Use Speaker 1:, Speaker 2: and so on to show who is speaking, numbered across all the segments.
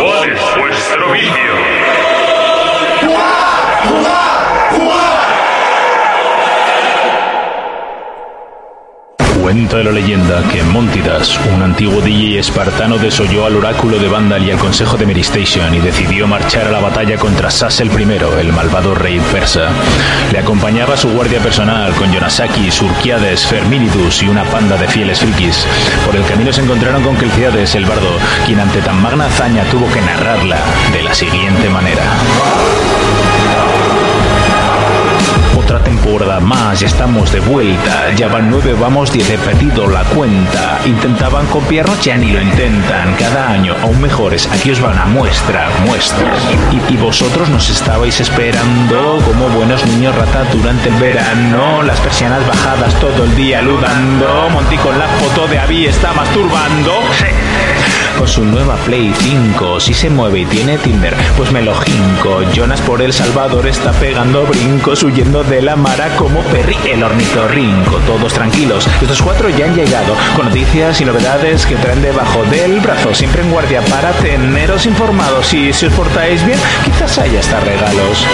Speaker 1: ¿Cuál es vuestro vicio?
Speaker 2: Cuenta la leyenda que en Montidas, un antiguo DJ espartano desoyó al oráculo de Vandal y al consejo de Meristation y decidió marchar a la batalla contra Sassel I, el malvado rey persa. Le acompañaba su guardia personal con Yonasaki, Surquiades, Ferminidus y una panda de fieles frikis. Por el camino se encontraron con Kelciades, el bardo, quien ante tan magna hazaña tuvo que narrarla de la siguiente manera. Otra temporada más, estamos de vuelta. Ya van nueve, vamos diez, he perdido la cuenta. Intentaban copiarnos, ya ni lo intentan. Cada año, aún mejores, aquí os van a muestra, muestras. Y, y vosotros nos estabais esperando como buenos niños rata durante el verano. Las persianas bajadas todo el día ludando. Monty con la foto de Abby está masturbando. Con su nueva Play 5, si se mueve y tiene Tinder, pues me lo jinco. Jonas por El Salvador está pegando brincos, huyendo de la mara como Perry el ornitorrinco. Todos tranquilos, estos cuatro ya han llegado, con noticias y novedades que traen debajo del brazo, siempre en guardia para teneros informados. Y si os portáis bien, quizás haya hasta regalos.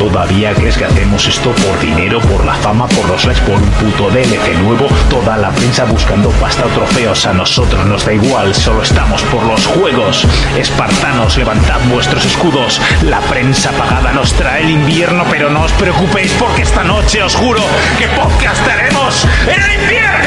Speaker 2: ¿Todavía crees que hacemos esto por dinero, por la fama, por los likes, por un puto DLC nuevo? Toda la prensa buscando pasta o trofeos. A nosotros nos da igual, solo estamos por los juegos. Espartanos, levantad vuestros escudos. La prensa pagada nos trae el invierno, pero no os preocupéis porque esta noche os juro que podcastaremos en el invierno.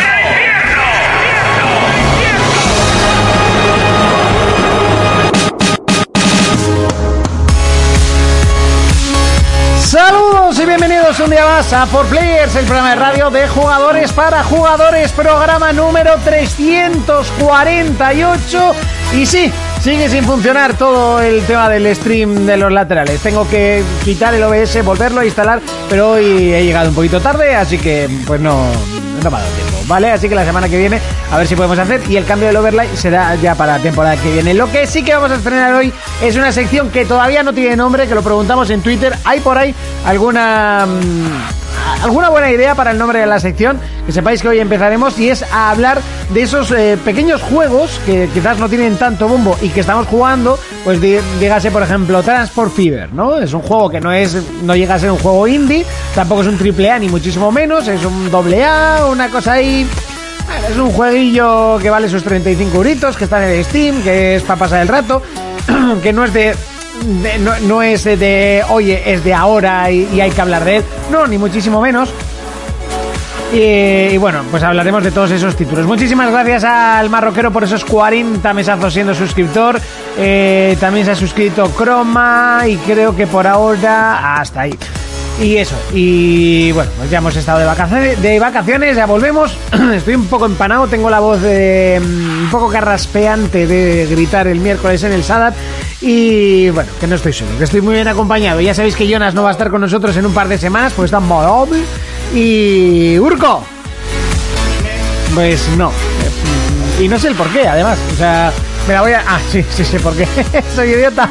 Speaker 3: Saludos y bienvenidos un día más a For Players, el programa de radio de jugadores para jugadores, programa número 348. Y sí, sigue sin funcionar todo el tema del stream de los laterales. Tengo que quitar el OBS, volverlo a instalar, pero hoy he llegado un poquito tarde, así que pues no, no he tomado tiempo, ¿vale? Así que la semana que viene a ver si podemos hacer y el cambio del overlay será ya para la temporada que viene. Lo que sí que vamos a estrenar hoy es una sección que todavía no tiene nombre, que lo preguntamos en Twitter. Hay por ahí alguna mm, alguna buena idea para el nombre de la sección, que sepáis que hoy empezaremos y es a hablar de esos eh, pequeños juegos que quizás no tienen tanto bombo y que estamos jugando, pues di- dígase por ejemplo Transport Fever, ¿no? Es un juego que no es no llega a ser un juego indie, tampoco es un triple A ni muchísimo menos, es un doble A, una cosa ahí bueno, Es un jueguillo que vale sus 35 euritos, que está en el Steam, que es para pasar el rato, que no es de... de- no, no es de, de, oye, es de ahora y, y hay que hablar de él. No, ni muchísimo menos. Y, y bueno, pues hablaremos de todos esos títulos. Muchísimas gracias al marroquero por esos 40 mesazos siendo suscriptor. Eh, también se ha suscrito Croma y creo que por ahora hasta ahí. Y eso, y bueno, pues ya hemos estado de vacaciones, de vacaciones ya volvemos. Estoy un poco empanado, tengo la voz eh, un poco carraspeante de gritar el miércoles en el Sadat. Y bueno, que no estoy solo, que estoy muy bien acompañado. Ya sabéis que Jonas no va a estar con nosotros en un par de semanas, pues está morob. Y Urco, pues no. Y no sé el por qué, además. O sea, me la voy a... Ah, sí, sí, sé por qué. Soy idiota.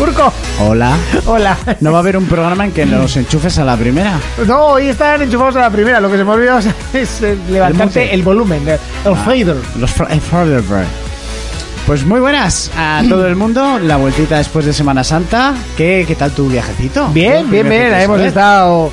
Speaker 3: Urco,
Speaker 4: Hola.
Speaker 3: hola.
Speaker 4: ¿No va a haber un programa en que nos enchufes a la primera?
Speaker 3: No, hoy están enchufados a la primera. Lo que se me olvidó es eh, levantarte el,
Speaker 4: Hermoso.
Speaker 3: volumen, el el
Speaker 4: Ah.
Speaker 3: fader.
Speaker 4: Los Fr- eh, Froderberg. Pues muy buenas a todo el mundo. La vueltita después de Semana Santa. ¿Qué, qué tal tu viajecito?
Speaker 3: Bien,
Speaker 4: Tu
Speaker 3: bien, bien.
Speaker 4: viajecito,
Speaker 3: Hemos
Speaker 4: ¿eh?
Speaker 3: estado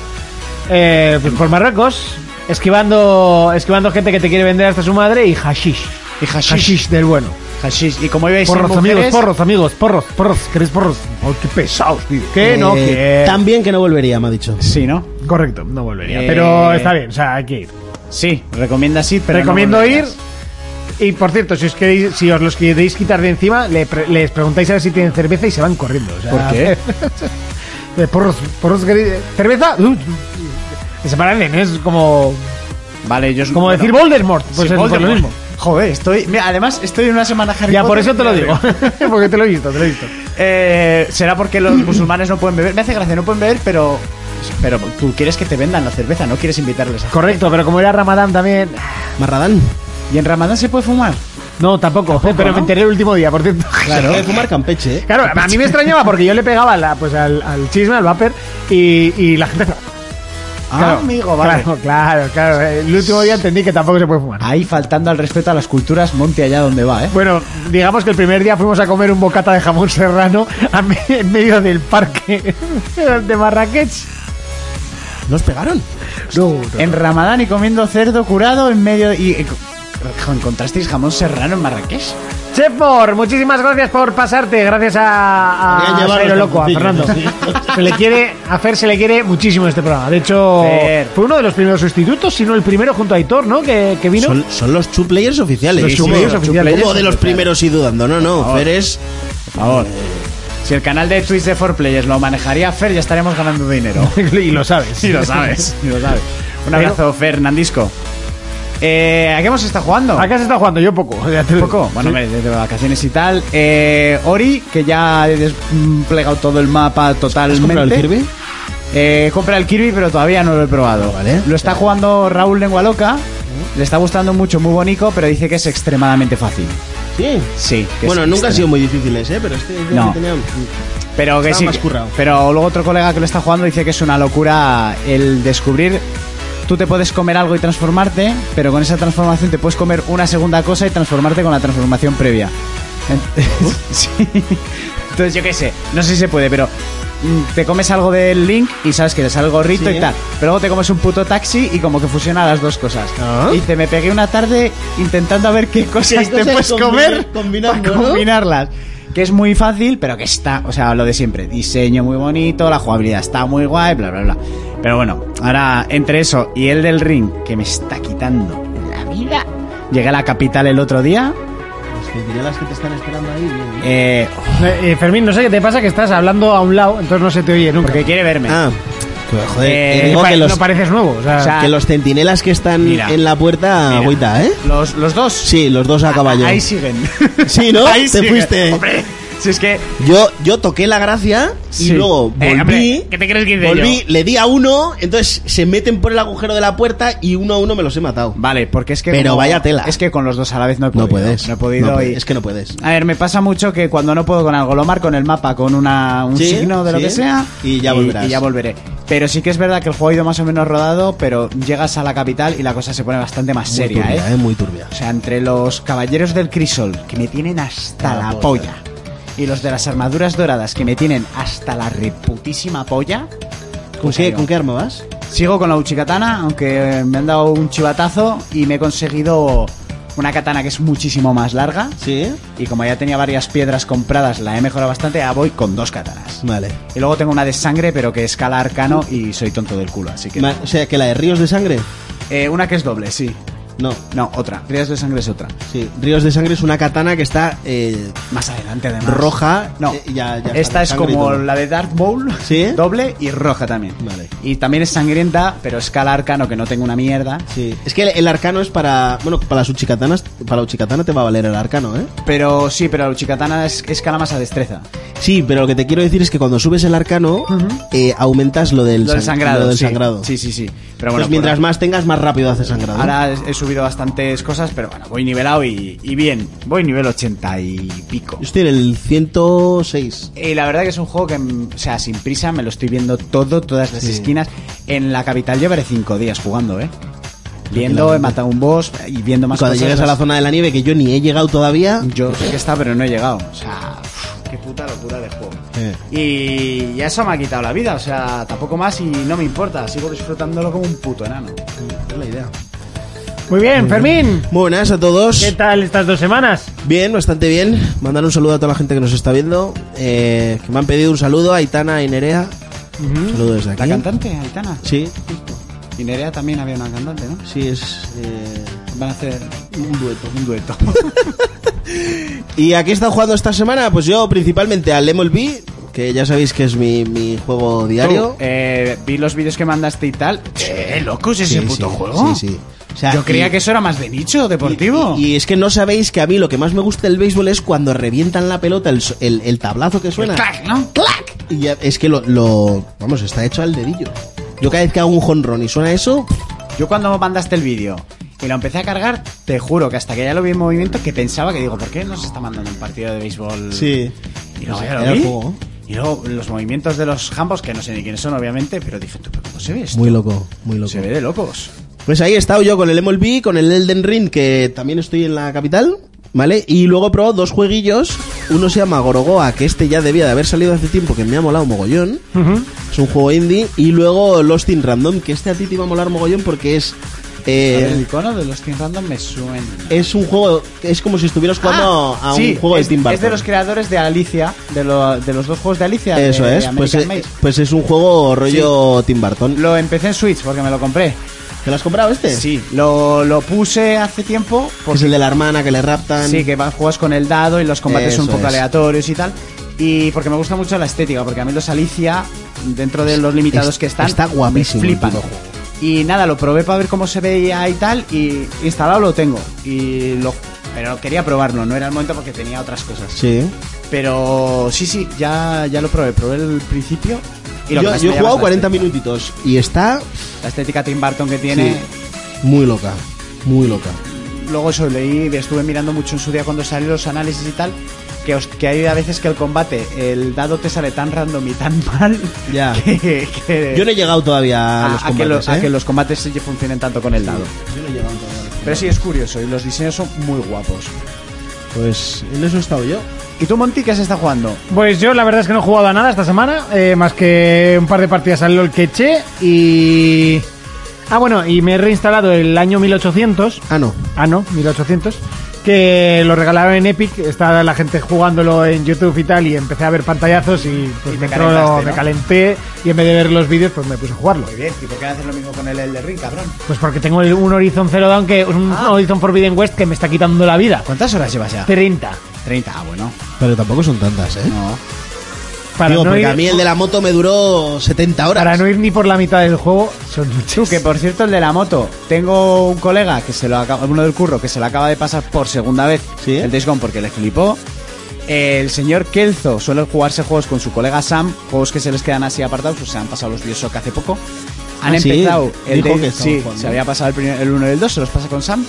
Speaker 3: eh, pues por Marruecos, esquivando, esquivando gente que te quiere vender hasta su madre y hashish.
Speaker 4: Y hashish.
Speaker 3: Hashish del bueno.
Speaker 4: Hashish. Y como ibais a
Speaker 3: Porros, amigos,
Speaker 4: mujeres,
Speaker 3: porros, amigos, porros, porros. ¿Queréis porros? Oh, qué pesados, tío. Que no,
Speaker 5: Eh,
Speaker 3: que...
Speaker 5: Tan bien que no volvería, me ha dicho.
Speaker 4: Sí, ¿no?
Speaker 3: Correcto, no volvería.
Speaker 4: Eh,
Speaker 3: Pero está bien, o sea, hay que ir.
Speaker 4: Sí, recomiendas ir, pero no
Speaker 3: Recomiendo ir.
Speaker 4: volverías.
Speaker 3: Y por cierto, si os queréis, si os los queréis quitar de encima, le pre- les preguntáis a ver si tienen cerveza y se van corriendo. o sea,
Speaker 4: ¿Por qué?
Speaker 3: de porros, porros gris- cerveza. Uh, se paran en, es como
Speaker 4: Vale, yo...
Speaker 3: como
Speaker 4: bueno,
Speaker 3: decir Voldemort, pues
Speaker 4: sí,
Speaker 3: es
Speaker 4: Voldemort.
Speaker 3: lo mismo.
Speaker 4: Joder, estoy... mira, además, estoy en una semana Harry
Speaker 3: Ya por
Speaker 4: Potter
Speaker 3: eso te lo
Speaker 4: que
Speaker 3: digo, porque te lo he visto, te lo he visto.
Speaker 4: Eh, será porque los musulmanes no pueden beber. Me hace gracia, no pueden beber, pero. Pero tú quieres que te vendan la cerveza, no quieres invitarles a.
Speaker 3: Correcto, pero como era Ramadán también,
Speaker 5: Marradán.
Speaker 4: ¿Y en Ramadán se puede fumar?
Speaker 3: no tampoco, eh, pero
Speaker 4: ¿no?
Speaker 3: me enteré el último día, por cierto.
Speaker 5: Se puede fumar campeche, ¿eh?
Speaker 3: Claro, a mí me extrañaba porque yo le pegaba la, pues al, al chisme, al vapor, y, y la gente.
Speaker 6: Ah, amigo, vale.
Speaker 3: Claro, claro, claro. El último día entendí que tampoco se puede fumar.
Speaker 6: Ahí faltando al respeto a las culturas, monte allá donde va, ¿eh?
Speaker 3: Bueno, digamos que el primer día fuimos a comer un bocata de jamón serrano a me- en medio del parque de Marrakech.
Speaker 5: ¿Nos pegaron?
Speaker 6: En Ramadán y comiendo cerdo curado en medio y y- encontrasteis jamón serrano en Marrakech.
Speaker 3: Chefor, muchísimas gracias por pasarte. Gracias a,
Speaker 5: Voy a
Speaker 3: a,
Speaker 5: llevar
Speaker 3: Sairo
Speaker 5: los
Speaker 3: Loco, a Fernando.
Speaker 5: calzoncillos,
Speaker 3: Se le quiere, a Fer se le quiere muchísimo este programa. De hecho,
Speaker 6: Fer.
Speaker 3: fue uno de los primeros sustitutos, si no el primero junto a Aitor, ¿no? Que, que vino.
Speaker 5: Son, son los two players oficiales.
Speaker 3: Los two players oficiales.
Speaker 5: Como de los primeros y dudando. No, no. Fer es.
Speaker 6: Por favor. Si el canal de Twitch de 4Players lo manejaría Fer, ya estaríamos ganando dinero.
Speaker 3: y lo sabes.
Speaker 6: Y lo sabes, y lo sabes. Un abrazo, Fernandisco. Eh, ¿A qué hemos estado jugando?
Speaker 3: Acá se está jugando yo poco. ya te lo-
Speaker 6: poco? Bueno,
Speaker 3: Sí.
Speaker 6: hombre, desde vacaciones y tal. Eh, Ori, que ya he desplegado todo el mapa
Speaker 5: ¿Has comprado el
Speaker 6: totalmente.
Speaker 5: Kirby?
Speaker 6: Eh, compra el Kirby, pero todavía no lo he probado.
Speaker 5: Vale.
Speaker 6: Lo está jugando Raúl Lengua Loca. Le está gustando mucho, muy bonito, pero dice que es extremadamente fácil.
Speaker 5: Sí.
Speaker 6: Sí. que es
Speaker 5: Bueno, nunca han
Speaker 6: extrema-
Speaker 5: sido muy difíciles, ¿eh? Pero este este
Speaker 6: No.
Speaker 5: tenía-
Speaker 6: Pero que
Speaker 5: Estaba
Speaker 6: sí.
Speaker 5: más
Speaker 6: que-
Speaker 5: currado.
Speaker 6: Pero luego otro colega que lo está jugando dice que es una locura el descubrir. Tú te puedes comer algo y transformarte, pero con esa transformación te puedes comer una segunda cosa y transformarte con la transformación previa. En- Sí. Entonces yo qué sé, no sé si se puede, pero mm, te comes algo del Link y sabes que eres algo gorrito
Speaker 5: Sí.
Speaker 6: y tal. Pero luego te comes un puto taxi y como que fusiona las dos cosas.
Speaker 5: Ah.
Speaker 6: Y te me pegué una tarde intentando a ver qué cosas te
Speaker 5: cosas
Speaker 6: puedes
Speaker 5: combi-
Speaker 6: comer
Speaker 5: combinando,
Speaker 6: para
Speaker 5: ¿no?
Speaker 6: combinarlas. Que es muy fácil, pero que está, o sea, lo de siempre. Diseño muy bonito, la jugabilidad está muy guay, bla, bla, bla. Pero bueno, ahora entre eso y el del ring, que me está quitando la vida. Llegué a la capital el otro día.
Speaker 5: Las que diré las que te están esperando ahí. bien, bien.
Speaker 6: eh,
Speaker 3: Eh, eh, Fermín, no sé qué te pasa que estás hablando a un lado, entonces no se te oye nunca.
Speaker 6: porque quiere verme.
Speaker 5: Ah. Joder,
Speaker 6: Eh,
Speaker 5: te digo
Speaker 3: Pa-
Speaker 5: que los,
Speaker 3: No pareces nuevo. O sea,
Speaker 6: O sea,
Speaker 5: que los centinelas que están
Speaker 6: Mira.
Speaker 5: en la puerta,
Speaker 6: Mira.
Speaker 5: agüita, ¿eh?
Speaker 6: Los, los dos.
Speaker 5: Ah, Sí, los dos a caballo.
Speaker 6: Ahí siguen.
Speaker 5: Sí, ¿no?
Speaker 6: Ahí
Speaker 5: Te fuiste.
Speaker 6: Hombre, si es que.
Speaker 5: Yo, yo toqué la gracia y
Speaker 6: Sí.
Speaker 5: luego volví.
Speaker 6: Eh, hombre, ¿qué te crees que hice
Speaker 5: volví, le di a uno, entonces se meten por el agujero de la puerta y uno a uno me los he matado.
Speaker 6: Vale, porque es que.
Speaker 5: Pero vaya tela.
Speaker 6: Es que con los dos a la vez no he podido.
Speaker 5: No puedes.
Speaker 6: No he podido.
Speaker 5: puedes,
Speaker 6: y-
Speaker 5: Es que no puedes.
Speaker 6: A ver, me pasa mucho que cuando no puedo con algo, lo marco en el mapa con una, un
Speaker 5: Sí,
Speaker 6: signo de lo
Speaker 5: sí.
Speaker 6: que sea.
Speaker 5: Y ya volverás.
Speaker 6: Y, ya volveré. Pero sí que es verdad que el juego ha ido más o menos rodado, pero llegas a la capital y la cosa se pone bastante más seria,
Speaker 5: muy turbia,
Speaker 6: ¿eh?
Speaker 5: Muy turbia.
Speaker 6: O sea, entre los caballeros del crisol, que me tienen hasta la,
Speaker 5: La
Speaker 6: polla,
Speaker 5: polla.
Speaker 6: y los de las armaduras doradas, que me tienen hasta la reputísima polla.
Speaker 5: ¿Con,
Speaker 6: pues
Speaker 5: qué,
Speaker 6: ahí va.
Speaker 5: ¿Con qué arma vas?
Speaker 6: Sigo con la Uchikatana, aunque eh, me han dado un chivatazo y me he conseguido una katana que es muchísimo más larga.
Speaker 5: Sí.
Speaker 6: Y como ya tenía varias piedras compradas, la he mejorado bastante, ya voy con dos katanas.
Speaker 5: Vale.
Speaker 6: Y luego tengo una de sangre, pero que escala arcano y soy tonto del culo, así que...
Speaker 5: Ma- o sea, que la de ríos de sangre.
Speaker 6: Eh, una que es doble, sí.
Speaker 5: No.
Speaker 6: No, otra. Rías de sangre es otra.
Speaker 5: Sí. Ríos de sangre es una katana que está eh,
Speaker 6: Más adelante, además.
Speaker 5: roja.
Speaker 6: Ah, No,
Speaker 5: eh, ya- ya está
Speaker 6: esta
Speaker 5: la
Speaker 6: es
Speaker 5: sangre y
Speaker 6: como
Speaker 5: todo.
Speaker 6: la de Dark Bowl,
Speaker 5: ¿Sí?
Speaker 6: doble y roja también.
Speaker 5: Vale.
Speaker 6: Y también es sangrienta, pero escala arcano, que no tengo una mierda.
Speaker 5: Sí. Es que el, el arcano es para. Bueno, para las uchicatanas. Para la uchicatana te va a valer el arcano, ¿eh?
Speaker 6: Pero sí, pero la Uchikatana es, escala más a destreza.
Speaker 5: Sí, pero lo que te quiero decir es que cuando subes el arcano, eh, aumentas lo del,
Speaker 6: Lo del
Speaker 5: sang-
Speaker 6: sangrado.
Speaker 5: lo del
Speaker 6: sí.
Speaker 5: sangrado.
Speaker 6: Sí, sí, sí. Pero bueno,
Speaker 5: Entonces, mientras
Speaker 6: por-
Speaker 5: más tengas, más rápido haces sangrado. ¿eh?
Speaker 6: Ahora he he subido bastantes cosas, pero bueno, voy nivelado y, y bien. Voy nivel 80 y pico.
Speaker 5: Yo estoy en el 106.
Speaker 6: Y la verdad que es un juego que, mm, o sea, sin prisa, me lo estoy viendo todo, todas las
Speaker 5: Sí.
Speaker 6: esquinas. En la capital llevaré cinco días jugando, ¿eh? Viendo,
Speaker 5: Tranquilamente.
Speaker 6: he matado un boss y viendo más
Speaker 5: Cuando
Speaker 6: cosas.
Speaker 5: llegues a la
Speaker 6: las-
Speaker 5: zona de la nieve, que yo ni he llegado todavía.
Speaker 6: Yo sé que está, pero no he llegado. O sea, uf, qué puta locura de juego.
Speaker 5: Eh.
Speaker 6: Y ya eso me ha quitado la vida, o sea, tampoco más y no me importa. Sigo disfrutándolo como un puto enano.
Speaker 5: Es la idea.
Speaker 3: Muy bien,
Speaker 6: mm.
Speaker 3: Fermín.
Speaker 5: Muy buenas a todos.
Speaker 3: ¿Qué tal estas dos semanas?
Speaker 5: Bien, bastante bien. Mandar un saludo a toda la gente que nos está viendo. eh, que me han pedido un saludo a Aitana y Nerea. Un saludo desde
Speaker 6: La
Speaker 5: aquí.
Speaker 6: cantante, Aitana.
Speaker 5: Sí,
Speaker 6: Y Nerea también había una cantante, ¿no?
Speaker 5: sí, es. eh,
Speaker 6: Van a hacer un dueto. Un dueto.
Speaker 5: ¿Y a qué he estado jugando esta semana? Pues yo principalmente al MLB, que ya sabéis que es mi, mi juego diario.
Speaker 6: Tú, eh, vi los vídeos que mandaste y tal. Eh, locos
Speaker 5: Sí,
Speaker 6: ese puto
Speaker 5: sí,
Speaker 6: juego.
Speaker 5: Sí, sí. O sea,
Speaker 6: Yo creía
Speaker 5: y-
Speaker 6: que eso era más de nicho deportivo.
Speaker 5: Y, y es que no sabéis que a mí lo que más me gusta del béisbol es cuando revientan la pelota, el, so- el- el tablazo que suena.
Speaker 6: Clac, ¿no?
Speaker 5: Y ya- es que lo, lo- Vamos, está hecho al dedillo. Yo cada vez que hago un jonrón y suena eso,
Speaker 6: Yo cuando mandaste el vídeo y lo empecé a cargar, te juro que hasta que ya lo vi en movimiento que pensaba que digo, ¿por qué nos está mandando un partido de béisbol?
Speaker 5: Sí.
Speaker 6: Y luego ya
Speaker 5: Era
Speaker 6: lo
Speaker 5: el
Speaker 6: vi.
Speaker 5: juego.
Speaker 6: Y luego los movimientos de los jambos, que no sé ni quiénes son, obviamente, pero dije, tú, ¿pero ¿cómo se ve esto.
Speaker 5: Muy loco, muy loco.
Speaker 6: Se ve de locos.
Speaker 5: Pues ahí he estado yo con el MLB, con el Elden Ring, que también estoy en la capital, ¿vale? Y luego probó dos jueguillos. Uno se llama Gorogoa, que este ya debía de haber salido hace tiempo, que me ha molado mogollón. Es un juego indie. Y luego Lost in Random, que este a ti te iba a molar mogollón porque es. eh,
Speaker 6: el icono de los Team Random me suena.
Speaker 5: es un juego. Es como si estuvieras jugando
Speaker 6: Ah,
Speaker 5: a
Speaker 6: sí,
Speaker 5: un juego
Speaker 6: es,
Speaker 5: de Team
Speaker 6: Es de
Speaker 5: Burton.
Speaker 6: los creadores de Alicia, de, lo- de los dos juegos de Alicia. de-
Speaker 5: Eso
Speaker 6: de
Speaker 5: es. Pues,
Speaker 6: American
Speaker 5: eh,
Speaker 6: Mage.
Speaker 5: pues es un juego rollo Tim Burton.
Speaker 6: Lo empecé en Switch porque me lo compré.
Speaker 5: ¿Te lo has comprado este?
Speaker 6: Sí, lo, lo puse hace tiempo.
Speaker 5: Que es el de la hermana que le raptan.
Speaker 6: Sí, que vas- juegas con el dado y los combates son un
Speaker 5: Eso
Speaker 6: poco
Speaker 5: es.
Speaker 6: aleatorios y tal. Y porque me gusta mucho la estética, porque a mí los Alicia, dentro de los limitados
Speaker 5: Es-
Speaker 6: que están,
Speaker 5: está guapísimo
Speaker 6: me
Speaker 5: el
Speaker 6: flipan.
Speaker 5: puto juego.
Speaker 6: Y nada, lo probé para ver cómo se veía y tal, y instalado lo tengo. Y lo, pero quería probarlo, no era el momento porque tenía otras cosas.
Speaker 5: Sí.
Speaker 6: Pero sí, sí, ya, ya lo probé, probé el principio. Y lo que
Speaker 5: Yo,
Speaker 6: más
Speaker 5: yo
Speaker 6: me
Speaker 5: he
Speaker 6: llama
Speaker 5: jugado
Speaker 6: es la
Speaker 5: 40
Speaker 6: estética.
Speaker 5: minutitos y está
Speaker 6: La estética Tim Burton que este. tiene.
Speaker 5: muy loca, muy loca.
Speaker 6: Luego eso leí, estuve mirando mucho en su día cuando salió los análisis y tal, que, os- que hay a veces que el combate, el dado te sale tan random y tan mal
Speaker 5: Ya.
Speaker 6: que, que-
Speaker 5: Yo no he llegado todavía
Speaker 6: Eh, a,
Speaker 5: a, los
Speaker 6: a que lo-
Speaker 5: combates,
Speaker 6: a
Speaker 5: ¿eh?
Speaker 6: que los combates se funcionen tanto con el dado. Pero sí, es curioso y los diseños son muy guapos.
Speaker 5: Pues en eso he estado yo.
Speaker 6: ¿Y tú, Monty, qué se está jugando?
Speaker 3: Pues yo la verdad es que no he jugado a nada esta semana, eh, más que un par de partidas al LOL que eché y... Ah, bueno, y me he reinstalado el año 1800.
Speaker 5: Ah, no.
Speaker 3: Ah, no, 1800. Que lo regalaron en Epic, está la gente jugándolo en YouTube y tal, y empecé a ver pantallazos y pues
Speaker 6: Y te
Speaker 3: me, entró-
Speaker 6: calentaste,
Speaker 3: me
Speaker 6: ¿no?
Speaker 3: calenté y en vez de ver los vídeos pues me puse a jugarlo.
Speaker 6: bien, ¿y por qué no haces lo mismo con el Elder Ring, cabrón?
Speaker 3: Pues porque tengo el- un Horizon Zero Dawn, que, un
Speaker 5: Ah.
Speaker 3: Horizon Forbidden West que me está quitando la vida.
Speaker 6: ¿Cuántas horas llevas ya?
Speaker 3: 30.
Speaker 6: 30, ah, bueno.
Speaker 5: Pero tampoco son tantas, ¿eh?
Speaker 6: No.
Speaker 3: Para,
Speaker 5: Digo,
Speaker 3: no
Speaker 5: porque
Speaker 3: ir,
Speaker 5: a mí el de la moto me duró 70 horas.
Speaker 3: para no ir ni por la mitad del juego, son muchas.
Speaker 6: Tú, que por cierto, el de la moto, tengo un colega que se lo acaba, uno del curro, que se lo acaba de pasar por segunda vez
Speaker 5: Sí.
Speaker 6: el Days Gone porque le flipó. El señor Kelzo suele jugarse juegos con su colega Sam, juegos que se les quedan así apartados, pues se han pasado los Bioshock hace poco. Han
Speaker 5: Ah, sí,
Speaker 6: empezado el
Speaker 5: dijo
Speaker 6: Days-
Speaker 5: que estaban
Speaker 6: sí,
Speaker 5: jugando.
Speaker 6: se había pasado el, primer- el uno y el 2, se los pasa con Sam.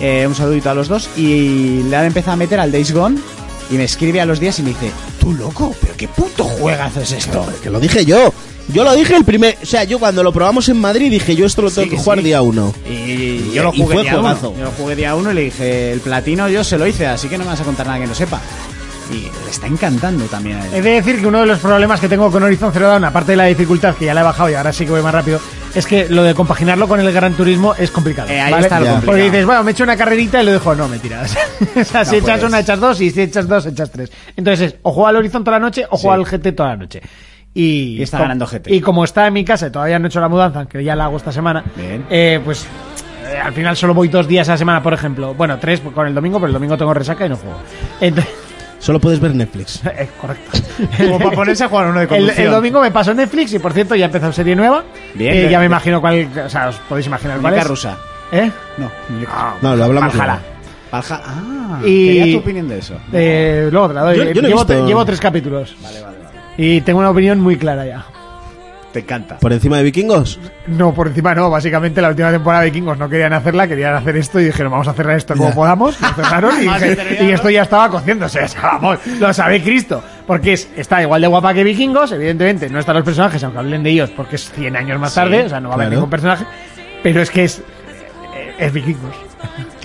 Speaker 6: Eh, un saludito a los dos. Y le han empezado a meter al Days Gone y me escribe a los días y me dice, tú loco, pero qué puto juegazo es esto.
Speaker 5: Que lo dije yo. Yo lo dije el primer... O sea, yo cuando lo probamos en Madrid dije yo esto lo tengo que jugar día uno.
Speaker 6: Y yo lo
Speaker 5: Y
Speaker 6: jugué
Speaker 5: fue
Speaker 6: día
Speaker 5: juegazo.
Speaker 6: uno. Yo lo jugué día uno y le dije, el platino yo se lo hice, así que no me vas a contar nada que no sepa. Y le está encantando también a él.
Speaker 3: He de decir que uno de los problemas que tengo con Horizon Zero Dawn, aparte de la dificultad que ya la he bajado y ahora sí que voy más rápido, es que lo de compaginarlo con el Gran Turismo es complicado.
Speaker 6: Eh, ahí está lo
Speaker 5: Ya.
Speaker 6: complicado.
Speaker 3: Porque dices, bueno, me echo una carrerita y lo dejo, no, mentiras. o sea, si echas
Speaker 6: No puedes.
Speaker 3: una, echas dos y si echas dos, echas tres. Entonces es, o juega al Horizon toda la noche o juega al GT toda la noche. Y,
Speaker 6: Y está
Speaker 3: com-
Speaker 6: ganando GT.
Speaker 3: Y como está en mi casa y todavía no he hecho la mudanza, que ya la hago esta semana,
Speaker 6: Bien.
Speaker 3: eh, pues eh, al final solo voy dos días a la semana, por ejemplo. Bueno, tres con el domingo, pero el domingo tengo resaca y no juego. Entonces.
Speaker 5: Solo puedes ver Netflix.
Speaker 3: Eh, correcto.
Speaker 6: Como para ponerse a jugar uno de
Speaker 3: el,
Speaker 6: conducción.
Speaker 3: el domingo me pasó Netflix y por cierto ya empezó serie nueva.
Speaker 6: Bien,
Speaker 3: Eh,
Speaker 6: bien,
Speaker 3: ya me
Speaker 6: bien.
Speaker 3: imagino cuál. O sea, os podéis imaginar cuál
Speaker 6: Muñeca
Speaker 3: es.
Speaker 6: rusa.
Speaker 3: ¿Eh?
Speaker 6: No, muñeca rusa.
Speaker 5: No, lo hablamos
Speaker 3: Valhalla.
Speaker 5: luego.
Speaker 6: Valja- Ah,
Speaker 3: Y-
Speaker 6: quería tu opinión de eso.
Speaker 3: Eh, luego te la doy.
Speaker 5: Yo- yo no he
Speaker 3: llevo,
Speaker 5: visto-
Speaker 3: tre- llevo tres capítulos. Y tengo una opinión muy clara ya.
Speaker 6: Te encanta.
Speaker 5: ¿Por encima de vikingos?
Speaker 3: No, por encima no. Básicamente la última temporada de Vikingos no querían hacerla, querían hacer esto y dijeron vamos a cerrar esto como podamos. Lo cerraron y,
Speaker 6: Vamos a
Speaker 3: dije-
Speaker 6: terminar,
Speaker 3: y
Speaker 6: ¿no?
Speaker 3: esto ya estaba cociéndose. O sea, vamos, lo sabe Cristo. Porque es- está igual de guapa que Vikingos, evidentemente. No están los personajes, aunque hablen de ellos, porque es 100 años más tarde, o sea, no va a haber
Speaker 5: claro.
Speaker 3: ningún personaje. Pero es que es, eh, es Vikingos.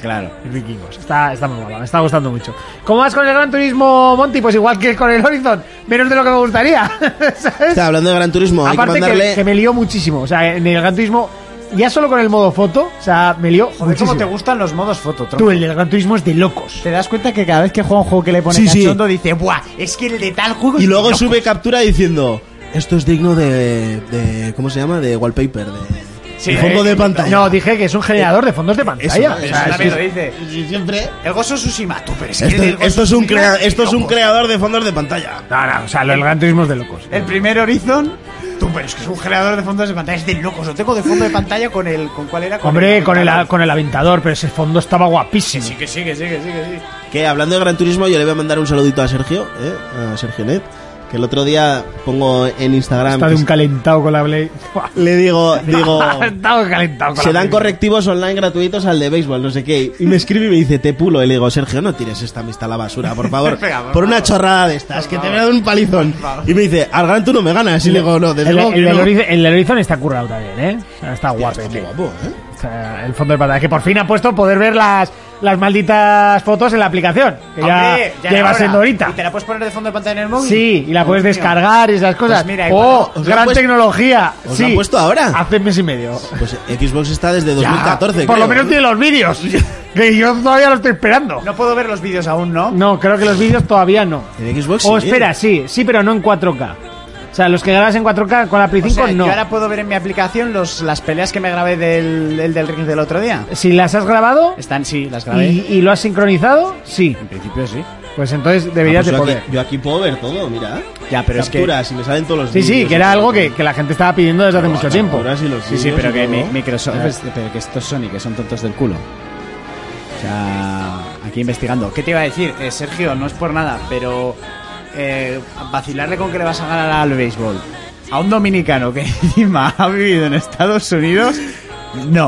Speaker 6: Claro.
Speaker 3: Es Vikingos. Está, está muy guapa, me está gustando mucho. ¿Cómo vas con el Gran Turismo, Monty? Pues igual que con el Horizon. Menos de lo que me gustaría. ¿Sabes?
Speaker 5: O sea, hablando de Gran Turismo, hay que
Speaker 3: Aparte que,
Speaker 5: mandarle...
Speaker 3: que me lió muchísimo. O sea, en el Gran Turismo, ya solo con el modo foto, o sea, me lió
Speaker 6: Joder,
Speaker 3: muchísimo.
Speaker 6: ¿Cómo te gustan los modos foto, tronco?
Speaker 3: Tú, el del Gran Turismo es de locos.
Speaker 6: Te das cuenta que cada vez que juega un juego que le pone
Speaker 5: Sí, sí.
Speaker 6: cachondo dice, ¡buah! Es que el de tal juego.
Speaker 5: Y
Speaker 6: es
Speaker 5: luego
Speaker 6: loco".
Speaker 5: sube captura diciendo... Esto es digno de... de- ¿Cómo se llama? De wallpaper, de...
Speaker 6: Sí,
Speaker 5: de fondo
Speaker 6: eh,
Speaker 5: de pantalla.
Speaker 3: No, dije que es un generador de fondos de pantalla.
Speaker 5: eso,
Speaker 3: O sea,
Speaker 5: eso
Speaker 3: es
Speaker 6: También
Speaker 3: que-
Speaker 6: lo dice.
Speaker 5: Siempre...
Speaker 6: El Gozo Tsushima, tú, pero es que
Speaker 5: Esto,
Speaker 6: el Ghost of
Speaker 5: esto es un
Speaker 6: Tsushima
Speaker 5: crea-
Speaker 6: es de
Speaker 5: esto es un
Speaker 6: locos.
Speaker 5: creador de fondos de pantalla.
Speaker 3: No, no, o sea, lo del Gran Turismo es de locos.
Speaker 6: El primer Horizon. Tú, pero es que es un generador de fondos de pantalla. Es de locos. Lo tengo de fondo de pantalla con el. ¿Con cuál era?
Speaker 3: Hombre, con el, con el aventador, pero ese fondo estaba guapísimo.
Speaker 6: Sí, que sí, que sí, que sí, que sí.
Speaker 5: Que hablando de Gran Turismo, yo le voy a mandar un saludito a Sergio, ¿eh? a Sergio Net, Que el otro día pongo en Instagram.
Speaker 3: Está de
Speaker 5: que
Speaker 3: un calentado con la Play.
Speaker 5: le digo, digo.
Speaker 3: Está de calentado con
Speaker 5: Se
Speaker 3: la
Speaker 5: dan
Speaker 3: Play.
Speaker 5: correctivos online gratuitos al de béisbol, no sé qué. Y me escribe y me dice, te pulo. Y le digo, Sergio, no tires esta amistad a la basura, por favor. por una chorrada de estas, que te voy a dar un palizón. Y me dice, al gran tú no me ganas. Y le digo, no, desde
Speaker 3: El,
Speaker 5: luego
Speaker 3: el,
Speaker 5: que no".
Speaker 3: del Horizon- el del Horizon está currado también, ¿eh? O sea, Está guapo.
Speaker 5: Está
Speaker 3: tío.
Speaker 5: guapo, ¿eh?
Speaker 3: O sea, el fondo de pantalla. Que por fin ha puesto poder ver las, las malditas fotos en la aplicación. Que ya,
Speaker 6: Hombre,
Speaker 3: ya
Speaker 6: era
Speaker 3: va
Speaker 6: hora.
Speaker 3: siendo ahorita.
Speaker 6: ¿Y te la puedes poner de fondo de pantalla en el móvil?
Speaker 3: Sí, y la puedes
Speaker 6: Dios mío.
Speaker 3: descargar y esas cosas.
Speaker 6: Pues mira, igual
Speaker 3: ¡Oh!
Speaker 5: os la han
Speaker 3: ¡Gran
Speaker 5: puesto-
Speaker 3: tecnología!
Speaker 5: os
Speaker 3: sí.
Speaker 5: la han puesto ahora.
Speaker 3: Hace mes y medio.
Speaker 5: Pues Xbox está desde
Speaker 3: Ya.
Speaker 5: 2014.
Speaker 3: Por lo
Speaker 5: creo,
Speaker 3: menos
Speaker 5: ¿eh?
Speaker 3: tiene los vídeos. que yo todavía lo estoy esperando.
Speaker 6: No puedo ver los vídeos aún, ¿no?
Speaker 3: No, creo que los vídeos todavía no.
Speaker 5: En Xbox
Speaker 3: O
Speaker 5: sí.
Speaker 3: Oh,
Speaker 5: Ah,
Speaker 3: espera, sí, sí, pero no en 4K. O sea, los que grabas en 4K con la Play
Speaker 6: O
Speaker 3: 5
Speaker 6: sea,
Speaker 3: no.
Speaker 6: Yo ahora puedo ver en mi aplicación los, las peleas que me grabé del, del, del ring del otro día.
Speaker 3: Si las has grabado
Speaker 6: Están, sí, las grabé.
Speaker 3: y, y lo has sincronizado, sí.
Speaker 6: En principio sí.
Speaker 3: Pues entonces
Speaker 5: Ah, pues
Speaker 3: deberías de
Speaker 5: yo,
Speaker 3: poder.
Speaker 5: aquí, yo aquí puedo ver todo, mira. ¿eh?
Speaker 6: Ya, pero es que-
Speaker 5: Capturas, y me salen todos los
Speaker 3: Sí, sí,
Speaker 5: vídeos. ¿eh?
Speaker 3: que era algo que, que la gente estaba pidiendo desde hace mucho tiempo.
Speaker 5: Capturas y los
Speaker 4: Sí, sí,
Speaker 5: vídeos
Speaker 4: pero
Speaker 5: y
Speaker 4: que
Speaker 5: todo.
Speaker 4: mi- Microsoft, pero que estos Sony, que son tontos del culo. O sea, aquí investigando.
Speaker 6: ¿Qué te iba a decir? Eh, Sergio, no es por nada, pero eh, vacilarle con que le vas a ganar al béisbol a un dominicano que encima ha vivido en Estados Unidos, no.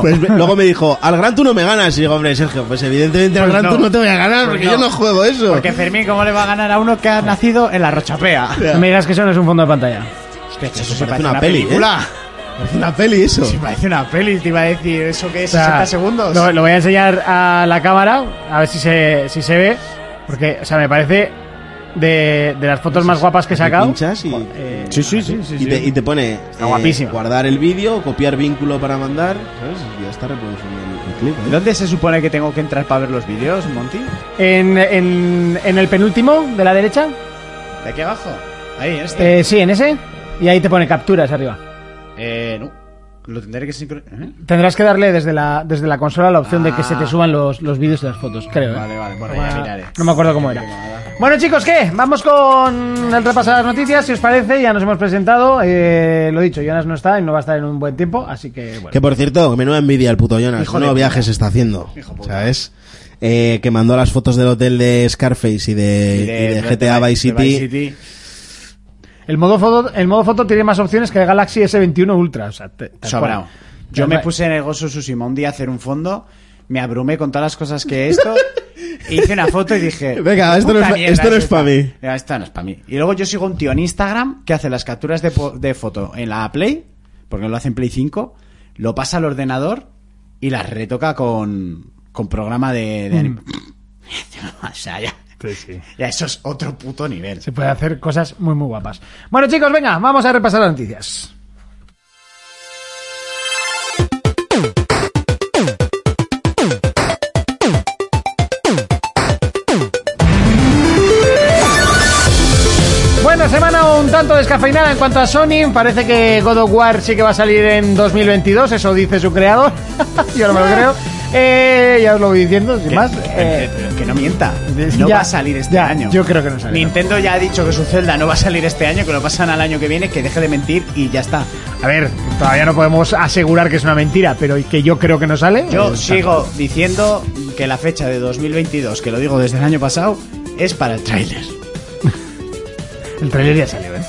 Speaker 5: Pues me- luego me dijo, al gran tú no me ganas. Y digo, hombre, Sergio, pues evidentemente al
Speaker 6: Pues
Speaker 5: gran
Speaker 6: no.
Speaker 5: tú no te voy a ganar
Speaker 6: Pues
Speaker 5: porque
Speaker 6: no.
Speaker 5: yo no juego eso.
Speaker 6: Porque Fermín, ¿cómo le va a ganar a uno que ha nacido en la Rochapea?
Speaker 3: Me digas que eso no es un fondo de pantalla.
Speaker 5: eso se parece una, peli,
Speaker 6: película.
Speaker 5: ¿eh? Es una peli eso.
Speaker 6: Sí, parece una peli, te iba a decir. ¿Eso que es?
Speaker 3: O sea,
Speaker 6: 60 segundos.
Speaker 3: Lo, lo voy a enseñar a la cámara, a ver si se, si se ve. Porque, o sea, me parece de, de las fotos más guapas que he
Speaker 5: Y
Speaker 3: sacado.
Speaker 5: pinchas y,
Speaker 3: Eh,
Speaker 4: Sí, sí, sí.
Speaker 5: y te, y te pone eh,
Speaker 3: guapísima.
Speaker 5: guardar el vídeo, copiar vínculo para mandar. ¿Sabes? Y ya está reproduciendo el, el clip. ¿eh?
Speaker 4: ¿Dónde se supone que tengo que entrar para ver los vídeos, Monty?
Speaker 3: En, en- en el penúltimo, de la derecha.
Speaker 6: ¿De aquí abajo? Ahí, en este.
Speaker 3: Eh, sí, en ese. Y ahí te pone capturas arriba.
Speaker 6: Eh, no. Lo tendré que sincronizar. ¿eh?
Speaker 3: Tendrás que darle desde la, desde la consola la opción de que
Speaker 6: Ah.
Speaker 3: se te suban los, los vídeos y las fotos, creo. ¿eh?
Speaker 6: Vale, vale, bueno,
Speaker 3: No
Speaker 6: ya
Speaker 3: me-
Speaker 6: miraré.
Speaker 3: No me acuerdo cómo era. Bueno, chicos, ¿qué? Vamos con el repaso de las noticias, si os parece. Ya nos hemos presentado. Eh, lo dicho, Jonas no está y no va a estar en un buen tiempo, así que bueno.
Speaker 5: Que por cierto, menuda envidia el puto Jonas.
Speaker 6: Hijo
Speaker 5: no
Speaker 6: de puta.
Speaker 5: viajes está haciendo.
Speaker 6: Hijo puta.
Speaker 5: ¿Sabes? Eh, que mandó las fotos del hotel de Scarface y de,
Speaker 6: Y
Speaker 5: y de GTA
Speaker 6: Eh, de-
Speaker 5: Vice
Speaker 6: de
Speaker 5: City.
Speaker 6: City.
Speaker 3: El modo, foto, el modo foto tiene más opciones que el Galaxy S21 Ultra. O sea, te- tal
Speaker 6: Sobrado.
Speaker 3: cual.
Speaker 6: Yo me
Speaker 3: Tal cual.
Speaker 6: puse en el Gozo Tsushima un día a hacer un fondo, me abrumé con todas las cosas que esto, e hice una foto y dije...
Speaker 5: Venga,
Speaker 6: "Qué
Speaker 5: esto no
Speaker 6: puta
Speaker 5: es pa-
Speaker 6: mierda
Speaker 5: esto no es pa' mí".
Speaker 6: Digo, Esto no es para mí. Y luego yo sigo un tío en Instagram que hace las capturas de, po- de foto en la Play, porque lo hace en Play 5, lo pasa al ordenador y las retoca con, con programa de...
Speaker 3: Mm.
Speaker 6: de anim- o sea, ya, ya eso es otro puto nivel.
Speaker 3: Se puede hacer cosas muy, muy guapas. Bueno, chicos, venga, vamos a repasar las noticias. Bueno, semana un tanto descafeinada en cuanto a Sony. Parece que God of War sí que va a salir en 2022, eso dice su creador. Yo no me lo creo. Eh, ya os lo voy diciendo, sin
Speaker 6: Que-
Speaker 3: más. Eh,
Speaker 6: que, que no mienta. No
Speaker 3: ya,
Speaker 6: va a salir este
Speaker 3: ya,
Speaker 6: año.
Speaker 3: yo creo que no sale,
Speaker 6: Nintendo ya ha dicho que su Zelda no va a salir este año, que lo pasan al año que viene, que deje de mentir y ya está.
Speaker 3: A ver, todavía no podemos asegurar que es una mentira, pero que yo creo que no sale.
Speaker 6: Yo
Speaker 3: eh,
Speaker 6: sigo diciendo que la fecha de 2022, que lo digo desde el año pasado, es para el tráiler.
Speaker 3: El trailer ya salió, ¿eh?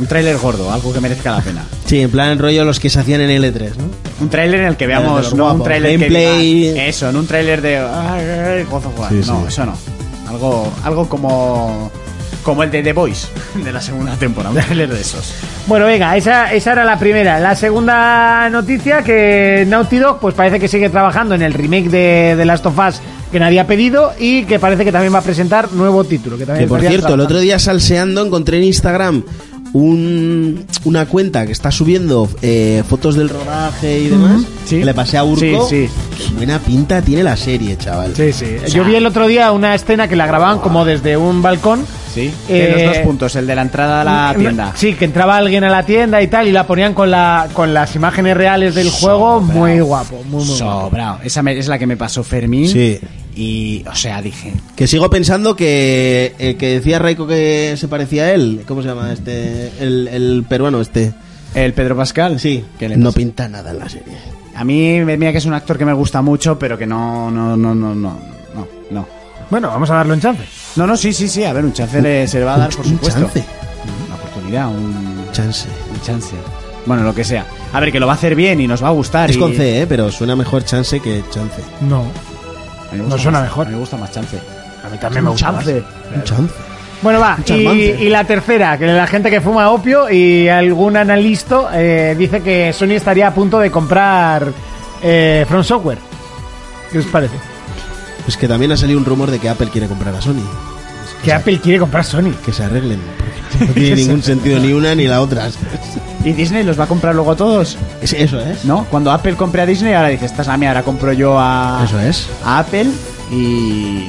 Speaker 6: Un tráiler gordo, algo que merezca la pena.
Speaker 5: Sí, en plan rollo los que se hacían en L3, ¿no?
Speaker 6: Un tráiler en el que
Speaker 5: de
Speaker 6: veamos
Speaker 5: los
Speaker 6: no un
Speaker 5: guapos.
Speaker 6: tráiler que
Speaker 5: Gameplay.
Speaker 6: diga, eso, en un tráiler de "Ay, God of War".
Speaker 5: Sí,
Speaker 6: no,
Speaker 5: sí.
Speaker 6: eso no. Algo algo como como el de The Voice de la segunda temporada, un tráiler de esos.
Speaker 3: Bueno, venga, esa, esa era la primera. La segunda noticia, que Naughty Dog pues parece que sigue trabajando en el remake de, de Last of Us que nadie ha pedido y que parece que también va a presentar nuevo título. Que,
Speaker 6: Eh,
Speaker 5: Que
Speaker 3: también
Speaker 5: por
Speaker 3: estaría
Speaker 5: cierto, el
Speaker 3: trabajando.
Speaker 5: otro día salseando encontré en Instagram un, una cuenta que está subiendo eh, fotos del rodaje y demás.
Speaker 3: sí.
Speaker 5: que Le pasé a Urco.
Speaker 3: Sí,
Speaker 5: Qué Buena pinta tiene la serie, chaval.
Speaker 3: Sí, sí. Yo vi el otro día una escena que la grababan como desde un balcón.
Speaker 6: Sí,
Speaker 3: Eh,
Speaker 6: de los dos puntos, el de la entrada a la
Speaker 3: No,
Speaker 6: tienda.
Speaker 3: Sí, que entraba alguien a la tienda y tal, y la ponían con, la, con las imágenes reales del juego. Muy guapo, muy, muy guapo.
Speaker 6: Sobrao. Esa me- es la que me pasó Fermín.
Speaker 5: Sí.
Speaker 6: Y, o sea, dije.
Speaker 5: Que sigo pensando que el que decía Raiko que se parecía a él, ¿cómo se llama este? El, el peruano este.
Speaker 6: El Pedro Pascal.
Speaker 5: Sí,
Speaker 6: ¿Qué le
Speaker 5: no
Speaker 6: pasa?
Speaker 5: pinta nada en la serie.
Speaker 6: A mí, mira que es un actor que me gusta mucho, pero que no, no, no, no, no, no, no.
Speaker 3: Bueno, vamos a darle un chance.
Speaker 6: No, no, sí, sí, sí. A ver, un chance le- se le va a dar, por
Speaker 5: Un
Speaker 6: supuesto.
Speaker 5: chance.
Speaker 6: oportunidad, un,
Speaker 5: Chance.
Speaker 6: un chance. Bueno, lo que sea. A ver, que lo va a hacer bien y nos va a gustar.
Speaker 5: Es
Speaker 6: y-
Speaker 5: con C, ¿eh? pero suena mejor chance que chance.
Speaker 3: No.
Speaker 6: A mí me gusta
Speaker 3: No suena
Speaker 6: más-
Speaker 3: mejor.
Speaker 6: A mí me gusta más chance.
Speaker 3: A mí también me gusta. más.
Speaker 5: Un chance.
Speaker 3: Bueno, va. Y,
Speaker 5: charmante.
Speaker 3: y la tercera, que la gente que fuma opio y algún analista eh, dice que Sony estaría a punto de comprar eh, From Software. ¿Qué os parece?
Speaker 5: Pues que también ha salido un rumor de que Apple quiere comprar a Sony.
Speaker 3: Que Apple quiere comprar Sony.
Speaker 5: Que se arreglen. porque No tiene ningún sentido ni una ni la otra.
Speaker 6: ¿Y Disney los va a comprar luego a todos?
Speaker 5: Es eso, ¿eh?
Speaker 6: ¿No? Cuando Apple compre a Disney, ahora dice, esta es la mía, ahora compro yo a,
Speaker 5: Eso es.
Speaker 6: a Apple y...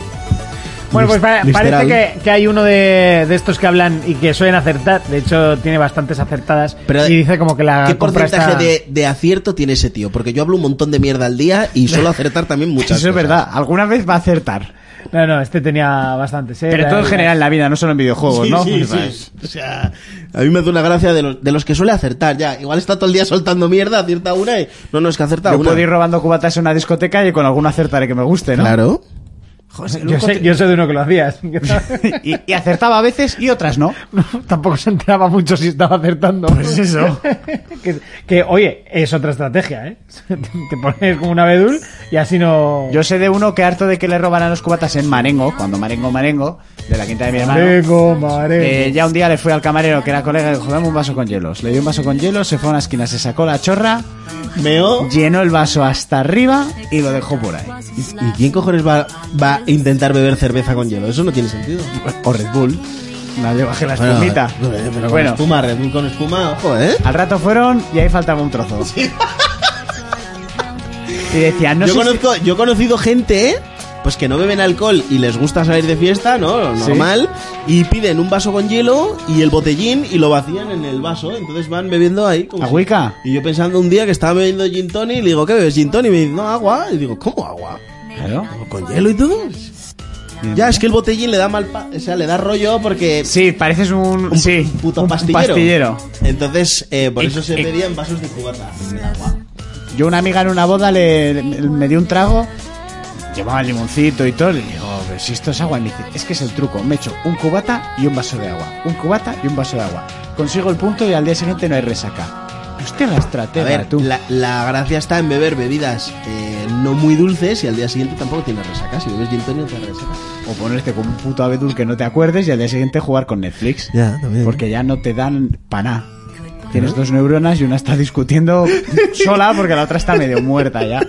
Speaker 3: Bueno, pues pa-
Speaker 5: Lis-
Speaker 3: parece
Speaker 5: literal.
Speaker 3: que, que hay uno de, de estos que hablan y que suelen acertar. De hecho, tiene bastantes acertadas.
Speaker 5: Pero,
Speaker 3: y dice como que
Speaker 6: ah,
Speaker 3: la
Speaker 5: ¿Qué
Speaker 3: compra
Speaker 5: porcentaje
Speaker 3: está-
Speaker 5: de, de acierto tiene ese tío? Porque yo hablo un montón de mierda al día y suelo acertar también muchas
Speaker 6: Eso es
Speaker 5: cosas.
Speaker 6: verdad, alguna vez va a acertar.
Speaker 3: No, no, este tenía bastantes. eh,
Speaker 6: Pero todo en
Speaker 3: era-
Speaker 6: general en la vida, no solo en videojuegos,
Speaker 5: Sí,
Speaker 6: ¿no? Pues
Speaker 5: sí, sí. O sea, a mí me hace una gracia de los, de los que suele acertar ya. Igual está todo el día soltando mierda, acierta una y... No, no, es que acerta
Speaker 6: Yo
Speaker 5: una.
Speaker 6: puedo ir robando cubatas en una discoteca y con alguna acertaré que me guste, ¿no?
Speaker 5: Claro.
Speaker 3: Yo sé, yo sé de uno que lo hacías.
Speaker 6: y, y acertaba a veces y otras no.
Speaker 3: Tampoco se enteraba mucho si estaba acertando. Pues eso. que, que, oye, es otra estrategia, ¿eh? Te pones como un abedul y así no...
Speaker 6: Yo sé de uno que harto de que le robaran los cubatas en Marengo, cuando Marengo, Marengo, de la quinta de mi hermano.
Speaker 3: Marengo, marengo.
Speaker 6: Eh, ya un día le fui al camarero que era colega y le dijo, dame un vaso con hielos. Le dio un vaso con hielos, se fue a una esquina, se sacó la chorra,
Speaker 5: Meo.
Speaker 6: llenó el vaso hasta arriba y lo dejó por ahí.
Speaker 5: ¿Y, y quién cojones va, va a intentar beber cerveza con hielo? Eso no tiene sentido.
Speaker 6: O Red Bull. No, yo bajé la
Speaker 5: Bueno,
Speaker 6: espumita.
Speaker 5: eh, pero con
Speaker 6: bueno,
Speaker 5: espuma, Red Bull con espuma, ojo, ¿eh?
Speaker 6: al rato fueron y ahí faltaba un trozo. Y decían, no
Speaker 5: yo,
Speaker 6: sé si-
Speaker 5: conozco, yo he conocido gente, ¿eh? Pues que no beben alcohol y les gusta salir de fiesta, ¿no? Normal. Y piden un vaso con hielo y el botellín y lo vacían en el vaso. Entonces van bebiendo ahí. como si-
Speaker 6: Agüica.
Speaker 5: Y yo pensando un día que estaba bebiendo gin tonic, le digo, ¿qué bebes gin tonic? Y me dice, no, agua. Y digo, ¿cómo agua? Pues
Speaker 6: Claro.
Speaker 5: ¿Con hielo y todo?
Speaker 6: Bien.
Speaker 5: Ya, es que el botellín le da mal... pa- o sea, le da rollo porque...
Speaker 6: Sí, pareces un,
Speaker 5: Un
Speaker 6: sí,
Speaker 5: puto
Speaker 6: un
Speaker 5: pastillero.
Speaker 6: pastillero.
Speaker 5: Entonces, eh, por
Speaker 6: Y-
Speaker 5: eso se
Speaker 6: y-
Speaker 5: pedían vasos de cubata.
Speaker 6: Yo una amiga en una boda le, le- me dio un trago, llevaba el limoncito y todo, le digo, pero si esto es agua, y me dice, es que es el truco, me echo un cubata y un vaso de agua, un cubata y un vaso de agua. Consigo el punto y al día siguiente no hay resaca. Hostia, la
Speaker 5: A
Speaker 6: estratega,
Speaker 5: ver,
Speaker 6: tú.
Speaker 5: La, la gracia está en beber bebidas eh, no muy dulces y al día siguiente tampoco tienes resaca. Si bebes gin tonic no te da resaca.
Speaker 6: O ponerte con un puto abedul que no te acuerdes y al día siguiente jugar con Netflix.
Speaker 5: Ya, también.
Speaker 6: Porque ya no te dan paná. Tienes dos neuronas y una está discutiendo sola porque la otra está medio muerta ya.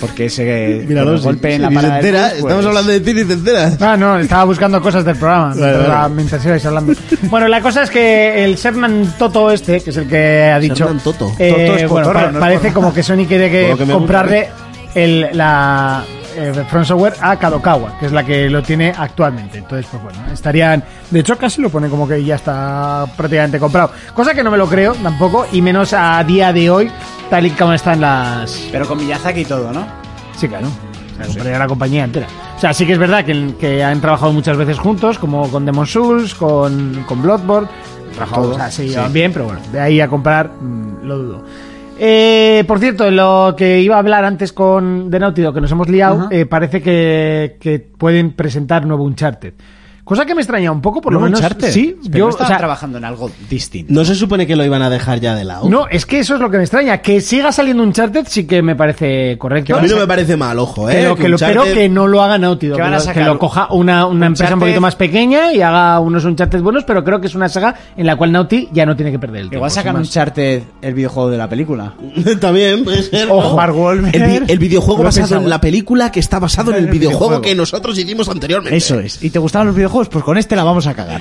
Speaker 6: Porque ese con el golpe en la parada del bus, pues,
Speaker 5: Estamos hablando de ti y te enteras.
Speaker 3: Ah, no, estaba buscando cosas del programa mientras,
Speaker 5: vale.
Speaker 3: mientras ibais hablando. Bueno, la cosa es que el Sherman Toto este, que es el que ha dicho...
Speaker 5: Sherman Toto.
Speaker 3: eh,
Speaker 6: Toto es
Speaker 3: bueno,
Speaker 6: cotorro,
Speaker 3: pa-
Speaker 6: no es
Speaker 3: parece
Speaker 6: por-
Speaker 3: como que Sony quiere
Speaker 5: Por
Speaker 3: que,
Speaker 5: lo que me
Speaker 3: comprarle el, la eh, From Software a Kadokawa, que es la que lo tiene actualmente. Entonces, pues bueno, estarían... De hecho, casi lo pone como que ya está prácticamente comprado. Cosa que no me lo creo tampoco, y menos a día de hoy, tal y como están las...
Speaker 6: Pero con Miyazaki y todo, ¿no?
Speaker 3: Sí, claro. Se compraría la compañía entera. O sea, sí que es verdad que, que han trabajado muchas veces juntos, como con Demon Souls, con, con Bloodborne. Trabajado,
Speaker 6: Todo,
Speaker 3: o sea, se
Speaker 6: sí.
Speaker 3: llevan bien, pero bueno, de ahí a comprar, mm, lo dudo. Eh, por cierto, lo que iba a hablar antes con de Naughty Dog, que nos hemos liado, eh, parece que, que pueden presentar nuevo Uncharted. Cosa que me extraña un poco, por lo
Speaker 6: ¿Nuevo
Speaker 3: menos.
Speaker 6: Uncharted?
Speaker 3: Sí,
Speaker 6: Pero
Speaker 3: yo,
Speaker 6: no
Speaker 3: o
Speaker 6: estaba
Speaker 3: sea,
Speaker 6: trabajando en algo distinto.
Speaker 5: No se supone que lo iban a dejar ya de lado.
Speaker 3: no, es que eso es lo que me extraña. Que siga saliendo Uncharted sí que me parece correcto.
Speaker 5: a mí no me parece mal, ojo, eh.
Speaker 3: Pero que lo,
Speaker 5: Uncharted-
Speaker 3: pero que no lo haga Naughty Dog,
Speaker 6: Que van a
Speaker 3: que lo- que
Speaker 6: sacar
Speaker 3: lo coja una, una empresa un
Speaker 6: Uncharted.
Speaker 3: poquito más pequeña y haga unos Uncharted buenos, pero creo que es una saga en la cual Naughty ya no tiene que perder el tiempo.
Speaker 6: Igual sacan
Speaker 3: sin
Speaker 6: un
Speaker 3: más.
Speaker 6: charter el videojuego de la película.
Speaker 5: También puede ser. ¿no?
Speaker 6: Ojo, Mark Wahlberg.
Speaker 5: El, vi- el videojuego
Speaker 6: Lo
Speaker 5: basado
Speaker 6: pensaba.
Speaker 5: en la película que está basado en el videojuego
Speaker 6: videojuego.
Speaker 5: que nosotros hicimos anteriormente.
Speaker 6: Eso
Speaker 3: eh.
Speaker 6: es. ¿Y te gustaban los videojuegos? Pues con este la vamos a cagar.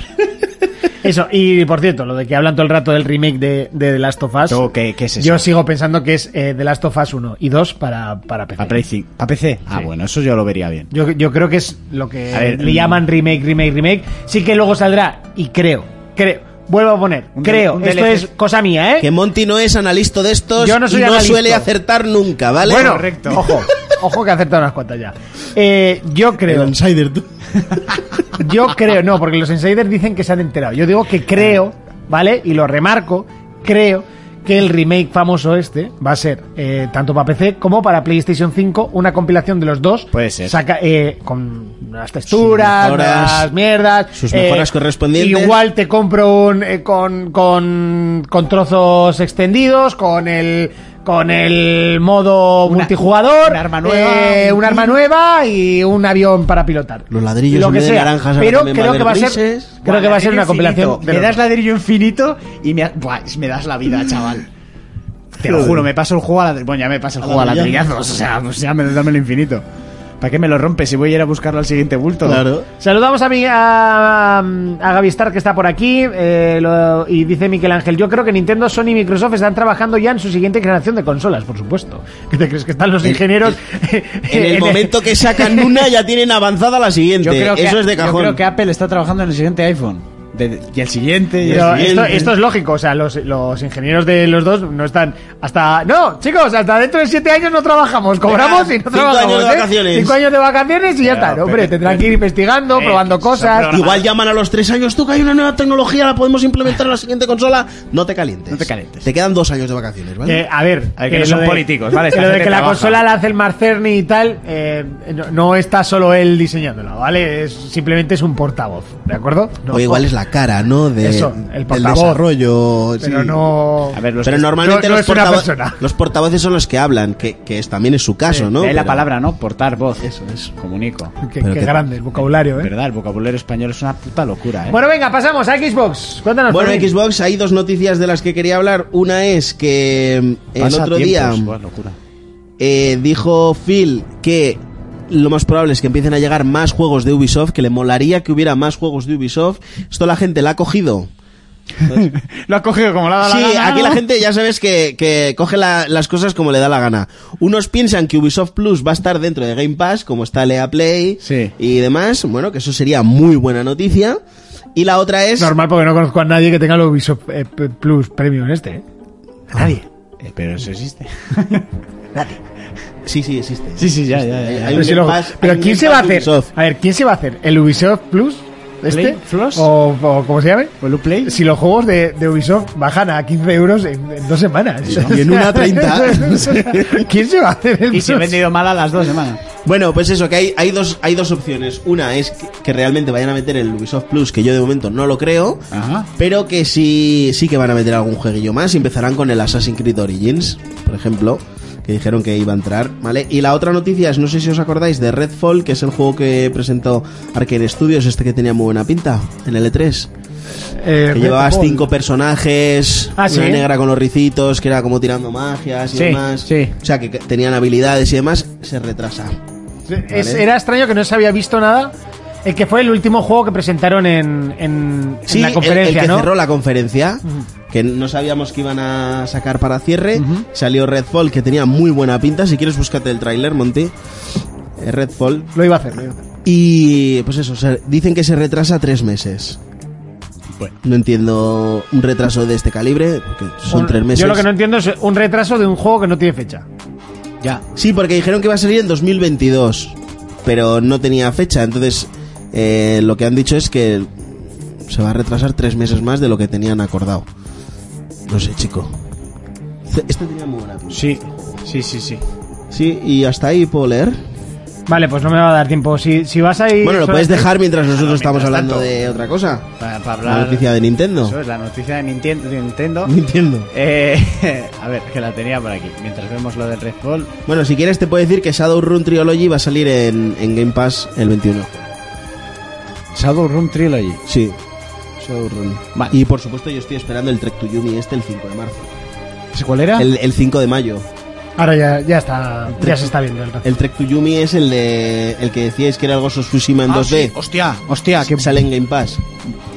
Speaker 3: Eso, y por cierto, lo de que hablan todo el rato del remake de, de The Last of Us.
Speaker 6: Tú, ¿qué- qué es eso?
Speaker 3: Yo sigo pensando que es eh, The Last of Us 1 y 2 para, para PC.
Speaker 6: ¿Para Play 5? ¿Para PC? Ah,
Speaker 3: Sí.
Speaker 6: bueno, eso yo lo vería bien.
Speaker 3: Yo, yo creo que es lo que
Speaker 6: A ver,
Speaker 3: le
Speaker 6: mm.
Speaker 3: llaman remake, remake, remake. Sí que luego saldrá, y creo, creo, vuelvo a poner,
Speaker 6: Un
Speaker 3: creo,
Speaker 6: del- un
Speaker 3: esto
Speaker 6: DLC.
Speaker 3: es cosa mía, ¿eh?
Speaker 5: Que Monty no es analista de estos
Speaker 3: Yo no
Speaker 5: y
Speaker 3: soy
Speaker 5: no
Speaker 3: analista.
Speaker 5: suele acertar nunca, ¿vale?
Speaker 3: bueno,
Speaker 6: correcto.
Speaker 3: ojo, ojo que ha acertado unas cuantas ya. Eh, yo creo,
Speaker 5: insider tú.
Speaker 3: yo creo, no, porque los insiders dicen que se han enterado. Yo digo que creo, ¿vale? Y lo remarco, creo que el remake famoso este va a ser eh, tanto para PC como para PlayStation 5 una compilación de los dos.
Speaker 6: Puede ser.
Speaker 3: Saca, eh, con las texturas,
Speaker 5: Sus mejoras,
Speaker 3: las mierdas. eh,
Speaker 5: sus mejoras correspondientes.
Speaker 3: Igual te compro un, eh, con, con, con trozos extendidos, con el... Con el modo
Speaker 6: Una-
Speaker 3: multijugador,
Speaker 6: un arma nueva.
Speaker 3: eh, un arma nueva y un avión para pilotar.
Speaker 5: Los ladrillos
Speaker 3: lo
Speaker 5: en
Speaker 3: que
Speaker 5: vez de
Speaker 3: sea.
Speaker 5: naranjas, ahora
Speaker 3: Pero
Speaker 5: también va a
Speaker 3: creo que
Speaker 5: haber
Speaker 3: va a ser,
Speaker 5: grises.
Speaker 3: creo que va a ser una compilación. de
Speaker 6: Me
Speaker 3: los
Speaker 6: das ladrillo infinito y me, ha- buah, me das la vida, chaval. Te lo juro, me paso el juego a la... Bueno, ya me paso el juego a la
Speaker 5: ladrillazos.
Speaker 6: O sea, pues ya me dame el infinito. ¿Para qué me lo rompes si voy a ir a buscarlo al siguiente bulto?
Speaker 5: Claro.
Speaker 3: Saludamos a, mi, a, a Gavistar que está por aquí eh, lo- y dice Miquel Ángel, yo creo que Nintendo, Sony y Microsoft están trabajando ya en su siguiente generación de consolas, por supuesto. ¿Qué te crees que están los ingenieros?
Speaker 5: En el momento que sacan una ya tienen avanzada la siguiente.
Speaker 6: Yo creo que,
Speaker 5: Eso es de
Speaker 6: yo
Speaker 5: cajón.
Speaker 6: creo que Apple está trabajando en el siguiente iPhone. De- y el siguiente. Y el
Speaker 3: Pero
Speaker 5: Yes,
Speaker 3: esto,
Speaker 5: bien.
Speaker 3: esto es lógico, o sea, los, los ingenieros de los dos no están hasta... No, chicos, hasta dentro de siete años no trabajamos, cobramos y
Speaker 5: Venga,
Speaker 3: no
Speaker 5: cinco
Speaker 3: trabajamos.
Speaker 5: años de
Speaker 3: ¿eh?
Speaker 5: vacaciones.
Speaker 3: Cinco años de vacaciones y ya está, ¿no? hombre, tendrán que ir investigando, probando cosas.
Speaker 5: Igual llaman a los tres años, tú que hay una nueva tecnología, la podemos implementar en la siguiente consola. No te calientes.
Speaker 6: No te calientes.
Speaker 5: Te quedan dos años de vacaciones, ¿vale?
Speaker 3: Que, a ver,
Speaker 6: A ver, que no son
Speaker 3: lo
Speaker 6: políticos, ¿vale?
Speaker 3: que
Speaker 6: Esta
Speaker 3: lo de
Speaker 6: gente
Speaker 3: que la
Speaker 6: trabaja.
Speaker 3: consola la hace el Marcerni y tal, eh, no, no está solo él diseñándola, ¿vale? Es- simplemente es un portavoz, ¿de acuerdo? No,
Speaker 5: o igual es la cara, ¿no? De,
Speaker 3: Eso, el
Speaker 5: del
Speaker 3: portavoz.
Speaker 5: desarrollo.
Speaker 3: Pero
Speaker 5: sí.
Speaker 3: no.
Speaker 6: A ver, los
Speaker 5: Pero
Speaker 6: que-
Speaker 5: normalmente
Speaker 3: no- no
Speaker 5: los,
Speaker 3: es una
Speaker 5: portavo-
Speaker 3: persona.
Speaker 5: los portavoces son los que hablan, que, que es, también es su caso, ¿no?
Speaker 6: de ahí la
Speaker 5: Pero-
Speaker 6: palabra, ¿no? Portar voz. Eso es. Comunico.
Speaker 3: Qué,
Speaker 5: pero
Speaker 3: qué
Speaker 5: que-
Speaker 3: grande el vocabulario, ¿eh?
Speaker 6: ¿Verdad? El vocabulario español es una puta locura, ¿eh?
Speaker 3: Bueno, venga, pasamos a Xbox. Cuéntanos.
Speaker 5: Bueno,
Speaker 3: Fermín.
Speaker 5: Xbox, hay dos noticias de las que quería hablar. Una es que mm, el
Speaker 6: Pasa
Speaker 5: otro
Speaker 6: tiempos,
Speaker 5: día
Speaker 6: buah, locura.
Speaker 5: eh, dijo Phil que lo más probable es que empiecen a llegar más juegos de Ubisoft, que le molaría que hubiera más juegos de Ubisoft. Esto la gente la ha cogido.
Speaker 6: Lo has cogido como la da la
Speaker 5: Sí,
Speaker 6: gana,
Speaker 5: aquí
Speaker 6: ¿no?
Speaker 5: la gente ya sabes que, que coge la- las cosas como le da la gana. Unos piensan que Ubisoft Plus va a estar dentro de Game Pass, como está Lea Play
Speaker 6: Sí.
Speaker 5: y demás. Bueno, que eso sería muy buena noticia. Y la otra es...
Speaker 3: Normal porque no conozco a nadie que tenga el Ubisoft eh, P- Plus Premium este, ¿eh? A nadie.
Speaker 6: Eh, pero eso existe.
Speaker 5: Sí, sí, existe.
Speaker 6: Sí, sí, ya, ya, ya.
Speaker 5: Hay
Speaker 3: Pero,
Speaker 5: un
Speaker 3: si
Speaker 5: Game
Speaker 3: lo-
Speaker 5: Pass-
Speaker 3: pero
Speaker 5: hay un
Speaker 3: ¿quién
Speaker 5: Game
Speaker 3: se va a
Speaker 5: Pass de
Speaker 3: hacer?
Speaker 5: Ubisoft.
Speaker 3: A ver, ¿quién se va a hacer? ¿El Ubisoft Plus? ¿Este?
Speaker 6: Play Plus?
Speaker 3: ¿O, o cómo se llama?
Speaker 6: ¿O el Uplay?
Speaker 3: Si los juegos de, de Ubisoft bajan a 15 euros en, en dos semanas.
Speaker 5: Y en una a 30.
Speaker 3: ¿Quién se va a hacer el
Speaker 6: Y se ha
Speaker 3: Plus?
Speaker 6: vendido mal a las dos semanas.
Speaker 5: Bueno, pues eso, que hay, hay, dos, hay dos opciones. Una es que, que realmente vayan a meter el Ubisoft Plus, que yo de momento no lo creo.
Speaker 6: Ajá.
Speaker 5: Pero que sí, sí que van a meter algún jueguillo más. Y empezarán con el Assassin's Creed Origins, por ejemplo, que dijeron que iba a entrar, ¿vale? Y la otra noticia es, no sé si os acordáis, de Redfall, que es el juego que presentó Arkane Studios, este que tenía muy buena pinta en el E3.
Speaker 3: Eh,
Speaker 5: Que
Speaker 3: Red
Speaker 5: llevabas
Speaker 3: Bull.
Speaker 5: cinco personajes,
Speaker 3: Ah, ¿sí?
Speaker 5: una negra con los ricitos, que era como tirando magias y
Speaker 6: Sí,
Speaker 5: demás.
Speaker 6: sí.
Speaker 5: O sea, que que tenían habilidades y demás, se retrasa.
Speaker 3: Es-
Speaker 5: Vale.
Speaker 3: Era extraño que no se había visto nada. El que fue el último juego que presentaron en, en- en
Speaker 5: Sí,
Speaker 3: la
Speaker 5: el-
Speaker 3: conferencia,
Speaker 5: el, que
Speaker 3: ¿no?
Speaker 5: cerró la conferencia, que no sabíamos que iban a sacar para cierre, salió Redfall, que tenía muy buena pinta. Si quieres, búscate el tráiler, Monty. Eh, Redfall.
Speaker 3: Lo iba a hacer. lo iba a hacer.
Speaker 5: Y pues eso, se- dicen que se retrasa tres meses.
Speaker 6: Bueno.
Speaker 5: No entiendo un retraso de este calibre, porque son
Speaker 3: Un-
Speaker 5: tres meses.
Speaker 3: Yo lo que no entiendo es un retraso de un juego que no tiene fecha.
Speaker 6: Ya.
Speaker 5: Sí, porque dijeron que iba a salir en 2022, pero no tenía fecha. Entonces, eh, lo que han dicho es que se va a retrasar tres meses más de lo que tenían acordado. No sé, chico. Ce- Este tenía muy buena pinta.
Speaker 6: Sí. Sí, sí, sí.
Speaker 5: Sí, y hasta ahí puedo leer.
Speaker 3: Vale, pues no me va a dar tiempo. Si, si vas ahí.
Speaker 5: Bueno, lo
Speaker 3: solo-
Speaker 5: puedes dejar mientras nosotros estamos
Speaker 6: mientras
Speaker 5: hablando
Speaker 6: tanto.
Speaker 5: de otra cosa.
Speaker 6: Para, hablar.
Speaker 5: La noticia de
Speaker 6: Eso
Speaker 5: Nintendo.
Speaker 6: es la noticia de Nintendo. De Nintendo.
Speaker 5: Nintendo.
Speaker 6: Eh, a ver, que la tenía por aquí. Mientras vemos lo del Red Bull.
Speaker 5: Bueno, si quieres te puedo decir que Shadowrun Trilogy va a salir en, en Game Pass el 21.
Speaker 6: Shadowrun Trilogy.
Speaker 5: Sí. Shadowrun.
Speaker 6: Vale.
Speaker 5: Y por supuesto yo estoy esperando el Trek to Yumi este el 5 de marzo.
Speaker 6: ¿Ese cuál era?
Speaker 5: El, el 5 de mayo.
Speaker 3: Ahora ya, ya está. Ya se está viendo el retraso.
Speaker 5: El Trek to Yumi es el de el que decíais que era el Ghost of Tsushima en
Speaker 6: Ah,
Speaker 5: 2D.
Speaker 6: sí. Hostia, hostia,
Speaker 5: Que
Speaker 6: que
Speaker 5: sale en Game Pass.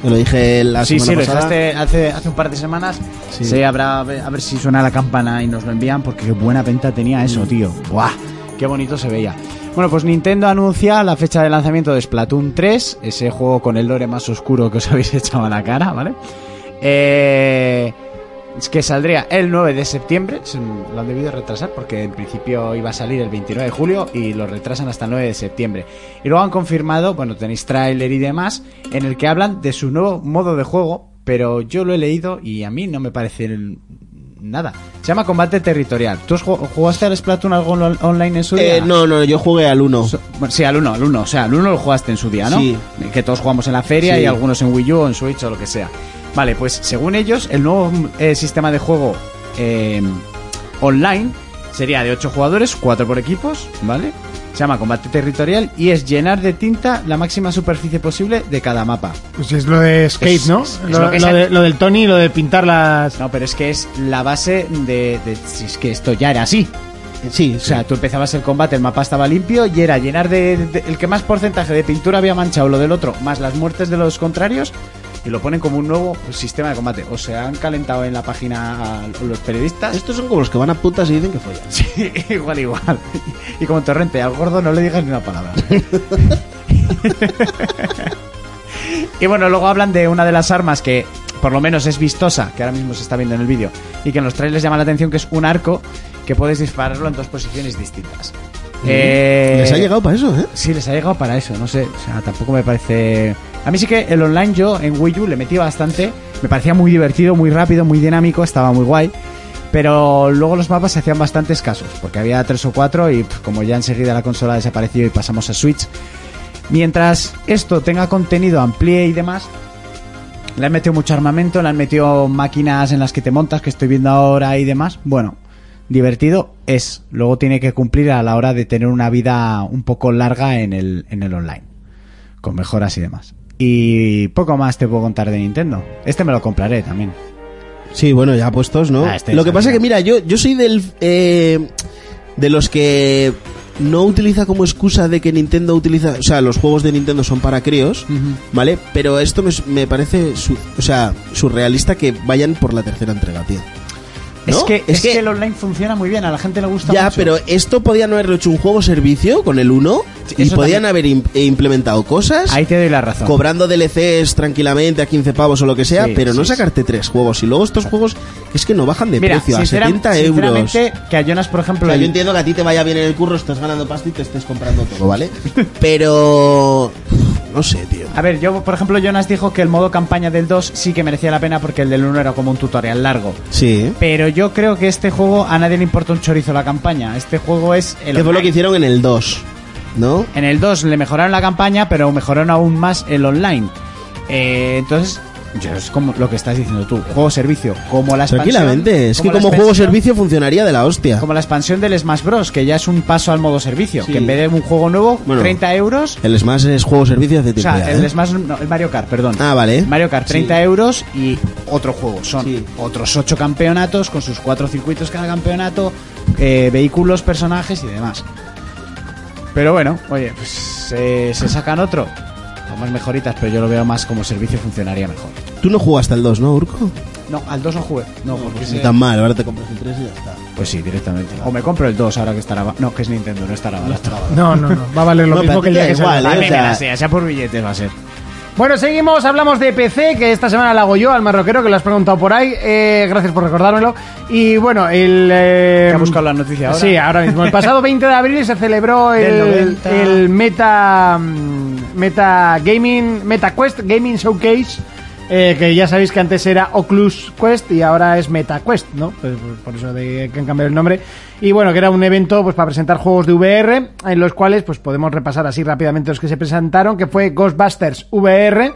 Speaker 5: Te lo dije la
Speaker 6: Sí, sí,
Speaker 5: semana
Speaker 6: lo
Speaker 5: pasada. Eh,
Speaker 6: dejaste hace, hace un par de semanas. Sí. habrá, a ver a ver si suena la campana y nos lo envían, porque qué buena venta tenía eso,
Speaker 5: Mm.
Speaker 6: tío. ¡Buah! Qué bonito se veía. Bueno, pues Nintendo anuncia la fecha de lanzamiento de Splatoon 3, ese juego con el lore más oscuro que os habéis echado a la cara, ¿vale? Eh, es que saldría el 9 de septiembre, se- lo han debido retrasar porque en principio iba a salir el 29 de julio y lo retrasan hasta el 9 de septiembre. Y luego han confirmado, bueno, tenéis tráiler y demás, en el que hablan de su nuevo modo de juego, pero yo lo he leído y a mí no me parece el- nada. Se llama Combate Territorial. ¿Tú has jug- jugaste al Splatoon algo on- online en su día?
Speaker 5: Eh, no, no, yo jugué al 1.
Speaker 6: So- bueno, sí, al 1, al 1. O sea, al 1 lo jugaste en su día, ¿no?
Speaker 5: Sí.
Speaker 6: Que todos jugamos en la feria
Speaker 5: Sí.
Speaker 6: y algunos en Wii U o en Switch o lo que sea. Vale, pues según ellos, el nuevo mm, eh, sistema de juego eh, online sería de 8 jugadores, 4 por equipos, ¿vale? Se llama combate territorial y es llenar de tinta la máxima superficie posible de cada mapa.
Speaker 3: Pues es lo de skate,
Speaker 6: Es-
Speaker 3: ¿no?
Speaker 6: es- es
Speaker 3: lo,
Speaker 6: lo que
Speaker 3: lo
Speaker 6: se-
Speaker 3: de- lo del Tony y lo de pintar las.
Speaker 6: No, pero es que es la base de, de- Si es que esto ya era así.
Speaker 5: Sí,
Speaker 6: O sea, tú empezabas el combate, el mapa estaba limpio y era llenar de, de- el que más porcentaje de pintura había manchado lo del otro, más las muertes de los contrarios, y lo ponen como un nuevo sistema de combate. O sea, han calentado en la página a los periodistas.
Speaker 5: Estos son como los que van a putas y dicen que follan.
Speaker 6: Sí, igual, igual. Y como torrente, al gordo no le digas ni una palabra. y bueno, luego hablan de una de las armas que por lo menos es vistosa, que ahora mismo se está viendo en el vídeo, y que en los trailers llama la atención, que es un arco que puedes dispararlo en dos posiciones distintas. Eh,
Speaker 5: Mm. Les ha llegado para eso, ¿eh?
Speaker 6: Sí, les ha llegado para eso, no sé. O sea, tampoco me parece. A mí sí que el online yo en Wii U le metí bastante. Me parecía muy divertido, muy rápido, muy dinámico, estaba muy guay. Pero luego los mapas se hacían bastante escasos, porque había tres o cuatro y pff, como ya enseguida la consola ha desaparecido y pasamos a Switch. Mientras esto tenga contenido, amplíe y demás, le han metido mucho armamento, le han metido máquinas en las que te montas, que estoy viendo ahora y demás. Bueno, divertido es. Luego tiene que cumplir a la hora de tener una vida un poco larga en el, en el online. Con mejoras y demás. Y poco más te puedo contar de Nintendo. Este me lo compraré también.
Speaker 5: Sí, bueno, ya puestos, ¿no?
Speaker 6: Ah, este
Speaker 5: Lo
Speaker 6: es
Speaker 5: que pasa
Speaker 6: el-
Speaker 5: que, mira, yo, yo soy del. eh, de los que no utiliza como excusa de que Nintendo utiliza. O sea, los juegos de Nintendo son para críos, ¿vale? Pero esto me, me parece. su- o sea, surrealista que vayan por la tercera entrega, tío. ¿No?
Speaker 6: Es, que, es que el online funciona muy bien, a la gente le gusta
Speaker 5: Ya,
Speaker 6: mucho.
Speaker 5: pero esto podían haberlo hecho un juego servicio con el 1
Speaker 6: Sí,
Speaker 5: y
Speaker 6: eso
Speaker 5: podían haber im- e implementado cosas
Speaker 6: Ahí te doy la razón.
Speaker 5: cobrando DLCs tranquilamente a 15 pavos o lo que sea,
Speaker 6: Sí,
Speaker 5: pero no
Speaker 6: sí,
Speaker 5: sacarte tres juegos. Y luego estos juegos es que no bajan de
Speaker 6: Mira,
Speaker 5: precio a
Speaker 6: sincera-
Speaker 5: 70 euros.
Speaker 6: sinceramente, que a Jonas, por
Speaker 5: O
Speaker 6: ejemplo,
Speaker 5: sea,
Speaker 6: el-
Speaker 5: yo entiendo que a ti te vaya bien en el curro, estás ganando pasta y te estés comprando todo, ¿vale? Pero... No sé, tío.
Speaker 6: A ver, yo, por ejemplo, Jonas dijo que el modo campaña del 2 sí que merecía la pena porque el del 1 era como un tutorial largo.
Speaker 5: Sí.
Speaker 6: Pero yo creo que este juego a nadie le importa un chorizo la campaña. Este juego es el.
Speaker 5: Que fue lo que
Speaker 6: online.
Speaker 5: hicieron en el 2, ¿no?
Speaker 6: En el 2 le mejoraron la campaña, pero mejoraron aún más el online. Eh, entonces, yo, es como lo que estás diciendo tú: juego-servicio. Como la expansión-
Speaker 5: Tranquilamente. Es que
Speaker 6: la
Speaker 5: como juego
Speaker 6: expansión-
Speaker 5: servicio funcionaría de la hostia.
Speaker 6: Como la expansión del Smash Bros., que ya es un paso al modo servicio.
Speaker 5: Sí.
Speaker 6: Que en vez de un juego nuevo,
Speaker 5: Bueno.
Speaker 6: 30 euros.
Speaker 5: El Smash es juego servicio hace
Speaker 6: O
Speaker 5: tiempo
Speaker 6: sea,
Speaker 5: ya,
Speaker 6: el
Speaker 5: ¿eh?
Speaker 6: Smash, no, el Mario Kart, perdón.
Speaker 5: Ah, vale.
Speaker 6: Mario Kart, 30 euros y otro juego. Son
Speaker 5: Sí.
Speaker 6: otros 8 campeonatos con sus 4 circuitos cada campeonato, eh, vehículos, personajes y demás. Pero bueno, oye, pues, se, se sacan otro. Vamos mejoritas, pero yo lo veo más como servicio funcionaría mejor.
Speaker 5: Tú no jugaste al 2, ¿no, Urco?
Speaker 6: No, al 2 no jugué. No, porque
Speaker 5: Ni
Speaker 6: ese-
Speaker 5: tan mal, ahora te compras el 3 y ya está.
Speaker 6: Pues sí, directamente. O me compro el 2 ahora que estará. ba- No, que es Nintendo, no estará barato.
Speaker 3: No, no, no. Va a valer lo
Speaker 5: No, pero
Speaker 3: mismo
Speaker 5: a
Speaker 3: que el
Speaker 5: ti
Speaker 3: día
Speaker 5: te
Speaker 3: que
Speaker 5: da igual,
Speaker 3: salga.
Speaker 5: ¿eh?
Speaker 6: Vale,
Speaker 5: o
Speaker 6: venga,
Speaker 5: sea-
Speaker 6: sea, sea por billetes va a ser.
Speaker 3: Bueno, seguimos, hablamos de PC, que esta semana la hago yo al marroquero, que lo has preguntado por ahí. Eh, gracias por recordármelo. Y bueno, el... eh,
Speaker 6: ¿Te ha buscado la noticia ahora?
Speaker 3: Sí, ahora mismo. El pasado 20 de abril se celebró
Speaker 6: Del
Speaker 3: el,
Speaker 6: 90.
Speaker 3: el Meta, mm, Meta Gaming, Meta Quest Gaming Showcase, eh, que ya sabéis que antes era Oculus Quest y ahora es Meta Quest, ¿no? Pues, pues, por eso de, que han cambiado el nombre. Y bueno, que era un evento pues para presentar juegos de VR, en los cuales pues podemos repasar así rápidamente los que se presentaron, que fue Ghostbusters VR,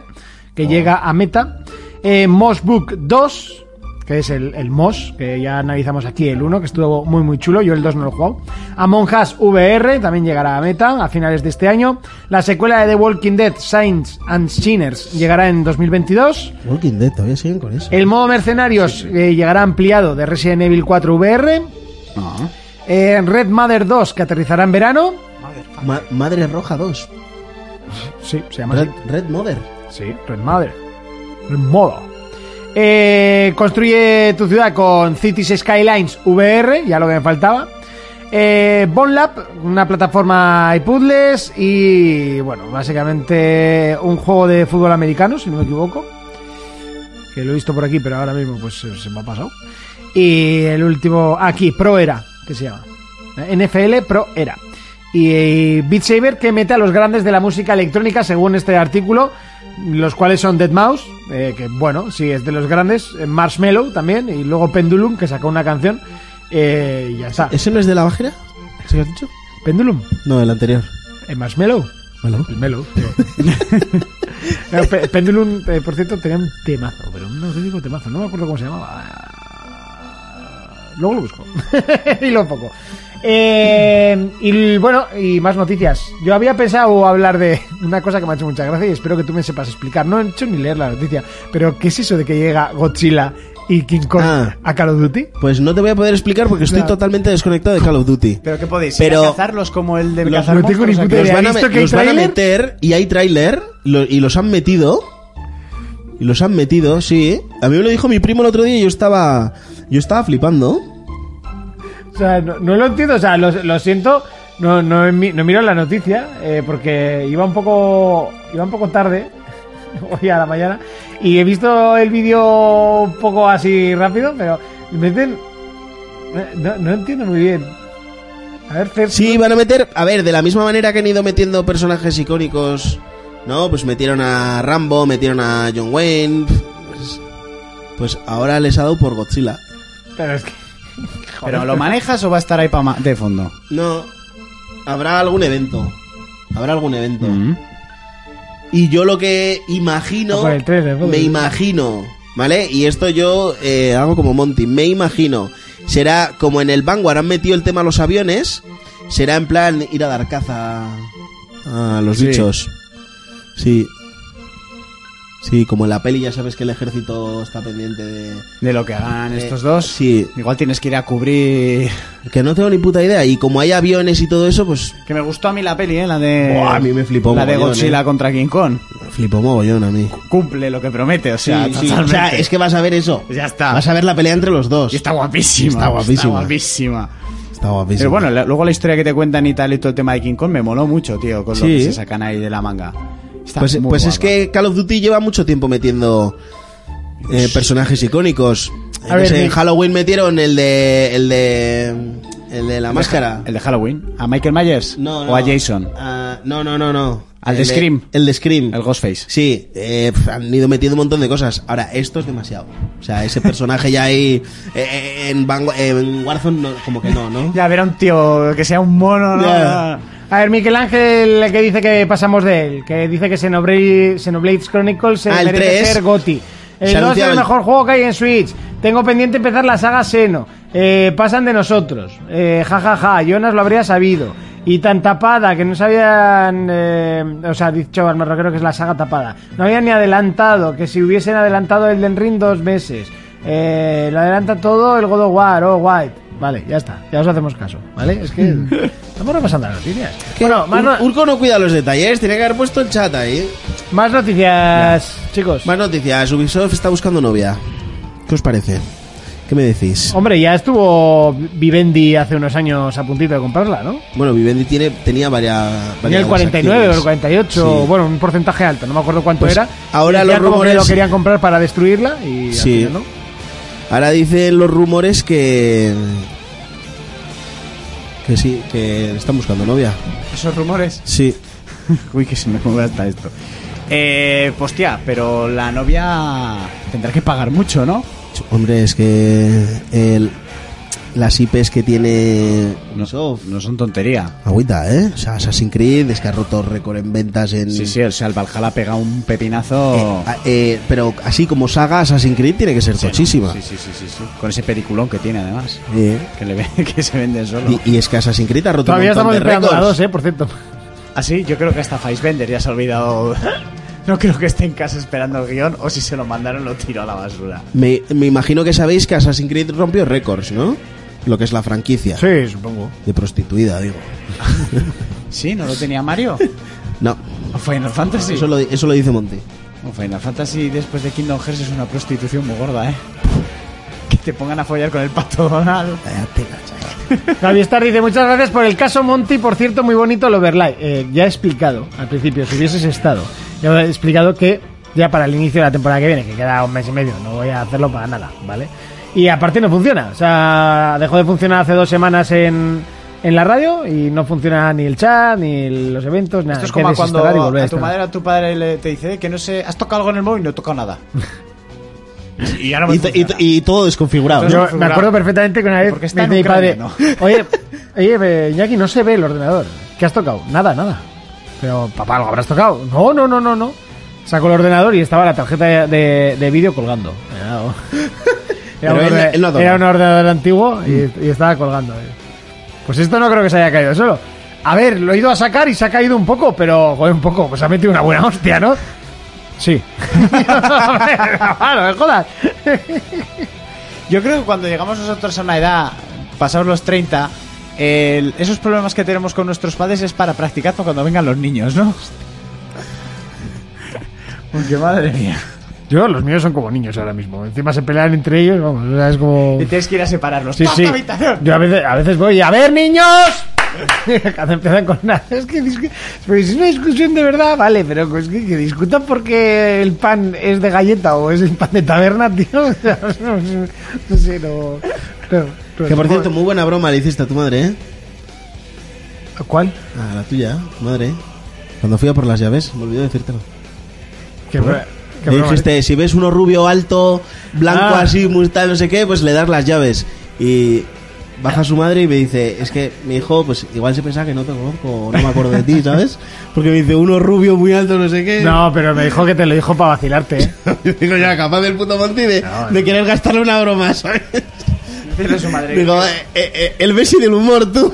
Speaker 3: que llega a Meta, eh, Moss Book 2, que es el, el MOS, que ya analizamos aquí el 1, que estuvo muy muy chulo, yo el 2 no lo he jugado. Among Us VR también llegará a meta a finales de este año. La secuela de The Walking Dead, Signs and Sinners, llegará en 2022.
Speaker 5: Walking Dead, todavía siguen con eso.
Speaker 3: El modo Mercenarios eh, llegará ampliado de Resident Evil 4 VR. Eh, Red Mother 2, que aterrizará en verano.
Speaker 5: Ma- Madre Roja 2.
Speaker 3: Sí, se llama
Speaker 5: Red,
Speaker 3: así.
Speaker 5: Red Mother.
Speaker 3: Sí, Red Mother. Red Mother. Eh, construye tu ciudad con Cities Skylines VR, ya lo que me faltaba. Eh, Bonlab, una plataforma y puzzles. Y bueno, básicamente un juego de fútbol americano, si no me equivoco. Que lo he visto por aquí, pero ahora mismo pues se, se me ha pasado. Y el último, aquí, Pro Era, que se llama. Eh, NFL Pro Era. Y Beat Saber que mete a los grandes de la música electrónica, según este artículo, los cuales son Dead Mouse, eh, que bueno, sí, es de los grandes. eh, Marshmallow también, y luego Pendulum, que sacó una canción. eh, y ya está.
Speaker 5: ¿Ese no es de la bajera? ¿Se lo has dicho?
Speaker 3: Pendulum,
Speaker 5: No, el anterior.
Speaker 3: eh, Marshmallow.
Speaker 5: Bueno.
Speaker 3: El Melo. digo. No, Pe- Pendulum, eh, por cierto, tenía un temazo, pero un auténtico temazo. No me acuerdo cómo se llamaba. Luego lo busco. y lo poco. Eh, y l- bueno, y más noticias. Yo había pensado hablar de una cosa que me ha hecho mucha gracia y espero que tú me sepas explicar. No he hecho ni leer la noticia, pero ¿qué es eso de que llega Godzilla y King Kong
Speaker 5: Ah.
Speaker 3: a Call of Duty?
Speaker 5: Pues no te voy a poder explicar porque estoy
Speaker 3: Claro.
Speaker 5: totalmente desconectado de Call of Duty.
Speaker 6: Pero que podéis
Speaker 5: Pero-
Speaker 6: ir a cazarlos como el de
Speaker 3: Los-
Speaker 6: cazar
Speaker 3: no tengo ni
Speaker 6: monstruos,
Speaker 3: puta
Speaker 6: ¿o
Speaker 5: Los
Speaker 3: idea.
Speaker 6: qué?
Speaker 5: van a,
Speaker 3: ¿Has
Speaker 5: me-
Speaker 3: visto que hay
Speaker 5: los van a
Speaker 3: tráiler?
Speaker 5: meter y hay tráiler lo- y los han metido. Y los han metido, sí. A mí me lo dijo mi primo el otro día y yo estaba yo estaba flipando.
Speaker 3: O sea, no, no lo entiendo, o sea, lo, lo siento, no, no, mi- no miro la noticia, eh, porque iba un poco iba un poco tarde, hoy a la mañana, y he visto el vídeo un poco así rápido, pero meten... No, no entiendo muy bien. A ver, Fer,
Speaker 5: Sí, van a meter, a ver, de la misma manera que han ido metiendo personajes icónicos, ¿no? Pues metieron a Rambo, metieron a John Wayne. Pues, pues ahora les ha dado por Godzilla.
Speaker 3: pero es que...
Speaker 6: Pero
Speaker 3: Joder.
Speaker 6: lo manejas o va a estar ahí pa ma- de fondo.
Speaker 5: No, habrá algún evento. Habrá algún evento.
Speaker 6: Mm.
Speaker 5: Y yo lo que imagino.
Speaker 3: Ojo, el trailer, ¿no?
Speaker 5: me imagino. ¿Vale? Y esto yo eh, hago como Monty. Me imagino. Será como en el Vanguard han metido el tema a los aviones. Será en plan ir a dar caza a a los
Speaker 6: Sí.
Speaker 5: bichos. Sí. Sí, como en la peli ya sabes que el ejército está pendiente de.
Speaker 6: De lo que hagan estos
Speaker 5: Eh,
Speaker 6: dos.
Speaker 5: sí.
Speaker 6: Igual tienes que ir a cubrir.
Speaker 5: Que no tengo ni puta idea. Y como hay aviones y todo eso, pues.
Speaker 6: Que me gustó a mí la peli, ¿eh? La de.
Speaker 5: Buah, a mí me flipó
Speaker 6: La de
Speaker 5: mogollón,
Speaker 6: Godzilla
Speaker 5: eh.
Speaker 6: contra King Kong.
Speaker 5: Flipó mogollón a mí.
Speaker 6: Cumple lo que promete, o sea,
Speaker 5: Sí, sí. O
Speaker 6: totalmente.
Speaker 5: sea, es que vas a ver eso.
Speaker 6: Ya está.
Speaker 5: Vas a ver la pelea entre los dos.
Speaker 6: Y está guapísima.
Speaker 5: Está guapísima.
Speaker 6: Está guapísima.
Speaker 5: Está guapísimo.
Speaker 6: Pero bueno, la- luego la historia que te cuentan y tal y todo el tema de King Kong me moló mucho, tío, con lo
Speaker 5: Sí.
Speaker 6: que se sacan ahí de la manga. Está
Speaker 5: Pues,
Speaker 6: muy
Speaker 5: pues es
Speaker 6: guapa.
Speaker 5: que Call of Duty lleva mucho tiempo metiendo eh, personajes icónicos.
Speaker 3: A
Speaker 5: No
Speaker 3: ver,
Speaker 5: sé, en
Speaker 3: Nick.
Speaker 5: Halloween metieron el de. el de. el de la máscara.
Speaker 6: El de Halloween. ¿A Michael Myers?
Speaker 5: No, no.
Speaker 6: ¿O a Jason?
Speaker 5: Ah, no, no, no, no.
Speaker 6: Al de
Speaker 5: El
Speaker 6: Scream.
Speaker 5: El de Scream.
Speaker 6: El Ghostface.
Speaker 5: Sí, eh, pf, han ido metiendo un montón de cosas. Ahora, esto es demasiado. O sea, ese personaje ya ahí eh, en, Vangu- en Warzone, no, como que no, ¿no?
Speaker 6: Ya ver a un tío que sea un mono, ¿no?
Speaker 5: Ya.
Speaker 3: A ver, Miguel Ángel, que dice que pasamos de él, que dice que Xenoblade, Xenoblades Chronicles se
Speaker 5: Ah, el
Speaker 3: merece
Speaker 5: 3.
Speaker 3: ser GOTI.
Speaker 5: Se
Speaker 3: El 2 es
Speaker 5: anunciaba
Speaker 3: el
Speaker 5: el-
Speaker 3: mejor juego que hay en Switch. Tengo pendiente empezar la saga Seno. Eh, pasan de nosotros. Eh, ja, ja, ja. Jonas lo habría sabido. Y tan tapada que no sabían. eh, o sea, dicho al marroquero que es la saga tapada. No habían ni adelantado. Que si hubiesen adelantado el Den Ring dos meses. Eh, lo adelanta todo el God of War. Oh, White. Vale, ya está. Ya os hacemos caso. ¿Vale? Es que. Estamos repasando las noticias.
Speaker 5: Que
Speaker 3: Bueno, más, no-
Speaker 5: Ur- Urco no cuida los detalles, tiene que haber puesto el chat ahí.
Speaker 3: más noticias, chicos.
Speaker 5: Más noticias, Ubisoft está buscando novia. ¿Qué os parece? ¿Qué me decís?
Speaker 3: Hombre, ya estuvo Vivendi hace unos años a puntito de comprarla, ¿no?
Speaker 5: Bueno, Vivendi tiene, tenía varias...
Speaker 3: En
Speaker 5: varias
Speaker 3: el 49 o el
Speaker 5: acciones.
Speaker 3: 48,
Speaker 5: Sí.
Speaker 3: bueno, un porcentaje alto, no me acuerdo cuánto
Speaker 5: Pues
Speaker 3: era.
Speaker 5: ahora
Speaker 3: Y
Speaker 5: los
Speaker 3: decían como que
Speaker 5: rumores-
Speaker 3: lo querían comprar para destruirla y al
Speaker 5: Sí.
Speaker 3: final
Speaker 5: Ahora dicen los rumores que... Que sí, que están buscando novia.
Speaker 6: Esos rumores.
Speaker 5: Sí.
Speaker 6: Uy, que se me mueve hasta esto. Eh, pues tía, pero la novia tendrá que pagar mucho, ¿no?
Speaker 5: Hombre, es que... el- las IPs que tiene Ubisoft...
Speaker 6: No son tontería.
Speaker 5: Agüita, ¿eh? O sea, Assassin's Creed es que ha roto récord en ventas en...
Speaker 6: Sí, sí, o sea, el Valhalla pega un pepinazo.
Speaker 5: Eh, a- eh, pero así como saga, Assassin's Creed tiene que ser
Speaker 6: Sí, ¿no?
Speaker 5: tochísima.
Speaker 6: Sí, sí, sí, sí, sí. Con ese peliculón que tiene, además.
Speaker 5: Eh,
Speaker 6: Que, le ve- que se vende solo.
Speaker 5: y, y es que Assassin's Creed ha roto
Speaker 3: Todavía
Speaker 5: un montón
Speaker 3: estamos
Speaker 5: de
Speaker 3: esperando la
Speaker 5: récords.
Speaker 3: 2, ¿eh? Por cierto.
Speaker 6: Así, Ah, yo creo que hasta Faisbender ya se ha olvidado. No creo que esté en casa esperando el guión, o si se lo mandaron, lo tiró a la basura.
Speaker 5: Me, me imagino que sabéis que Assassin's Creed rompió récords, ¿no? Lo que es la franquicia.
Speaker 3: Sí, supongo.
Speaker 5: De prostituida, digo.
Speaker 6: ¿Sí? ¿No lo tenía Mario?
Speaker 5: No,
Speaker 6: ¿O Final Fantasy?
Speaker 5: eso, lo, di- eso lo dice Monty.
Speaker 6: O Final Fantasy después de Kingdom Hearts es una prostitución muy gorda, ¿eh? Que te pongan a follar con el pato Donald.
Speaker 5: Cállate, chaval.
Speaker 3: Javier Star dice, muchas gracias por el caso Monty, por cierto, muy bonito el overlay. Eh, ya he explicado al principio, si hubieses estado, ya he explicado que ya para el inicio de la temporada que viene, que queda un mes y medio, no voy a hacerlo para nada, ¿vale? Y aparte no funciona, o sea, dejó de funcionar hace dos semanas en, en la radio y no funciona ni el chat, ni el- los eventos, nada.
Speaker 6: Esto es
Speaker 3: Hay que
Speaker 6: como cuando
Speaker 3: desinstalar y volver a
Speaker 6: a tu
Speaker 3: instalar.
Speaker 6: madre o a tu padre le- te dice eh, que no sé, has tocado algo en el móvil, no he tocado nada. y ya no me
Speaker 5: Y, to- y to- y todo desconfigurado.
Speaker 6: Entonces-
Speaker 5: ¿no?
Speaker 3: Yo me acuerdo perfectamente que una vez
Speaker 6: Porque
Speaker 3: me
Speaker 6: está
Speaker 3: dice
Speaker 6: en
Speaker 3: mi padre,
Speaker 6: Ucrania,
Speaker 3: oye, oye, eh, Iñaki, no se ve el ordenador. ¿Qué has tocado? Nada, nada. Pero, papá, ¿lo habrás tocado? No, no, no, no, no. Saco el ordenador y estaba la tarjeta de, de- de vídeo colgando. Era,
Speaker 5: Pero
Speaker 3: un,
Speaker 5: él-
Speaker 3: orde-
Speaker 5: él no Mm. ha tocado.
Speaker 3: era un ordenador antiguo y, y estaba colgando. eh. Pues esto no creo que se haya caído solo. A ver, lo he ido a sacar y se ha caído un poco, pero, joder, un poco. Pues ha metido una buena hostia, ¿no? Sí. Ah, no me jodas.
Speaker 6: Yo creo que cuando llegamos nosotros a una edad, pasados los 30, el- esos problemas que tenemos con nuestros padres es para practicar para cuando vengan los niños, ¿no? Porque madre mía.
Speaker 3: Yo, los míos son como niños ahora mismo. Encima se pelean entre ellos, vamos, o sea, es como...
Speaker 6: Y tienes que ir a separarlos.
Speaker 3: Sí,
Speaker 6: ¡Paz,
Speaker 3: sí.
Speaker 6: habitación!
Speaker 3: Yo a veces, a veces voy, a ver, niños. Cuando empiezan con nada. Es que discu- pues es una discusión de verdad, vale, pero es que, que discutan porque el pan es de galleta o es el pan de taberna, tío. O sea, no, sé, no sé, no- no, no-
Speaker 5: Que por cierto, muy buena broma le hiciste a tu madre, ¿eh?
Speaker 3: ¿Cuál?
Speaker 5: A la tuya, tu madre. ¿eh? Cuando fui a por las llaves, me olvidé decírtelo.
Speaker 3: ¿Qué, bro- qué
Speaker 5: Le
Speaker 3: broma, ¿eh?
Speaker 5: dijiste, si ves uno rubio, alto, blanco
Speaker 3: Ah.
Speaker 5: así, muy tal, no sé qué, pues le das las llaves. Y baja su madre y me dice, es que mi hijo, pues igual se pensaba que no te conozco, o no me acuerdo de ti, ¿sabes? Porque me dice, uno rubio, muy alto, no sé
Speaker 3: ¿eh?
Speaker 5: qué.
Speaker 3: No, pero me dijo que te lo dijo para vacilarte. ¿eh?
Speaker 5: Y digo, ya, capaz del puto Monty de, de querer gastarle una broma, ¿sabes?
Speaker 6: Dile a su madre.
Speaker 5: Digo, eh, eh, eh, el Messi del humor, tú.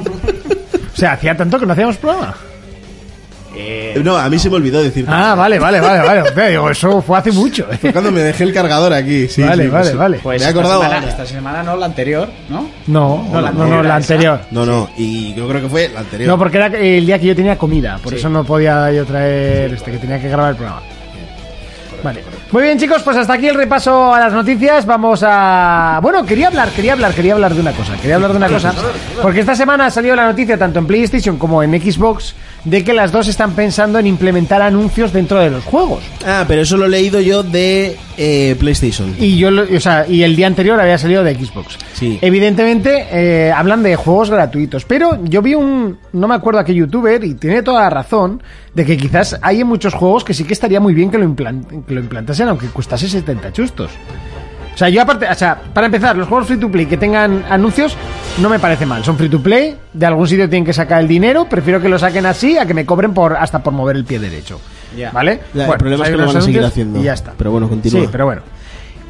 Speaker 3: O sea, hacía tanto que no hacíamos programa.
Speaker 5: Eh, No, a mí se me olvidó decir. pues
Speaker 3: Ah, vale, vale, vale, vale. Hombre, digo, eso fue hace mucho. ¿eh?
Speaker 5: Cuando me dejé el cargador aquí, sí.
Speaker 3: Vale,
Speaker 5: sí,
Speaker 3: vale,
Speaker 5: sí.
Speaker 3: vale.
Speaker 5: me he acordado
Speaker 6: Pues Esta semana,
Speaker 5: ahora.
Speaker 6: esta semana no, la anterior, ¿no?
Speaker 3: No, no,
Speaker 6: la
Speaker 3: no, no, la
Speaker 6: anterior,
Speaker 3: anterior.
Speaker 5: No, no, y yo creo que fue la anterior.
Speaker 3: No, porque era el día que yo tenía comida, por eso no podía yo traer este, que tenía que grabar el programa. Vale. Muy bien, chicos, pues hasta aquí el repaso a las noticias. Vamos a. Bueno, quería hablar, quería hablar, quería hablar de una cosa. Quería hablar de una cosa. Porque esta semana ha salido la noticia, tanto en PlayStation como en Xbox, de que las dos están pensando en implementar anuncios dentro de los juegos.
Speaker 5: Ah, pero eso lo he leído yo de eh, PlayStation.
Speaker 3: Y yo, lo- o sea, y el día anterior había salido de Xbox.
Speaker 5: Sí.
Speaker 3: Evidentemente, eh, hablan de juegos gratuitos, pero yo vi un, no me acuerdo a qué youtuber, y tiene toda la razón, de que quizás hay en muchos juegos que sí que estaría muy bien que lo, implan- que lo implantasen, aunque costase 70 chustos. O sea, yo aparte, o sea, para empezar, los juegos free to play que tengan anuncios no me parece mal. Son free to play, de algún sitio tienen que sacar el dinero, prefiero que lo saquen así a que me cobren por hasta por mover el pie derecho.
Speaker 6: Ya.
Speaker 3: ¿Vale?
Speaker 5: Ya,
Speaker 3: Bueno,
Speaker 5: el problema es
Speaker 3: hay
Speaker 5: que lo
Speaker 3: unos
Speaker 5: van a seguir
Speaker 3: anuncios
Speaker 5: haciendo.
Speaker 3: Y ya está.
Speaker 5: Pero bueno, continúa.
Speaker 3: Sí, pero bueno.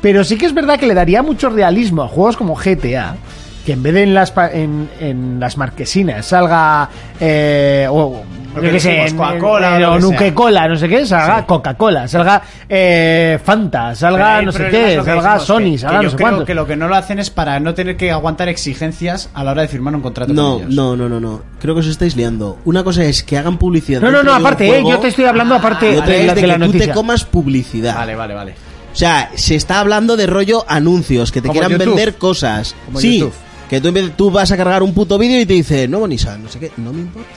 Speaker 3: Pero sí que es verdad que le daría mucho realismo a juegos como GTA, que en vez de en las, pa- en, en las marquesinas salga. eh, o,
Speaker 6: Lo
Speaker 3: yo
Speaker 6: que
Speaker 3: qué sé,
Speaker 6: decimos,
Speaker 3: en-
Speaker 6: Coca-Cola
Speaker 3: en-
Speaker 6: o
Speaker 3: o
Speaker 6: lo que sea.
Speaker 3: Nuke-Cola, no sé qué, salga Coca-Cola, salga eh, Fanta,
Speaker 6: Pero
Speaker 3: salga
Speaker 6: ahí
Speaker 3: no
Speaker 6: el
Speaker 3: sé
Speaker 6: problema es
Speaker 3: qué,
Speaker 6: lo que
Speaker 3: salga
Speaker 6: decimos, que-
Speaker 3: Sony,
Speaker 6: que
Speaker 3: salga
Speaker 6: yo
Speaker 3: no sé
Speaker 6: creo
Speaker 3: cuánto.
Speaker 6: que lo que no lo hacen es para no tener que aguantar exigencias a la hora de firmar un contrato
Speaker 5: No,
Speaker 6: con ellos.
Speaker 5: no, no, no, no. Creo que os estáis liando. Una cosa es que hagan publicidad.
Speaker 3: No, no,
Speaker 5: dentro
Speaker 3: no,
Speaker 5: de un
Speaker 3: aparte, eh,
Speaker 5: juego,
Speaker 3: yo te estoy hablando aparte
Speaker 5: y
Speaker 3: de,
Speaker 5: otra es
Speaker 3: la-
Speaker 5: de
Speaker 3: de la
Speaker 5: que tú te
Speaker 3: noticia.
Speaker 5: comas publicidad.
Speaker 6: Vale, vale, vale.
Speaker 5: O sea, se está hablando de rollo anuncios, que te
Speaker 6: Como
Speaker 5: quieran
Speaker 6: YouTube.
Speaker 5: vender cosas.
Speaker 6: Como
Speaker 5: sí,
Speaker 6: YouTube.
Speaker 5: que tú, empie- tú vas a cargar un puto vídeo y te dice, no, Bonisa, no sé qué, no me importa.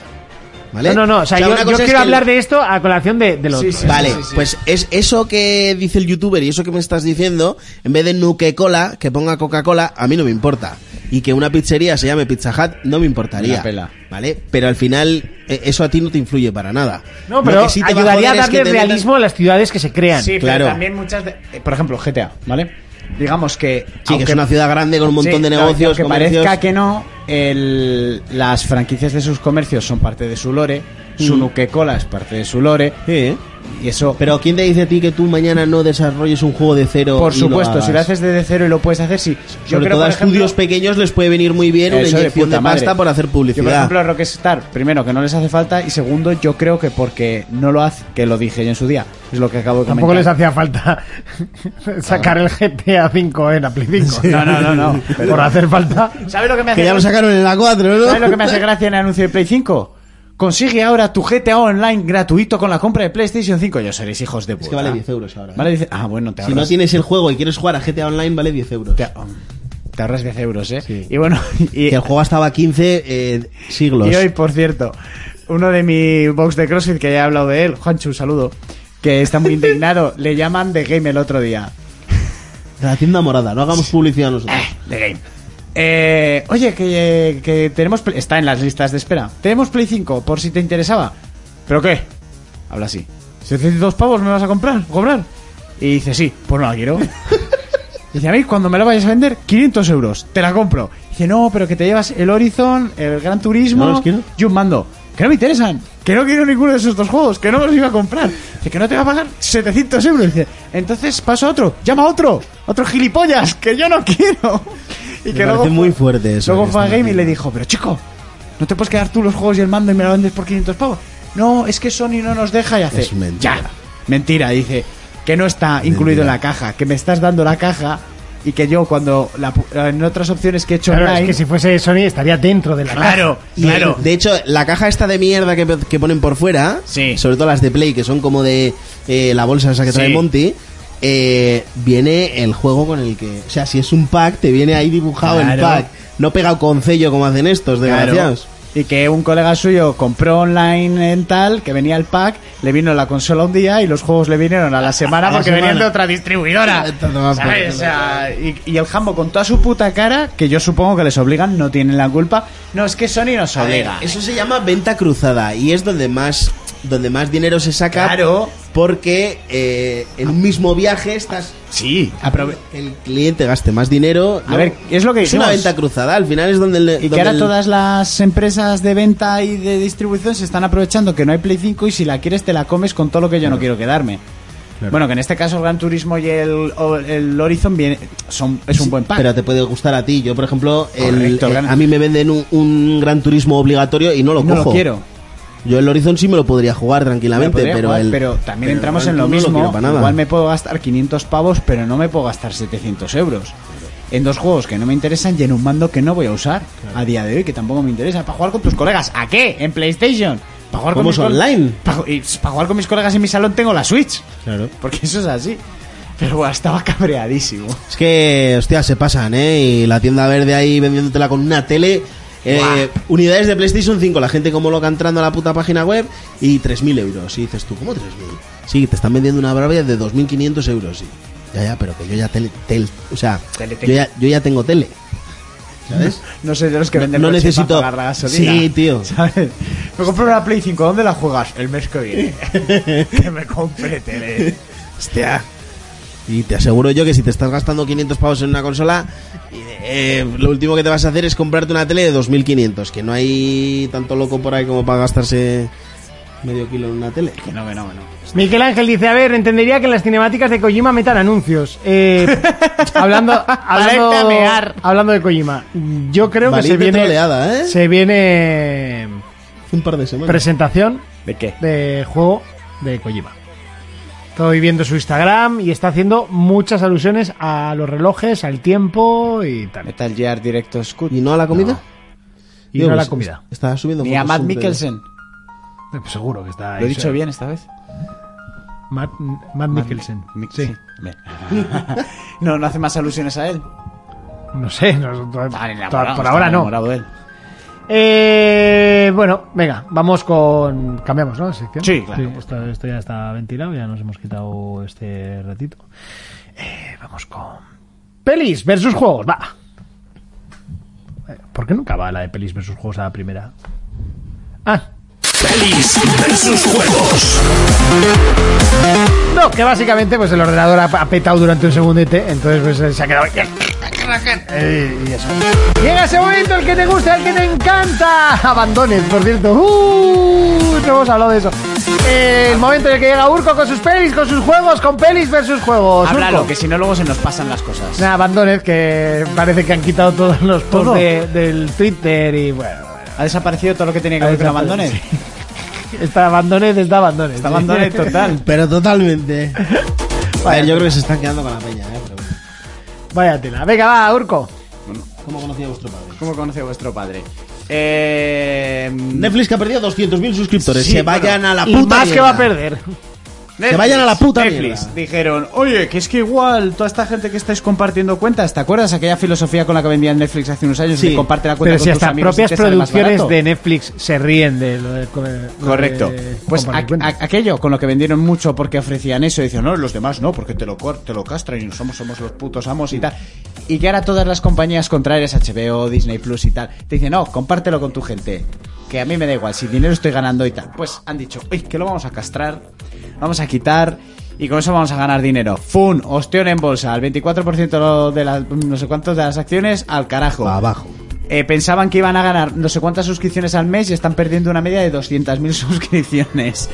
Speaker 5: ¿Vale?
Speaker 3: No, no, no, o sea, yo,
Speaker 5: una
Speaker 3: yo
Speaker 5: cosa es
Speaker 3: quiero
Speaker 5: que-
Speaker 3: hablar de esto a colación de, de lo
Speaker 6: Sí,
Speaker 3: otro,
Speaker 6: sí,
Speaker 3: ¿eh?
Speaker 5: Vale,
Speaker 6: sí, sí.
Speaker 5: pues es eso que dice el youtuber y eso que me estás diciendo, en vez de Nuke Cola, que ponga Coca-Cola, a mí no me importa. Y que una pizzería se llame Pizza Hut, no me importaría.
Speaker 6: Me la pela.
Speaker 5: ¿Vale? Pero al final, eh, eso a ti no te influye para nada.
Speaker 3: No,
Speaker 5: Lo
Speaker 3: pero
Speaker 5: que sí te va
Speaker 3: ayudaría a
Speaker 5: joder es que
Speaker 3: darle
Speaker 5: te metan-
Speaker 3: realismo a las ciudades que se crean.
Speaker 6: Sí,
Speaker 5: Claro.
Speaker 6: pero también muchas. de- eh, por ejemplo, GTA, ¿vale? Digamos que.
Speaker 5: Sí, que es una ciudad grande con un montón de negocios,
Speaker 6: Que
Speaker 5: comercios.
Speaker 6: parezca que no, el- las franquicias de sus comercios son parte de su lore, su
Speaker 5: Mm.
Speaker 6: nuque cola es parte de su lore,
Speaker 5: Sí. ¿eh?
Speaker 6: y eso.
Speaker 5: Pero ¿quién te dice a ti que tú mañana no desarrolles un juego de cero?
Speaker 6: por
Speaker 5: y
Speaker 6: supuesto, si lo
Speaker 5: hagas?
Speaker 6: haces desde cero y lo puedes hacer, sí. Yo
Speaker 5: Sobre
Speaker 6: creo,
Speaker 5: todo a
Speaker 6: por ejemplo,
Speaker 5: estudios pequeños les puede venir muy bien una
Speaker 6: eso de
Speaker 5: inyección de,
Speaker 6: puta madre.
Speaker 5: pasta por hacer
Speaker 6: Yo, por
Speaker 5: publicidad.
Speaker 6: ejemplo, a Rockstar, primero, que no les hace falta, y segundo, yo creo que porque no lo hace, que lo dije yo en su día, es lo que acabo de
Speaker 3: Tampoco les
Speaker 6: comentar.
Speaker 3: hacía falta sacar el GTA 5 en la Play 5.
Speaker 6: No, no, no, no.
Speaker 3: Por hacer falta.
Speaker 6: ¿Sabes lo que me hace
Speaker 5: que ya lo sacaron en la 4, ¿no?
Speaker 6: ¿Sabes lo que me hace gracia en el anuncio de Play 5? Consigue ahora tu GTA Online gratuito con la compra de PlayStation 5. Yo seréis hijos de puta.
Speaker 5: Es que vale 10 euros ahora. ¿eh?
Speaker 6: Vale 10 Ah, bueno, te
Speaker 5: Si no
Speaker 6: ahorras,
Speaker 5: tienes el juego y quieres jugar a GTA Online, vale 10 euros.
Speaker 6: te, te ahorras 10 euros, ¿eh? Y bueno, y,
Speaker 5: Que el juego estaba a 15 eh, siglos.
Speaker 6: y hoy, por cierto, uno de mi box de CrossFit, que ya he hablado de él, Juanchu, un saludo, que está muy indignado, le llaman The Game el otro día.
Speaker 5: La tienda morada, no hagamos publicidad nosotros.
Speaker 6: The Game. Eh, oye, que, que tenemos. Play- Está en las listas de espera. Tenemos Play 5, por si te interesaba. ¿Pero qué? Habla así. ¿700 pavos me vas a comprar? ¿Cobrar? Y dice, sí, pues no la quiero. dice, a mí, cuando me la vayas a vender, 500 euros, te la compro. Dice, no, pero que te llevas el Horizon, el Gran Turismo
Speaker 5: No los quiero.
Speaker 6: y un mando. Que no me interesan, que no quiero ninguno de esos dos juegos, que no me los iba a comprar. Dice, que no te va a pagar 700 euros. Dice, entonces paso a otro, llama a otro, otro gilipollas, que yo no quiero. Y
Speaker 5: Me parece muy fuerte eso.
Speaker 6: Luego
Speaker 5: que
Speaker 6: fue a
Speaker 5: están
Speaker 6: Game y
Speaker 5: haciendo.
Speaker 6: le dijo, pero chico, ¿no te puedes quedar tú los juegos y el mando y me lo vendes por 500 pavos? No, es que Sony no nos deja y hace...
Speaker 5: Es mentira.
Speaker 6: Ya, mentira, dice, que no está incluido en la caja, que me estás dando la caja y que yo cuando la pu- en otras opciones que he hecho
Speaker 3: Claro, es
Speaker 6: online...
Speaker 3: que si fuese Sony estaría dentro de la caja.
Speaker 6: Claro,
Speaker 5: Y, eh,
Speaker 6: claro.
Speaker 5: De hecho, la caja esta de mierda que, que ponen por fuera,
Speaker 6: Sí.
Speaker 5: sobre todo las de Play, que son como de eh, la bolsa esa que trae
Speaker 6: Sí.
Speaker 5: Monty, eh, viene el juego con el que... O sea, si es un pack, te viene ahí dibujado el
Speaker 6: Claro.
Speaker 5: pack. No pegado con sello como hacen estos,
Speaker 6: Claro.
Speaker 5: desgraciados.
Speaker 6: Y que un colega suyo compró online en tal, que venía el pack, le vino la consola un día y los juegos le vinieron a la
Speaker 3: Ah,
Speaker 6: semana
Speaker 5: A la
Speaker 6: porque
Speaker 5: semana.
Speaker 6: venían de otra distribuidora.
Speaker 5: Esto no va a
Speaker 6: ¿Sabes?
Speaker 5: poder.
Speaker 6: O sea, y, y el jambo con toda su puta cara, que yo supongo que les obligan, no tienen la culpa. No, es que Sony nos
Speaker 5: A ver,
Speaker 6: obliga.
Speaker 5: Eso se llama venta cruzada y es donde más donde más dinero se saca
Speaker 6: Claro.
Speaker 5: porque eh, en un mismo viaje estás
Speaker 6: Sí, aprove-
Speaker 5: el cliente gaste más dinero
Speaker 6: A ver, es lo que
Speaker 5: es una
Speaker 6: dijimos.
Speaker 5: venta cruzada al final es donde el-
Speaker 6: Y
Speaker 5: donde
Speaker 6: que ahora
Speaker 5: el-
Speaker 6: todas las empresas de venta y de distribución se están aprovechando que no hay Play 5 y si la quieres te la comes con todo lo que yo no quiero quedarme. Bueno, que en este caso el Gran Turismo y el, o- el Horizon viene- son, es un buen pack.
Speaker 5: pero te puede gustar a ti yo por ejemplo el-
Speaker 6: Correcto,
Speaker 5: eh,
Speaker 6: gran-
Speaker 5: a mí me venden un, un gran turismo obligatorio y no lo
Speaker 6: no
Speaker 5: cojo
Speaker 6: lo quiero.
Speaker 5: yo el Horizon sí me lo podría jugar
Speaker 6: Me lo
Speaker 5: tranquilamente
Speaker 6: podría
Speaker 5: pero
Speaker 6: jugar,
Speaker 5: el-
Speaker 6: pero también
Speaker 5: pero
Speaker 6: entramos
Speaker 5: el
Speaker 6: en lo
Speaker 5: Gran Turismo no
Speaker 6: mismo.
Speaker 5: lo quiero para nada.
Speaker 6: Igual me puedo gastar 500 pavos, pero no me puedo gastar 700 euros. En dos juegos que no me interesan y en un mando que no voy a usar a día de hoy, que tampoco me interesa. Para jugar con tus colegas. ¿A qué? ¿En PlayStation? Para jugar con
Speaker 5: Juegos
Speaker 6: mis col-
Speaker 5: online.
Speaker 6: Para, ju- y para jugar con mis colegas en mi salón tengo la Switch.
Speaker 5: Claro.
Speaker 6: Porque eso es así. Pero bueno, estaba cabreadísimo.
Speaker 5: Es que, hostia, se pasan, ¿eh? Y la tienda verde ahí vendiéndotela con una tele. eh, unidades de PlayStation 5, la gente como loca entrando a la puta página web y 3.000 euros. Y dices tú, ¿cómo 3.000? Sí, te están vendiendo una Bravia de 2.500 euros. Sí. Ya, ya, pero que yo ya tele, tel- o sea,
Speaker 6: Tele, tele.
Speaker 5: yo ya, yo ya tengo tele. ¿Sabes?
Speaker 6: No sé de los que venden
Speaker 5: no
Speaker 6: coche para
Speaker 5: necesito-
Speaker 6: pagar la gasolina.
Speaker 5: Sí, tío.
Speaker 6: ¿Sabes? Me compré una Play 5. ¿Dónde la juegas? El mes que viene. que me compre tele.
Speaker 5: Hostia. Y te aseguro yo que si te estás gastando 500 pavos en una consola, eh, lo último que te vas a hacer es comprarte una tele de 2500, que no hay tanto loco por ahí como para gastarse medio kilo en una tele.
Speaker 6: Que no, que no, que no.
Speaker 3: Miguel Ángel dice, a ver, entendería que en las cinemáticas de Kojima metan anuncios. Eh, hablando, hablando,
Speaker 6: Parece a mear.
Speaker 3: hablando de Kojima, yo creo que se
Speaker 5: Valiente
Speaker 3: viene,
Speaker 5: troleada, ¿eh?
Speaker 3: se viene
Speaker 5: Hace un par de semanas.
Speaker 3: presentación
Speaker 6: ¿De qué?
Speaker 3: de juego de Kojima. Estoy viendo su Instagram y está haciendo muchas alusiones a los relojes, al tiempo y tal.
Speaker 6: Metal Gear Directo Scoot.
Speaker 5: ¿Y no a la comida?
Speaker 3: Y
Speaker 5: Digo,
Speaker 3: no a la
Speaker 5: pues,
Speaker 3: comida.
Speaker 5: Estaba subiendo
Speaker 6: Ni a
Speaker 5: fotos
Speaker 6: Matt
Speaker 5: siempre.
Speaker 6: Mikkelsen.
Speaker 3: Eh, pues seguro que está.
Speaker 6: Lo he
Speaker 3: ahí,
Speaker 6: dicho
Speaker 3: sí.
Speaker 6: bien esta vez.
Speaker 3: Matt, Matt Mikkelsen. Sí.
Speaker 6: Bien. no, no hace más alusiones a él.
Speaker 3: No sé, no-
Speaker 6: Está enamorado,
Speaker 3: por
Speaker 6: está
Speaker 3: ahora no. Pues
Speaker 6: enamorado de él.
Speaker 3: Eh, bueno, venga, vamos con. Cambiamos, ¿no? de sección?
Speaker 6: Sí, claro.
Speaker 7: Esto, esto ya está ventilado, ya nos hemos quitado este ratito. Eh, vamos con.
Speaker 3: Pelis versus juegos, va. Eh,
Speaker 7: ¿Por qué nunca va la de pelis versus juegos a la primera?
Speaker 3: Ah,
Speaker 2: Pelis versus juegos.
Speaker 3: no, que básicamente pues el ordenador ha, ha petado durante un segundete, entonces pues eh, se ha quedado. Eh, y eso. Llega ese momento, el que te gusta, el que te encanta. Abandones, por cierto. Uh, no hemos hablado de eso. Eh, el momento en el que llega Urco con sus pelis, con sus juegos, con pelis versus juegos.
Speaker 6: Háblalo,
Speaker 3: Urco.
Speaker 6: que si no luego se nos pasan las cosas.
Speaker 3: Nada, abandones que parece que han quitado todos los posts
Speaker 6: ¿Todo?
Speaker 3: de- del Twitter y bueno.
Speaker 6: Ha desaparecido todo lo que tenía que
Speaker 3: Ha
Speaker 6: ver con
Speaker 3: desaparecido,
Speaker 6: Abandones.
Speaker 3: Está abandones, está abandones.
Speaker 6: Está Abandones total.
Speaker 5: Pero totalmente. A ver, yo creo que se están quedando con la peña, ¿eh? Pero bueno.
Speaker 3: Vaya tela. Venga, va, Urco.
Speaker 5: ¿Cómo conocía vuestro padre?
Speaker 6: ¿Cómo conoce a vuestro padre? Eh,
Speaker 5: Netflix que ha perdido 200.000 suscriptores.
Speaker 6: Sí,
Speaker 5: se
Speaker 6: bueno.
Speaker 5: vayan a la
Speaker 3: Y
Speaker 5: puta
Speaker 3: más que va a
Speaker 5: mierda.
Speaker 3: perder.
Speaker 5: Que vayan a la puta
Speaker 6: Netflix.
Speaker 5: mierda.
Speaker 6: Dijeron, oye, que es que igual toda esta gente que estáis compartiendo cuentas, ¿te acuerdas aquella filosofía con la que vendía Netflix hace unos años?
Speaker 5: Sí.
Speaker 6: Que comparte la cuenta
Speaker 3: Pero
Speaker 6: con
Speaker 3: si
Speaker 6: tus
Speaker 3: hasta
Speaker 6: amigos y
Speaker 3: propias
Speaker 6: te sale más
Speaker 3: producciones
Speaker 6: barato?
Speaker 3: de Netflix se ríen de lo de. co- lo
Speaker 6: Correcto.
Speaker 3: de
Speaker 6: Pues
Speaker 3: compartir
Speaker 6: a-
Speaker 3: Eh, cuentas.
Speaker 6: a- aquello con lo que vendieron mucho porque ofrecían eso, dicen, no, los demás no, porque te lo, cor- te lo castran y somos, somos los putos amos y tal. y que ahora todas las compañías contrarias, HBO, Disney Plus y tal, te dicen, no, compártelo con tu gente. Que a mí me da igual, si dinero estoy ganando y tal. Pues han dicho, uy, que lo vamos a castrar, vamos a quitar y con eso vamos a ganar dinero. Fun, ostión en bolsa, el 24% de las, no sé cuántos de las acciones al carajo.
Speaker 5: Abajo.
Speaker 6: Eh, pensaban que iban a ganar no sé cuántas suscripciones al mes y están perdiendo una media de 200.000 suscripciones.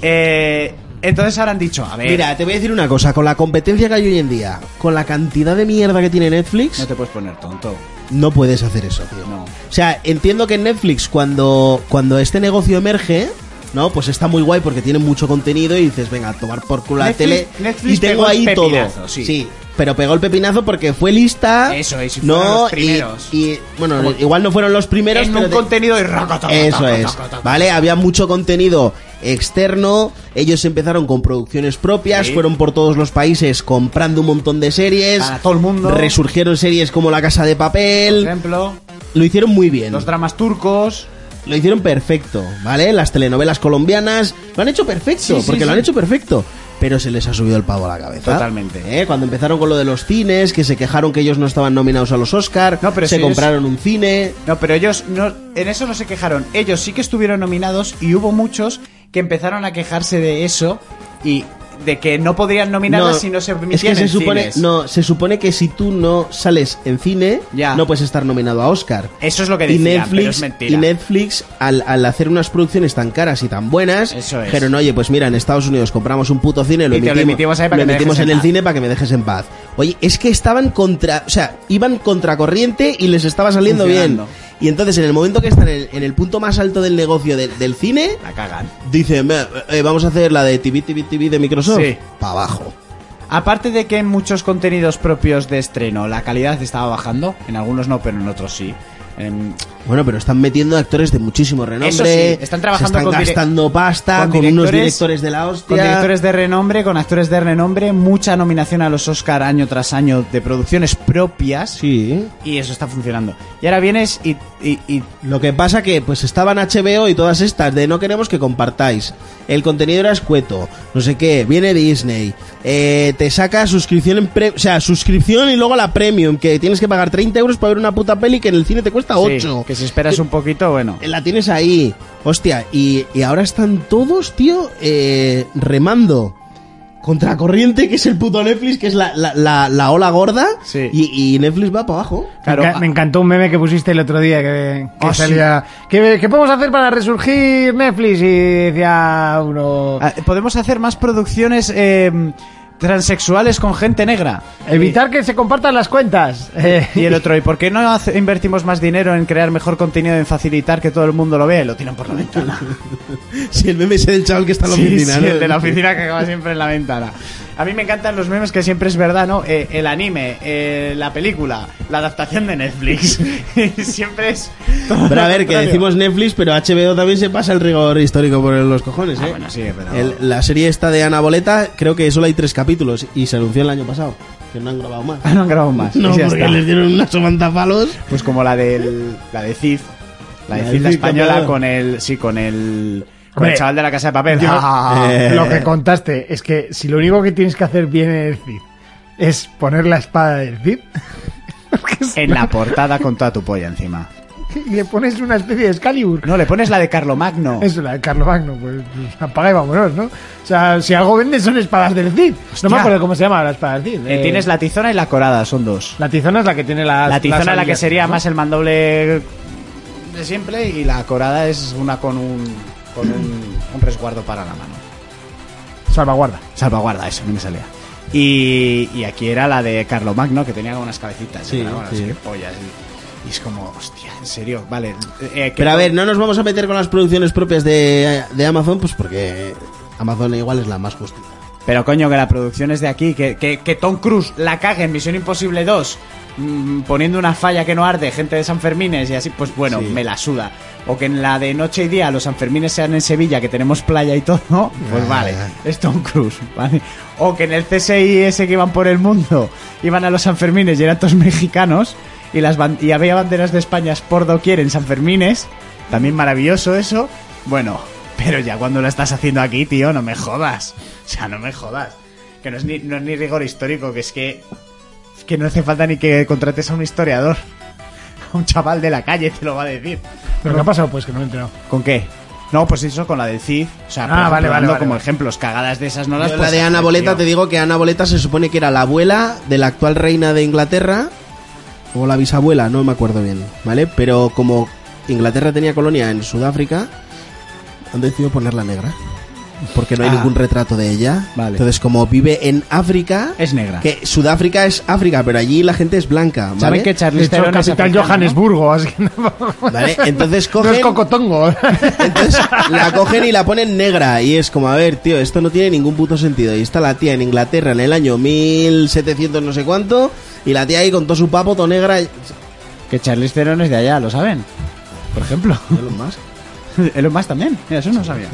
Speaker 6: Eh, entonces ahora han dicho,
Speaker 3: Eh.
Speaker 6: a ver,
Speaker 5: Mira, te voy a decir una cosa, con la competencia que hay hoy en día, con la cantidad de mierda que tiene Netflix,
Speaker 6: no te puedes poner tonto.
Speaker 5: No puedes hacer eso, tío.
Speaker 6: No.
Speaker 5: O sea, entiendo que en Netflix cuando, cuando este negocio emerge, ¿no? Pues está muy guay porque tiene mucho contenido y dices, venga, a tomar por culo la
Speaker 6: Netflix-
Speaker 5: tele.
Speaker 6: Netflix
Speaker 5: y tengo
Speaker 6: pegó el
Speaker 5: ahí
Speaker 6: pepinazo,
Speaker 5: todo.
Speaker 6: sí.
Speaker 5: pero pegó el pepinazo porque fue lista.
Speaker 6: Eso es, y
Speaker 5: ¿no?
Speaker 6: fueron
Speaker 5: Y-
Speaker 6: los primeros.
Speaker 5: Y, bueno, igual no fueron los primeros,
Speaker 6: en
Speaker 5: pero
Speaker 6: un
Speaker 5: te-
Speaker 6: contenido y raca, taca,
Speaker 5: eso
Speaker 6: taca,
Speaker 5: es,
Speaker 6: taca, taca.
Speaker 5: ¿vale? Había mucho contenido externo, ellos empezaron con producciones propias, fueron por todos los países comprando un montón de series,
Speaker 6: Para todo el mundo.
Speaker 5: resurgieron series como La Casa de
Speaker 6: Por
Speaker 5: Papel,
Speaker 6: ejemplo,
Speaker 5: lo hicieron muy bien.
Speaker 6: los dramas turcos.
Speaker 5: Lo hicieron perfecto, ¿vale? Las telenovelas colombianas lo han hecho perfecto,
Speaker 6: Sí, sí,
Speaker 5: porque lo han
Speaker 6: sí.
Speaker 5: hecho perfecto. Pero se les ha subido el pavo a la cabeza.
Speaker 6: Totalmente.
Speaker 5: ¿Eh? Cuando empezaron con lo de los cines, que se quejaron que ellos no estaban nominados a los Oscar,
Speaker 6: No, pero
Speaker 5: se
Speaker 6: si ellos-
Speaker 5: compraron un cine.
Speaker 6: No, pero ellos no, en eso no se quejaron. Ellos sí que estuvieron nominados y hubo muchos que empezaron a quejarse de eso y de que no podrían nominarlas si no se
Speaker 5: es
Speaker 6: permitían
Speaker 5: que se
Speaker 6: en
Speaker 5: supone,
Speaker 6: cines.
Speaker 5: no, se supone que si tú no sales en cine,
Speaker 6: Ya.
Speaker 5: no puedes estar nominado a Oscar.
Speaker 6: Eso es lo que
Speaker 5: y
Speaker 6: decían,
Speaker 5: Netflix,
Speaker 6: pero es mentira.
Speaker 5: y Netflix al, al hacer unas producciones tan caras y tan buenas,
Speaker 6: Eso es.
Speaker 5: dijeron, oye, pues mira, en Estados Unidos compramos un puto cine, lo
Speaker 6: Y te lo
Speaker 5: emitimos,
Speaker 6: emitimos ahí para
Speaker 5: lo
Speaker 6: que me
Speaker 5: emitimos
Speaker 6: dejes
Speaker 5: en
Speaker 6: en
Speaker 5: el
Speaker 6: paz".
Speaker 5: cine para que me dejes en paz. Oye, es que estaban contra, o sea, iban contracorriente y les estaba saliendo bien.
Speaker 6: Funcionando.
Speaker 5: Y entonces, en el momento que están en el, en el punto más alto del negocio de- del cine,
Speaker 6: La cagan.
Speaker 5: dicen, "Eh, eh, vamos a hacer la de TV, TV, TV de Microsoft.
Speaker 6: Sí.
Speaker 5: Para abajo.
Speaker 6: Aparte de que en muchos contenidos propios de estreno la calidad estaba bajando, en algunos no, pero en otros sí. En-
Speaker 5: Bueno, pero están metiendo actores de muchísimo renombre.
Speaker 6: Eso sí, están trabajando
Speaker 5: se están
Speaker 6: con dire-
Speaker 5: gastando pasta
Speaker 6: con
Speaker 5: con, unos
Speaker 6: directores-
Speaker 5: directores de la hostia.
Speaker 6: con directores de renombre, con actores de renombre, mucha nominación a los Oscar año tras año de producciones propias
Speaker 5: Sí.
Speaker 6: y eso está funcionando. Y ahora vienes y, y- y
Speaker 5: Lo que pasa que pues estaban HBO y todas estas de no queremos que compartáis. El contenido era escueto, no sé qué, viene Disney, eh, te saca suscripción en pre- o sea, suscripción y luego la premium, que tienes que pagar 30 euros para ver una puta peli que en el cine te cuesta
Speaker 6: sí,
Speaker 5: 8.
Speaker 6: que si esperas un poquito, bueno.
Speaker 5: La tienes ahí. Hostia, y, y ahora están todos, tío, eh, remando. Contracorriente, que es el puto Netflix, que es la, la- la- la ola gorda.
Speaker 6: Sí.
Speaker 5: Y, y Netflix va para abajo.
Speaker 6: Claro,
Speaker 3: me, enca-
Speaker 6: a-
Speaker 3: me encantó un meme que pusiste el otro día que, que
Speaker 6: Ah, sí.
Speaker 3: salía. ¿qué, qué podemos hacer para resurgir Netflix? Y decía uno.
Speaker 6: Ah, Podemos hacer más producciones eh, transexuales con gente negra.
Speaker 3: Evitar que se compartan las cuentas. Eh,
Speaker 6: Y el otro, ¿y por qué no hace- invertimos más dinero en crear mejor contenido, en facilitar que todo el mundo lo vea? Y lo tiran por la ventana.
Speaker 5: Sí, el meme ese del chaval que está en la
Speaker 6: Sí,
Speaker 5: oficina.
Speaker 6: sí,
Speaker 5: ¿no?
Speaker 6: el de la oficina que acaba siempre en la ventana. A mí me encantan los memes que siempre es verdad, ¿no? Eh, el anime, eh, la película, la adaptación de Netflix. siempre es... todo
Speaker 5: Pero a
Speaker 6: lo
Speaker 5: ver, que
Speaker 6: contrario.
Speaker 5: decimos Netflix, pero HBO también se pasa el rigor histórico por los cojones, ¿eh?
Speaker 6: Ah, bueno, sí, pero...
Speaker 5: El- la serie esta de Ana Boleta, creo que solo hay tres capítulos y se anunció el año pasado, que no han grabado más.
Speaker 6: Ah, no han grabado más.
Speaker 5: No,
Speaker 6: pues, ya
Speaker 5: porque
Speaker 6: está.
Speaker 5: les dieron unas somantafalos.
Speaker 6: Pues como la del... La de Cid. La de
Speaker 5: La de
Speaker 6: Cid, la
Speaker 5: Cid,
Speaker 6: española,
Speaker 5: campeón.
Speaker 6: con el... Sí, con el... Con
Speaker 3: Hombre,
Speaker 6: el chaval de la casa de papel.
Speaker 3: yo-
Speaker 6: Ah,
Speaker 5: Eh.
Speaker 3: Lo que contaste es que si lo único que tienes que hacer bien en el Cid es poner la espada del Cid
Speaker 6: En la portada con toda tu polla encima.
Speaker 3: y le pones una especie de Excalibur.
Speaker 6: No, le pones la de Carlomagno.
Speaker 3: Eso, la de Carlomagno, pues apaga y vámonos, ¿no? O sea, si algo vende son espadas del Cid.
Speaker 6: Hostia.
Speaker 3: No me acuerdo cómo se llama la espada del Cid.
Speaker 6: Eh,
Speaker 3: Eh,
Speaker 6: tienes la tizona y la corada, son dos.
Speaker 3: La tizona es la que tiene la...
Speaker 6: La tizona es la que
Speaker 3: habilidades,
Speaker 6: sería
Speaker 3: ¿no?
Speaker 6: más el mandoble de siempre y la corada es una con un, con un, un resguardo para la mano.
Speaker 3: Salvaguarda.
Speaker 6: Salvaguarda, eso, no me salía. Y, y aquí era la de Carlomagno, que tenía unas cabecitas.
Speaker 5: Sí,
Speaker 6: ¿no? Bueno,
Speaker 5: sí.
Speaker 6: qué pollas. Y, y es como, hostia, en serio, vale. eh, eh, que
Speaker 5: Pero a
Speaker 6: no-
Speaker 5: ver, no nos vamos a meter con las producciones propias de, de Amazon, pues porque Amazon igual es la más justita.
Speaker 6: Pero coño, que la producción es de aquí, que, que, que Tom Cruise la cague en Misión Imposible 2, mm, poniendo una falla que no arde, gente de San Fermines y así, pues bueno,
Speaker 5: Sí.
Speaker 6: me la suda. O que en la de noche y día los San Fermines sean en Sevilla, que tenemos playa y todo, pues
Speaker 5: Ya,
Speaker 6: vale,
Speaker 5: ya.
Speaker 6: es Tom Cruise, ¿vale? O que en el CSI ese que iban por el mundo, iban a los San Fermines y eran todos mexicanos, y, las ban- y había banderas de España por doquier en San Fermines, también maravilloso eso, bueno, pero ya cuando lo estás haciendo aquí, tío, no me jodas, o sea, no me jodas, que no es ni, no es ni rigor histórico, que es que que no hace falta ni que contrates a un historiador. A un chaval de la calle te lo va a decir.
Speaker 7: ¿Pero qué ha pasado? Pues que no me he enterado.
Speaker 6: ¿Con qué? No, pues eso con la del Cid. O sea, por
Speaker 7: Ah, vale,
Speaker 6: ejemplo,
Speaker 7: vale,
Speaker 6: dando
Speaker 7: vale,
Speaker 6: como
Speaker 7: vale.
Speaker 6: ejemplos, cagadas de esas no las
Speaker 5: Yo la
Speaker 6: puedes
Speaker 5: de Ana
Speaker 6: hacer,
Speaker 5: Boleta
Speaker 6: pues, tío.
Speaker 5: te digo que Ana Boleta se supone que era la abuela de la actual reina de Inglaterra o la bisabuela, no me acuerdo bien, ¿vale? Pero como Inglaterra tenía colonia en Sudáfrica, han decidido ponerla negra. Porque no hay
Speaker 6: Ah.
Speaker 5: ningún retrato de ella.
Speaker 6: Vale.
Speaker 5: Entonces, como vive en África.
Speaker 6: Es negra.
Speaker 5: Que Sudáfrica es África, pero allí la gente es blanca.
Speaker 4: ¿Saben
Speaker 5: ¿Vale?
Speaker 4: que
Speaker 7: De
Speaker 4: Charlize
Speaker 7: hecho,
Speaker 4: Theron es
Speaker 7: capital
Speaker 4: africana,
Speaker 7: Johannesburgo, así que no,
Speaker 5: ¿Vale? Entonces
Speaker 7: no es
Speaker 5: cogen.
Speaker 7: cocotongo.
Speaker 5: Entonces la cogen y la ponen negra. Y es como, a ver, tío, esto no tiene ningún puto sentido. Y está la tía en Inglaterra en el año 1700 no sé cuánto. Y la tía ahí con todo su papo, todo negra. y-
Speaker 4: no? Que Charlize Theron es de allá, ¿lo saben? Por ejemplo.
Speaker 5: Elon Musk.
Speaker 4: Elon Musk también. Mira, eso no lo sabía.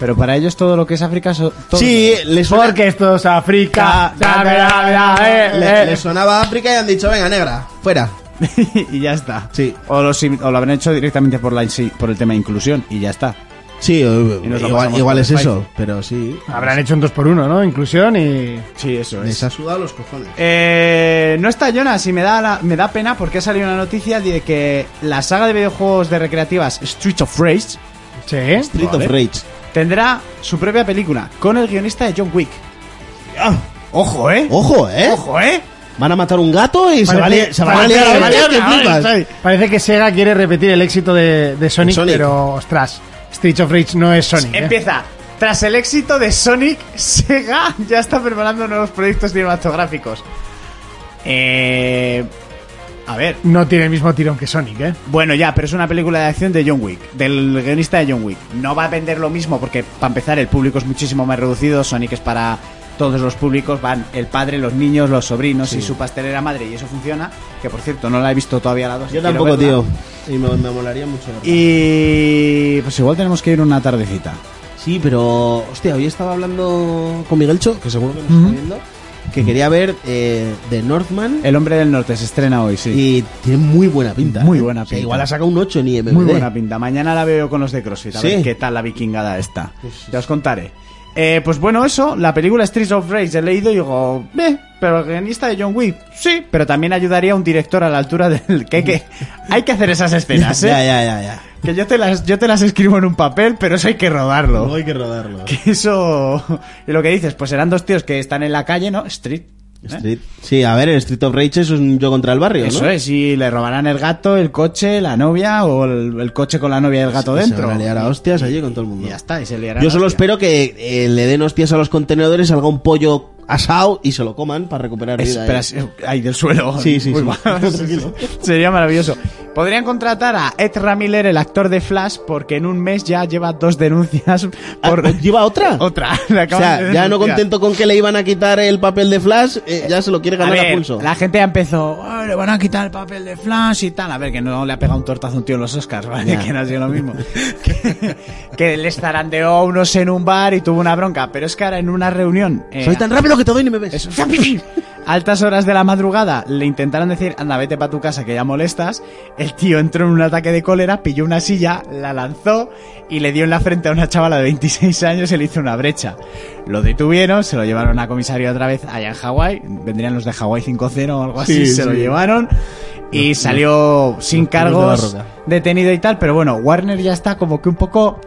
Speaker 4: Pero para ellos todo lo que es África... so- todo-
Speaker 5: Sí, les suena-
Speaker 7: Porque esto es África.
Speaker 5: Ah,
Speaker 7: Dame, dame, dame,
Speaker 5: le,
Speaker 7: eh,
Speaker 5: le
Speaker 7: eh.
Speaker 5: sonaba África y han dicho, venga, negra, fuera.
Speaker 6: y ya está.
Speaker 5: Sí.
Speaker 6: O lo, sim- o lo habrán hecho directamente por, la, insi- por el tema de inclusión y ya está.
Speaker 5: Sí, eh,
Speaker 6: Y nos lo
Speaker 5: igual,
Speaker 6: pasamos
Speaker 5: igual
Speaker 6: por
Speaker 5: es
Speaker 6: el Ah,
Speaker 5: eso, pero sí.
Speaker 7: Habrán hecho un 2 por 1 ¿no? Inclusión y...
Speaker 6: Sí, eso
Speaker 5: Les ha sudado los cojones.
Speaker 6: Eh, no está Jonas y me da, la- me da pena porque ha salido una noticia de que la saga de videojuegos de recreativas Street of Rage
Speaker 7: Sí.
Speaker 5: Street of Rage.
Speaker 6: tendrá su propia película con el guionista de John Wick.
Speaker 5: Ojo, ¿eh? Ojo, ¿eh?
Speaker 6: ¡Ojo, eh!
Speaker 5: Van a matar un gato y se va a liar- se van a
Speaker 7: parece-
Speaker 5: liar- se van a
Speaker 7: parece-
Speaker 5: liar que flipas.
Speaker 7: Parece que Sega quiere repetir el éxito de, de Sonic,
Speaker 5: Sonic.
Speaker 7: pero ostras, Street of Rage no es Sonic. ¿eh?
Speaker 6: Empieza. Tras el éxito de Sonic, Sega ya está preparando nuevos proyectos cinematográficos. Eh, a ver.
Speaker 7: No tiene el mismo tirón que Sonic, ¿eh?
Speaker 6: Bueno, ya, pero es una película de acción de John Wick, del guionista de John Wick. No va a vender lo mismo porque, para empezar, el público es muchísimo más reducido. Sonic es para todos los públicos, van el padre, los niños, los sobrinos y su pastelera madre, y eso funciona. Que, por cierto, no la he visto todavía la dos.
Speaker 5: Yo
Speaker 6: quiero
Speaker 5: tampoco,
Speaker 6: verla.
Speaker 5: tío. Y me, me molaría mucho. verlo.
Speaker 6: Y. Pues igual tenemos que ir una tardecita.
Speaker 5: Sí, pero. Hostia, hoy estaba hablando con Miguelcho, que seguro que nos está viendo, que quería ver eh, The Northman.
Speaker 6: El hombre del norte se estrena hoy, sí.
Speaker 5: Y tiene muy buena pinta.
Speaker 6: Muy
Speaker 5: ¿eh?
Speaker 6: buena
Speaker 5: O sea,
Speaker 6: pinta.
Speaker 5: igual ha sacado un 8 en IMDb.
Speaker 6: Muy buena pinta. Mañana la veo con los de CrossFit. A
Speaker 5: Sí.
Speaker 6: ver qué tal la vikingada está.
Speaker 5: Sí, sí,
Speaker 6: Ya os contaré. Eh, pues bueno, eso. La película Streets of Rage he leído y digo, eh, pero el guionista de John Wick, sí. Pero también ayudaría a un director a la altura del que hay que, hay que hacer esas escenas,
Speaker 5: Ya,
Speaker 6: ¿eh?
Speaker 5: ya, ya, ya.
Speaker 6: Que yo te, las, yo te las escribo en un papel, pero eso hay que rodarlo.
Speaker 5: Luego hay que rodarlo.
Speaker 6: Que Eso. Y lo que dices, pues serán dos tíos que están en la calle, ¿no? Street. ¿eh?
Speaker 5: Street- Sí, a ver, el Street of Rage es un yo contra el barrio,
Speaker 6: Eso
Speaker 5: ¿no?
Speaker 6: es, y le robarán el gato, el coche, la novia o el, el coche con la novia y el gato
Speaker 5: Y Pues se
Speaker 6: dentro.
Speaker 5: van a liar a hostias allí con todo el
Speaker 6: Y
Speaker 5: mundo.
Speaker 6: ya está, y se liarán.
Speaker 5: Yo solo
Speaker 6: hostia.
Speaker 5: espero que eh, le den hostias a los contenedores, salga un pollo asado y se lo coman para recuperar vida.
Speaker 6: Espera,
Speaker 5: ¿eh?
Speaker 6: sí, ay, del suelo.
Speaker 5: Sí, sí,
Speaker 6: Uy,
Speaker 5: sí.
Speaker 6: va. Sería maravilloso. Podrían contratar a Ed Ramiller, el actor de Flash, porque en un mes ya lleva dos denuncias
Speaker 5: Ah,
Speaker 6: por
Speaker 5: ¿Lleva otra?
Speaker 6: otra. Le
Speaker 5: O
Speaker 6: acaban
Speaker 5: sea,
Speaker 6: de
Speaker 5: ya no
Speaker 6: denunciar.
Speaker 5: contento con que le iban a quitar el papel de Flash, eh, ya se lo quiere
Speaker 6: A
Speaker 5: ganar a,
Speaker 6: ver,
Speaker 5: pulso.
Speaker 6: la gente ya empezó, "Ah, le van a quitar el papel de Flash y tal. A ver, que no le ha pegado un tortazo a un tío en los Oscars, ¿vale?
Speaker 5: Ya.
Speaker 6: Que no ha sido lo mismo. que, que les zarandeó a unos en un bar y tuvo una bronca. Pero es que ahora en una reunión... eh,
Speaker 5: Soy tan rápido que te doy y ni me ves.
Speaker 6: Eso. Altas horas de la madrugada le intentaron decir, anda, vete para tu casa que ya molestas. El tío entró en un ataque de cólera, pilló una silla, la lanzó y le dio en la frente a una chavala de 26 años y le hizo una brecha. Lo detuvieron, se lo llevaron a comisaría otra vez allá en Hawái. Vendrían los de Hawái 5-0 o algo así,
Speaker 5: Sí,
Speaker 6: se lo
Speaker 5: sí.
Speaker 6: llevaron. Y salió sin cargos, detenido y tal. Pero bueno, Warner ya está como que un poco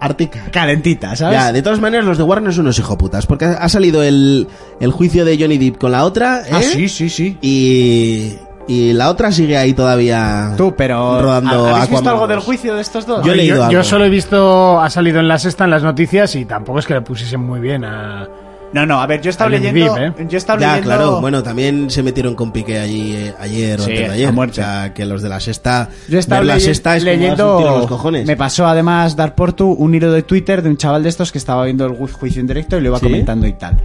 Speaker 5: Artica.
Speaker 6: calentita, ¿sabes?
Speaker 5: Ya, de todas maneras, los de Warner son unos hijoputas. Porque ha ha salido el, el juicio de Johnny Depp con la otra. ¿eh?
Speaker 6: Ah, sí, sí, sí.
Speaker 5: Y, y la otra sigue ahí todavía.
Speaker 6: Tú, pero...
Speaker 5: Ah. Rodando
Speaker 6: ¿Habéis visto
Speaker 5: Aquaman
Speaker 6: algo del
Speaker 5: dos.
Speaker 6: juicio de estos dos?
Speaker 5: Yo he leído
Speaker 7: yo,
Speaker 5: algo.
Speaker 7: yo solo he visto, ha salido en la sexta en las noticias y tampoco es que le pusiesen muy bien a...
Speaker 6: No, no, a ver, yo he estado
Speaker 7: Alien
Speaker 6: leyendo.
Speaker 7: Deep, ¿eh?
Speaker 6: Yo he estado
Speaker 5: Ya,
Speaker 6: leyendo.
Speaker 5: claro. Bueno, también se metieron con Piqué allí eh, ayer o
Speaker 6: Sí,
Speaker 5: antes de
Speaker 6: a
Speaker 5: ayer.
Speaker 6: muerte.
Speaker 5: O sea, que los de la sexta.
Speaker 6: yo he estado
Speaker 5: ver la
Speaker 6: leye-
Speaker 5: sexta es como darse
Speaker 6: leyendo.
Speaker 5: un tiro en los cojones.
Speaker 6: Me pasó además dar por tu un hilo de Twitter de un chaval de estos que estaba viendo el ju- juicio en directo y lo iba
Speaker 5: ¿Sí?
Speaker 6: comentando y tal.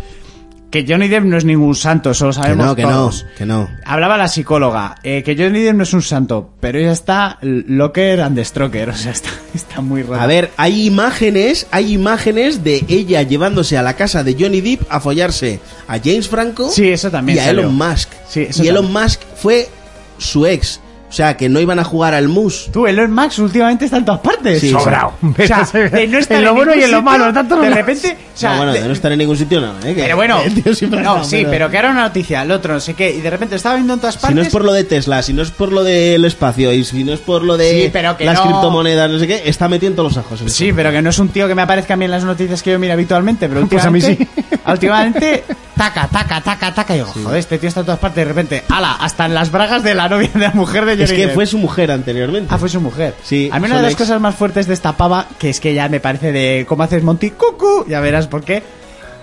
Speaker 6: Que Johnny Depp no es ningún santo, eso lo
Speaker 5: que
Speaker 6: sabemos
Speaker 5: no, que no,
Speaker 6: todos.
Speaker 5: que no.
Speaker 6: Hablaba la psicóloga, eh, que Johnny Depp no es un santo, pero ya está Locker and Stroker, o sea, está, está muy raro.
Speaker 5: A ver, hay imágenes, hay imágenes de ella llevándose a la casa de Johnny Depp a follarse a James Franco
Speaker 6: Sí, eso también
Speaker 5: y a
Speaker 6: salió.
Speaker 5: Elon Musk.
Speaker 6: Sí, eso
Speaker 5: y Elon Musk fue su ex. O sea, que no iban a jugar al mus.
Speaker 6: Tú, Elon Max últimamente está en todas partes.
Speaker 5: Sí,
Speaker 3: Sobrao.
Speaker 6: O sea, de no estar
Speaker 3: en lo bueno y en lo
Speaker 6: ningún
Speaker 3: malo,
Speaker 6: sitio,
Speaker 3: tanto no
Speaker 6: de
Speaker 3: lo-
Speaker 6: repente, o sea,
Speaker 5: No, bueno,
Speaker 6: de-
Speaker 5: de no estar en ningún sitio, no. ¿eh? Que-
Speaker 6: pero bueno,
Speaker 5: el tío siempre
Speaker 6: no,
Speaker 5: está,
Speaker 6: sí, pero que era una noticia, el otro no sé qué, y de repente estaba viendo en todas partes.
Speaker 5: Si no es por lo de Tesla, si no es por lo del espacio y si no es por lo de
Speaker 6: Sí, pero que
Speaker 5: las
Speaker 6: no.
Speaker 5: criptomonedas, no sé qué, está metiendo los ajos. en
Speaker 6: Sí, pero que no es un tío que me aparezca a mí en las noticias que yo miro habitualmente, pero
Speaker 3: Pues a mí
Speaker 6: últimamente, últimamente, taca, taca, taca, taca, y digo, joder, este tío está en todas partes, de repente, ala, hasta en las bragas de la novia de la mujer de
Speaker 5: eso.
Speaker 6: Johnny
Speaker 5: Es que
Speaker 6: Depp.
Speaker 5: fue su mujer anteriormente.
Speaker 6: Ah, fue su mujer.
Speaker 5: Sí,
Speaker 6: A mí una
Speaker 5: son
Speaker 6: de las
Speaker 5: ex.
Speaker 6: cosas más fuertes de esta pava, que es que ya me parece de cómo haces Monty Cucu, ya verás por qué,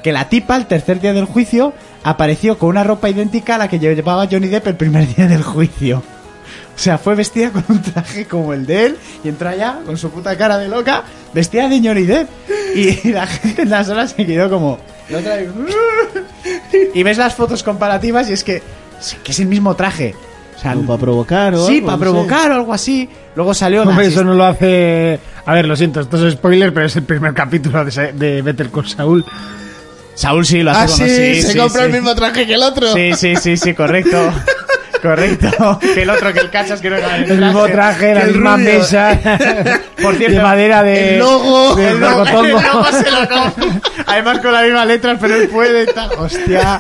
Speaker 6: que la tipa el tercer día del juicio apareció con una ropa idéntica a la que llevaba Johnny Depp el primer día del juicio. O sea, fue vestida con un traje como el de él y entró allá con su puta cara de loca, vestida de Johnny Depp. Y la gente en las horas se quedó como... la otra dijo, "Uah". Y ves las fotos comparativas y es que, es que es el mismo traje. O sea,
Speaker 5: Como para provocar o
Speaker 6: Sí,
Speaker 5: algo,
Speaker 6: para
Speaker 5: no sé.
Speaker 6: provocar o algo así. Luego salió. la
Speaker 7: Hombre,
Speaker 6: asist-
Speaker 7: eso no lo hace. A ver, lo siento, esto es spoiler, pero es el primer capítulo de, ese- de Better Call Saul.
Speaker 6: Saúl sí lo hace
Speaker 5: Ah,
Speaker 6: con-
Speaker 5: sí,
Speaker 6: sí,
Speaker 5: se
Speaker 6: sí,
Speaker 5: compró
Speaker 6: sí.
Speaker 5: el mismo traje que el otro.
Speaker 6: Sí, sí, sí, sí, correcto. correcto. Que el otro, que el cachas, que no era
Speaker 3: El mismo traje, la
Speaker 6: El
Speaker 3: misma
Speaker 6: rubio.
Speaker 3: mesa.
Speaker 6: Por cierto,
Speaker 3: de madera de.
Speaker 5: el logo,
Speaker 3: de
Speaker 5: el
Speaker 6: No,
Speaker 3: Rocotongo.
Speaker 6: eh, el logo se lo compró. Además con la misma letra, pero él puede y tal. Hostia.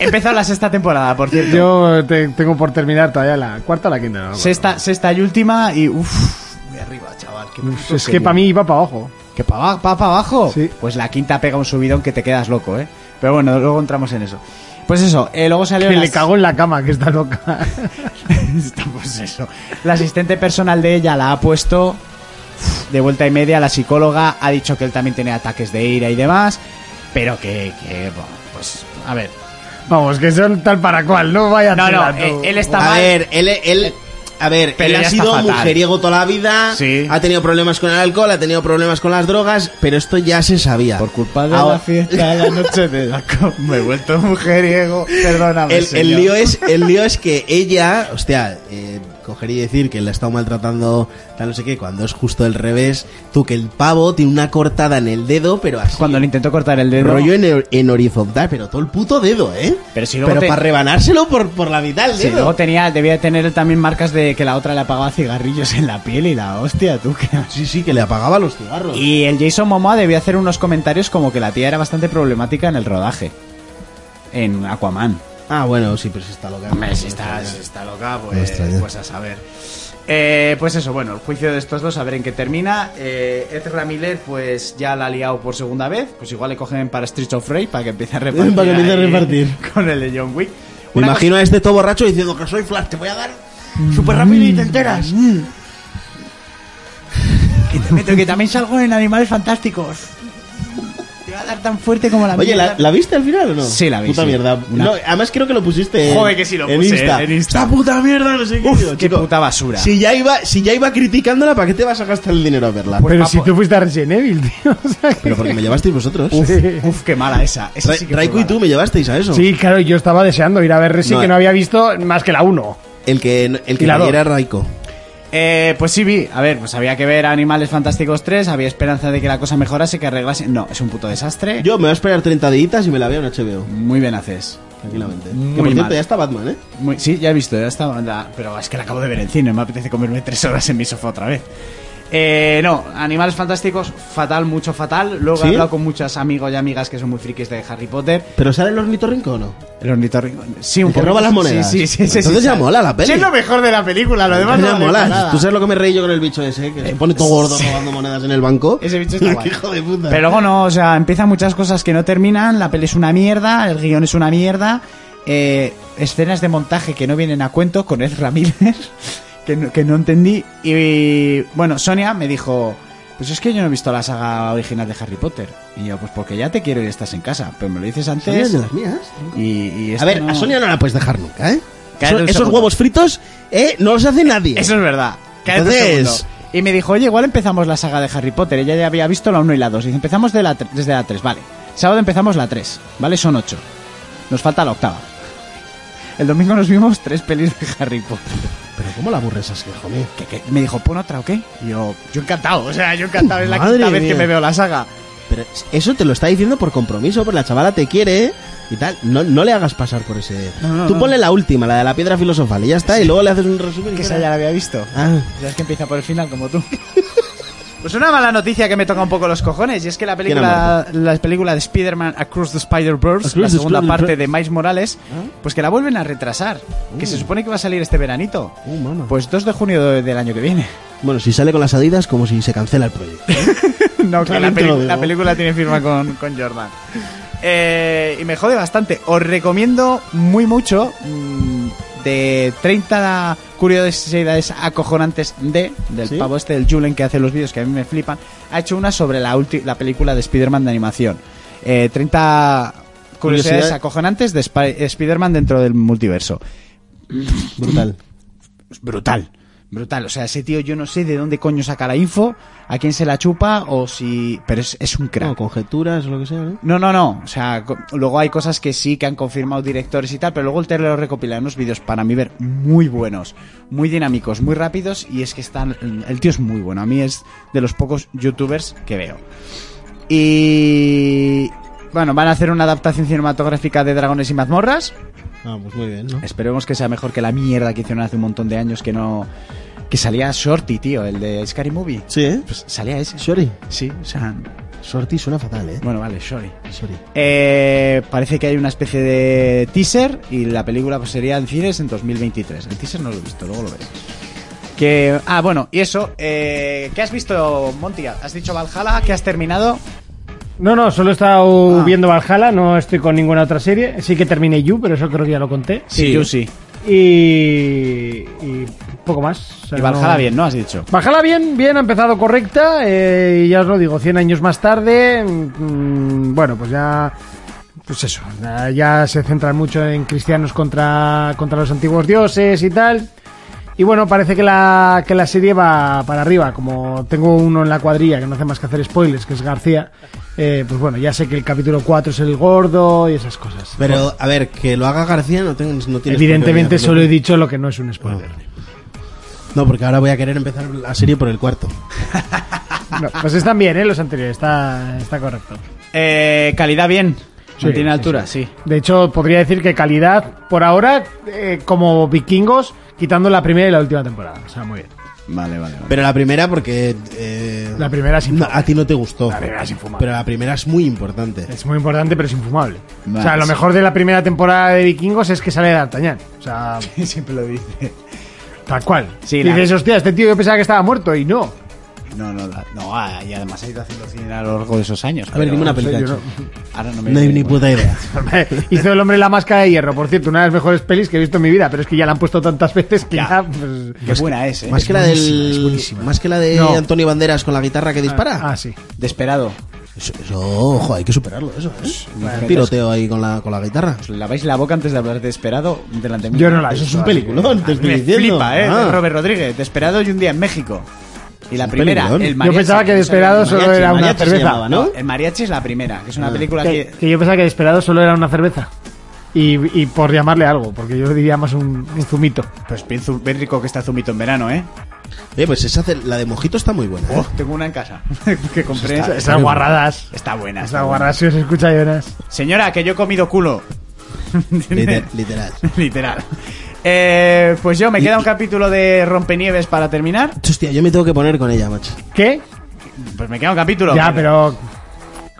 Speaker 6: He empezado la sexta temporada, por cierto.
Speaker 7: Yo te- tengo por terminar todavía la cuarta o la quinta. no me acuerdo.
Speaker 6: Sexta, sexta y última y uff. Muy arriba, chaval. qué
Speaker 7: Uf,
Speaker 6: puto
Speaker 7: Es que
Speaker 6: serio.
Speaker 7: para mí iba para abajo.
Speaker 6: ¿Que para abajo?
Speaker 7: Sí.
Speaker 6: Pues la quinta pega un subidón que te quedas loco, ¿eh? Pero bueno, luego entramos en eso. Pues eso, eh, luego salió...
Speaker 7: Que
Speaker 6: la-
Speaker 7: le cago en la cama, que está loca.
Speaker 6: pues eso. La asistente personal de ella la ha puesto uf, de vuelta y media. La psicóloga ha dicho que él también tenía ataques de ira y demás. Pero que, que, bueno, pues, a ver.
Speaker 7: Vamos, que son tal para cual, no vaya
Speaker 6: No, no,
Speaker 7: tela,
Speaker 6: eh, él está
Speaker 5: A
Speaker 6: mal.
Speaker 5: ver, él, él, a ver,
Speaker 6: Pero
Speaker 5: él
Speaker 6: ya
Speaker 5: ha
Speaker 6: está
Speaker 5: sido
Speaker 6: fatal.
Speaker 5: mujeriego toda la vida,
Speaker 6: Sí.
Speaker 5: ha tenido problemas con el alcohol, ha tenido problemas con las drogas, pero esto ya se sabía.
Speaker 6: Por culpa de
Speaker 5: Ahora-
Speaker 6: la fiesta, la noche de la co- Me he vuelto mujeriego. Perdóname,
Speaker 5: el, el
Speaker 6: señor.
Speaker 5: lío es, el lío es que ella, hostia, eh, coger y decir que la ha estado maltratando, tal no sé qué, cuando es justo el revés, tú que el pavo tiene una cortada en el dedo, pero así.
Speaker 6: Cuando le intentó cortar el dedo...
Speaker 5: rollo en, en horizontal, pero todo el puto dedo, ¿eh?
Speaker 6: Pero si luego te-
Speaker 5: para rebanárselo por, por la mitad el
Speaker 6: Sí,
Speaker 5: dedo.
Speaker 6: luego tenía, debía de tener también marcas de que la otra le apagaba cigarrillos en la piel y la hostia, tú que...
Speaker 5: Sí, sí, que le apagaba los cigarros.
Speaker 6: Y el Jason Momoa debió hacer unos comentarios como que la tía era bastante problemática en el rodaje. En Aquaman.
Speaker 5: Ah, bueno, sí, pero sí está loca.
Speaker 6: Hombre, si está, si está loca,
Speaker 5: Me
Speaker 6: pues,
Speaker 5: extraña.
Speaker 6: pues a saber. Eh, pues eso, bueno, el juicio de estos dos, a ver en qué termina. Eh, Ezra Miller, pues ya la ha liado por segunda vez. Pues igual le cogen para Streets of Rage para que empiece a repartir.
Speaker 5: Para que empiece a
Speaker 6: ahí
Speaker 5: repartir.
Speaker 6: Con el de John Wick.
Speaker 5: Me
Speaker 6: Una
Speaker 5: imagino a este todo borracho diciendo que soy Flash, te voy a dar súper rápido y te enteras.
Speaker 6: cosa que te meto, que también salgo en Animales Fantásticos. Te va a dar tan fuerte como la
Speaker 5: Oye, ¿la,
Speaker 6: mierda.
Speaker 5: la viste al final o no?
Speaker 6: Sí, la vi,
Speaker 5: Puta
Speaker 6: sí.
Speaker 5: mierda.
Speaker 6: Una-
Speaker 5: No, además creo que lo pusiste en-
Speaker 6: Joder, que sí lo
Speaker 5: en
Speaker 6: puse,
Speaker 5: Insta.
Speaker 6: en Insta.
Speaker 5: Esta puta mierda, no sé qué.
Speaker 6: Uf,
Speaker 5: digo,
Speaker 6: qué
Speaker 5: chico,
Speaker 6: puta basura.
Speaker 5: Si ya, iba, si ya iba criticándola, ¿para qué te vas a gastar el dinero a verla?
Speaker 7: Pero
Speaker 6: papo.
Speaker 7: si tú fuiste a Resident Evil, tío. o sea que-
Speaker 5: Pero porque me llevasteis vosotros.
Speaker 7: Uf. Sí.
Speaker 6: Uf, qué mala esa. esa
Speaker 5: Ra-
Speaker 6: sí que fue
Speaker 5: Raiko y
Speaker 6: mala.
Speaker 5: tú me llevasteis a eso.
Speaker 7: Sí, claro, yo estaba deseando ir a ver Resi
Speaker 5: No,
Speaker 7: que
Speaker 5: eh.
Speaker 7: no había visto más que la 1.
Speaker 5: El que, el que
Speaker 7: Y la
Speaker 5: me
Speaker 7: dos.
Speaker 5: diera era Raiko.
Speaker 6: Eh, pues sí vi, a ver, pues había que ver Animales Fantásticos 3, había esperanza de que la cosa mejorase, que arreglase... No, es un puto desastre.
Speaker 5: Yo me voy a esperar 30 días y me la veo en HBO.
Speaker 6: Muy bien haces.
Speaker 5: Tranquilamente.
Speaker 6: Muy
Speaker 5: que por cierto,
Speaker 6: mal.
Speaker 5: ya está Batman, ¿eh?
Speaker 6: Muy- sí, ya he visto, ya está. la- pero es que la acabo de ver en cine, me apetece comerme tres horas en mi sofá otra vez. Eh, no, Animales Fantásticos, fatal, mucho fatal. Luego
Speaker 5: ¿Sí?
Speaker 6: he hablado con muchos amigos y amigas que son muy frikis de Harry Potter.
Speaker 5: Pero sale el ornitorrinco o no?
Speaker 6: El ornitorrinco... Sí, un
Speaker 5: El que
Speaker 6: poco-
Speaker 5: roba las monedas.
Speaker 6: Sí, sí, sí. sí,
Speaker 5: Entonces
Speaker 6: sí,
Speaker 5: ya
Speaker 6: sí.
Speaker 5: mola la peli.
Speaker 6: Sí, es lo mejor de la película, lo demás no
Speaker 5: Ya
Speaker 6: vale
Speaker 5: mola.
Speaker 6: para nada. Eh,
Speaker 5: ¿Tú sabes lo que me reí yo con el bicho ese? Que se pone todo gordo robando monedas en el banco.
Speaker 6: Ese bicho está guay.
Speaker 5: hijo de puta.
Speaker 6: Pero luego no, o sea, empiezan muchas cosas que no terminan, la peli es una mierda, el guión es una mierda, eh, escenas de montaje que no vienen a cuento con Ezra Miller, que no, que no entendí. Y bueno, Sonia me dijo, pues es que yo no he visto la saga original de Harry Potter. Y yo, pues porque ya te quiero y estás en casa, pero me lo dices
Speaker 5: Sonia es
Speaker 6: antes.
Speaker 5: de las mías.
Speaker 6: Y, y
Speaker 5: A
Speaker 6: esto
Speaker 5: ver,
Speaker 6: Este no-
Speaker 5: a Sonia no la puedes dejar nunca, ¿eh? Eso-
Speaker 6: Cállate un
Speaker 5: esos
Speaker 6: segundo.
Speaker 5: huevos fritos, ¿eh? No los hace nadie.
Speaker 6: Eso es verdad. Cállate un
Speaker 5: Entonces-
Speaker 6: segundo. Y me dijo, oye, igual empezamos la saga de Harry Potter. Ella ya había visto la 1 y la 2. Dice, empezamos de la tre- desde la 3, vale. Sábado empezamos la 3, ¿vale? Son 8. Nos falta la octava. El domingo nos vimos tres pelis de Harry Potter.
Speaker 5: Pero ¿cómo la aburres así, hijo mío?
Speaker 6: ¿Qué- qué? Me dijo, pon otra o qué? Y yo, yo encantado, o sea, yo encantado. Es la
Speaker 5: Madre
Speaker 6: quinta vez
Speaker 5: mía.
Speaker 6: que me veo la saga.
Speaker 5: pero eso te lo está diciendo por compromiso, porque la chavala te quiere y tal. No, no le hagas pasar por ese.
Speaker 8: No, no,
Speaker 5: Tú
Speaker 8: no.
Speaker 5: ponle la última, la de la piedra filosofal, y ya está, y luego le haces un resumen. y
Speaker 8: Que
Speaker 5: fuera.
Speaker 8: esa ya la había visto.
Speaker 5: Ah.
Speaker 8: Ya es que empieza por el final, como tú.
Speaker 6: Pues una mala noticia que me toca un poco los cojones, y es que la película, la película de Spider-Man Across the Spider-Verse,
Speaker 5: Across
Speaker 6: la
Speaker 5: the Ah.
Speaker 6: segunda
Speaker 5: Spider-
Speaker 6: parte de Miles Morales, pues que la vuelven a retrasar, que
Speaker 5: Mm.
Speaker 6: se supone que va a salir este veranito.
Speaker 5: Uh, mano.
Speaker 6: Pues 2 de junio de- del año que viene.
Speaker 5: Bueno, si sale con las adidas, como si se cancela el proyecto.
Speaker 6: No, que la,
Speaker 5: También te lo
Speaker 6: peli- la
Speaker 5: digo.
Speaker 6: película tiene firma con, con Jordan. Eh, y me jode bastante. Os recomiendo muy mucho mm, de 30 curiosidades acojonantes de del
Speaker 5: ¿Sí?
Speaker 6: pavo este del Julen que hace los vídeos que a mí me flipan. Ha hecho una sobre la, ulti- la película de Spider-Man de animación. Eh, 30 curiosidades
Speaker 5: Curiosidad-
Speaker 6: acojonantes de Sp- Spider-Man dentro del multiverso.
Speaker 5: Brutal.
Speaker 6: brutal. Brutal, o sea, ese tío yo no sé de dónde coño saca la info, a quién se la chupa o si... Pero es, es un crack.
Speaker 5: No, conjeturas o lo que sea, ¿no?
Speaker 6: No, no, no. O sea, co- luego hay cosas que sí que han confirmado directores y tal, pero luego el trailer lo recopila en unos vídeos para mí ver muy buenos, muy dinámicos, muy rápidos y es que están... El tío es muy bueno. A mí es de los pocos youtubers que veo. Y... Bueno, van a hacer una adaptación cinematográfica de Dragones y Mazmorras.
Speaker 5: Ah, pues muy bien, ¿no?
Speaker 6: Esperemos que sea mejor que la mierda que hicieron hace un montón de años que no... Que salía Shorty, tío, el de Scary Movie.
Speaker 5: Sí, ¿eh?
Speaker 6: Pues salía ese.
Speaker 5: Sorry.
Speaker 6: Sí, o sea...
Speaker 5: Sorti suena fatal, ¿eh?
Speaker 6: Bueno, vale, Shorty.
Speaker 5: Sorry.
Speaker 6: Eh, parece que hay una especie de teaser y la película pues, sería en cines en 2023. El teaser no lo he visto, luego lo veré. Que, ah, bueno, y eso. eh, ¿Qué has visto, Monty? ¿Has dicho Valhalla? ¿Que has terminado?
Speaker 3: No, no, solo he estado
Speaker 5: Ah.
Speaker 3: viendo Valhalla, no estoy con ninguna otra serie. Sí que terminé You, pero eso creo que ya lo conté.
Speaker 6: yo sí.
Speaker 3: Y, y poco más. O sea,
Speaker 6: Y Valhalla
Speaker 3: no-
Speaker 6: bien, ¿no? Has dicho.
Speaker 3: Valhalla bien, bien, ha empezado correcta. eh, y ya os lo digo, 100 años más tarde. mm, bueno, pues ya. Pues eso, ya- ya se centran mucho en cristianos contra, contra los antiguos dioses y tal. Y bueno, parece que la, que la serie va para arriba. Como tengo uno en la cuadrilla que no hace más que hacer spoilers, que es García, eh, pues bueno, ya sé que el capítulo 4 es el gordo y esas cosas.
Speaker 5: Pero, a ver, que lo haga García no, tengo, no tienes
Speaker 3: Evidentemente
Speaker 5: por qué
Speaker 3: solo he
Speaker 5: opinar,
Speaker 3: dicho lo que no es un spoiler.
Speaker 5: No, No, porque ahora voy a querer empezar la serie por el cuarto.
Speaker 3: No, pues están bien, ¿eh? Los anteriores, está, está correcto.
Speaker 6: Eh, calidad bien.
Speaker 3: Sí,
Speaker 6: no tiene
Speaker 3: sí,
Speaker 6: altura, sí.
Speaker 3: De hecho, podría decir que calidad por ahora, eh, como vikingos, quitando la primera y la última temporada. O sea, muy bien.
Speaker 6: Vale, vale, vale.
Speaker 5: Pero la primera porque... eh,
Speaker 3: La primera es
Speaker 5: no,
Speaker 3: infumable.
Speaker 5: a ti no te gustó.
Speaker 3: La primera es infumable.
Speaker 5: Pero la primera es muy importante.
Speaker 3: Es muy importante, pero es infumable.
Speaker 6: Vale,
Speaker 3: o sea, lo
Speaker 6: sí.
Speaker 3: mejor de la primera temporada de vikingos es que sale D'Artagnan. O sea,
Speaker 6: Siempre lo dice.
Speaker 3: tal cual.
Speaker 6: Sí,
Speaker 3: Y
Speaker 6: la-
Speaker 3: dices, hostia, este tío yo pensaba que estaba muerto y no.
Speaker 6: No, no, da- no. ah, Y además ha ido haciendo cine a lo largo de esos años.
Speaker 5: A ver,
Speaker 6: pero
Speaker 5: dime una
Speaker 6: no sé,
Speaker 5: película.
Speaker 6: yo
Speaker 5: chico.
Speaker 6: no- Ahora no me
Speaker 5: No hay ni puta idea.
Speaker 3: Hizo el hombre la máscara de hierro, por cierto, una de las mejores pelis que he visto en mi vida, pero es que ya la han puesto tantas veces que
Speaker 6: Ya.
Speaker 3: ya, pues-
Speaker 6: Qué buena es, ¿eh?
Speaker 5: Más que la
Speaker 3: buenísima, es
Speaker 5: del...
Speaker 3: buenísima.
Speaker 5: Más que la de
Speaker 3: No.
Speaker 5: Antonio Banderas con la guitarra que dispara.
Speaker 3: Ah, sí.
Speaker 6: Desperado.
Speaker 5: Eso, eso, ojo, hay que superarlo, eso, ¿eh?
Speaker 6: bueno.
Speaker 5: Un tiroteo ahí con la, con la guitarra.
Speaker 6: Os Pues, laváis la boca antes de hablar de Desperado delante mío.
Speaker 3: Yo no la he
Speaker 5: Eso es
Speaker 3: visto,
Speaker 5: un
Speaker 3: así que-
Speaker 5: peliculón, te estoy
Speaker 6: Me
Speaker 5: diciendo.
Speaker 6: flipa, ¿eh?
Speaker 5: Ah.
Speaker 6: De Robert Rodríguez. Desperado y un día en México. Y la
Speaker 5: un
Speaker 6: primera,
Speaker 5: peliculón.
Speaker 6: el
Speaker 5: Yo
Speaker 6: mariachi.
Speaker 3: pensaba que
Speaker 6: no
Speaker 3: Desperado
Speaker 6: sabía
Speaker 3: solo
Speaker 6: el
Speaker 3: era Ah. una
Speaker 6: mariachi se
Speaker 3: cerveza.
Speaker 6: llamaba, ¿no?
Speaker 5: ¿No?
Speaker 6: El mariachi es la primera, que es una película
Speaker 3: Que,
Speaker 6: que...
Speaker 3: que yo pensaba que Desperado solo era una cerveza. Y, y por llamarle algo, porque yo diría más un, un zumito.
Speaker 6: Pues bien, zu- bien rico que está Zumito en verano, ¿eh?
Speaker 5: Eh, pues esa, ce- la de Mojito está muy buena. ¿eh?
Speaker 6: Oh, tengo una en casa que compré.
Speaker 3: Esas
Speaker 6: Está,
Speaker 3: esas guarradas.
Speaker 6: buena. está
Speaker 3: Esas
Speaker 6: buena.
Speaker 3: guarradas si os escucha Jonas.
Speaker 6: Señora, que yo he comido culo.
Speaker 5: Liter- literal.
Speaker 6: Literal. Eh, pues yo, me queda un capítulo de Rompenieves para terminar.
Speaker 5: Hostia, yo me tengo que poner con ella, macho.
Speaker 3: ¿Qué?
Speaker 6: Pues me queda un capítulo.
Speaker 3: ya, pero.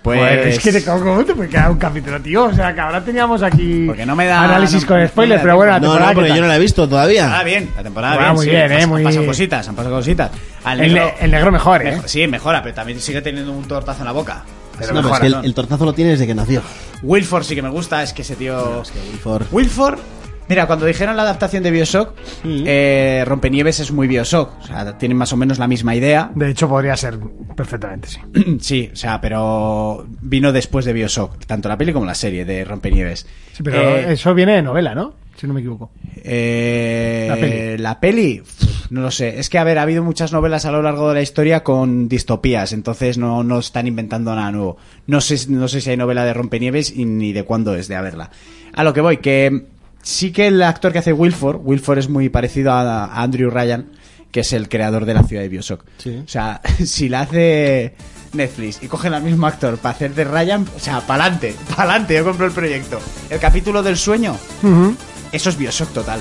Speaker 6: Pues...
Speaker 3: joder, es que te, ¿cómo te puede quedar un capítulo, tío? O sea, que ahora teníamos aquí.
Speaker 6: Porque no me da-
Speaker 3: Análisis
Speaker 6: no- no
Speaker 3: con
Speaker 6: me
Speaker 3: spoilers,
Speaker 6: da
Speaker 3: pero bueno, la
Speaker 5: No,
Speaker 3: temporada
Speaker 5: no, porque
Speaker 3: que
Speaker 5: yo no
Speaker 3: tal.
Speaker 5: la he visto
Speaker 6: Ah,
Speaker 5: todavía.
Speaker 6: bien, la temporada
Speaker 3: Ah,
Speaker 6: bien.
Speaker 3: muy
Speaker 6: sí,
Speaker 3: bien,
Speaker 6: han pas-
Speaker 3: eh, muy-
Speaker 6: Han pasado cositas, han pasado cositas. Al
Speaker 3: el,
Speaker 6: negro-
Speaker 3: ne- el negro mejor, ¿eh?
Speaker 6: Mejo- Sí, mejora, pero también sigue teniendo un tortazo en la boca.
Speaker 5: No,
Speaker 6: Pero
Speaker 5: pero es
Speaker 6: mejora,
Speaker 5: que el,
Speaker 6: ¿no?
Speaker 5: el tortazo lo tiene desde que nació.
Speaker 6: Wilford sí que me gusta, es que ese tío.
Speaker 5: Wilford.
Speaker 6: Wilford. Mira, cuando dijeron la adaptación de Bioshock, eh, Rompenieves es muy Bioshock. O sea, tienen más o menos la misma idea.
Speaker 3: De hecho, podría ser perfectamente, sí.
Speaker 6: sí, o sea, pero vino después de Bioshock, tanto la peli como la serie de Rompenieves.
Speaker 3: Sí, pero
Speaker 6: Eh,
Speaker 3: eso viene de novela, ¿no? Si no me equivoco.
Speaker 6: Eh,
Speaker 3: La peli.
Speaker 6: la peli, pf, no lo sé. Es que, a ver, ha habido muchas novelas a lo largo de la historia con distopías, entonces no, no están inventando nada nuevo. No sé, no sé si hay novela de Rompenieves y ni de cuándo es de haberla. A lo que voy, que sí que el actor que hace Wilford, Wilford es muy parecido a, a Andrew Ryan, que es el creador de la ciudad de Bioshock.
Speaker 5: Sí.
Speaker 6: O sea, si la hace Netflix y cogen al mismo actor para hacer de Ryan, o sea, pa'lante, pa'lante, yo compro el proyecto. El capítulo del sueño,
Speaker 7: Ujú.
Speaker 6: eso es Bioshock total.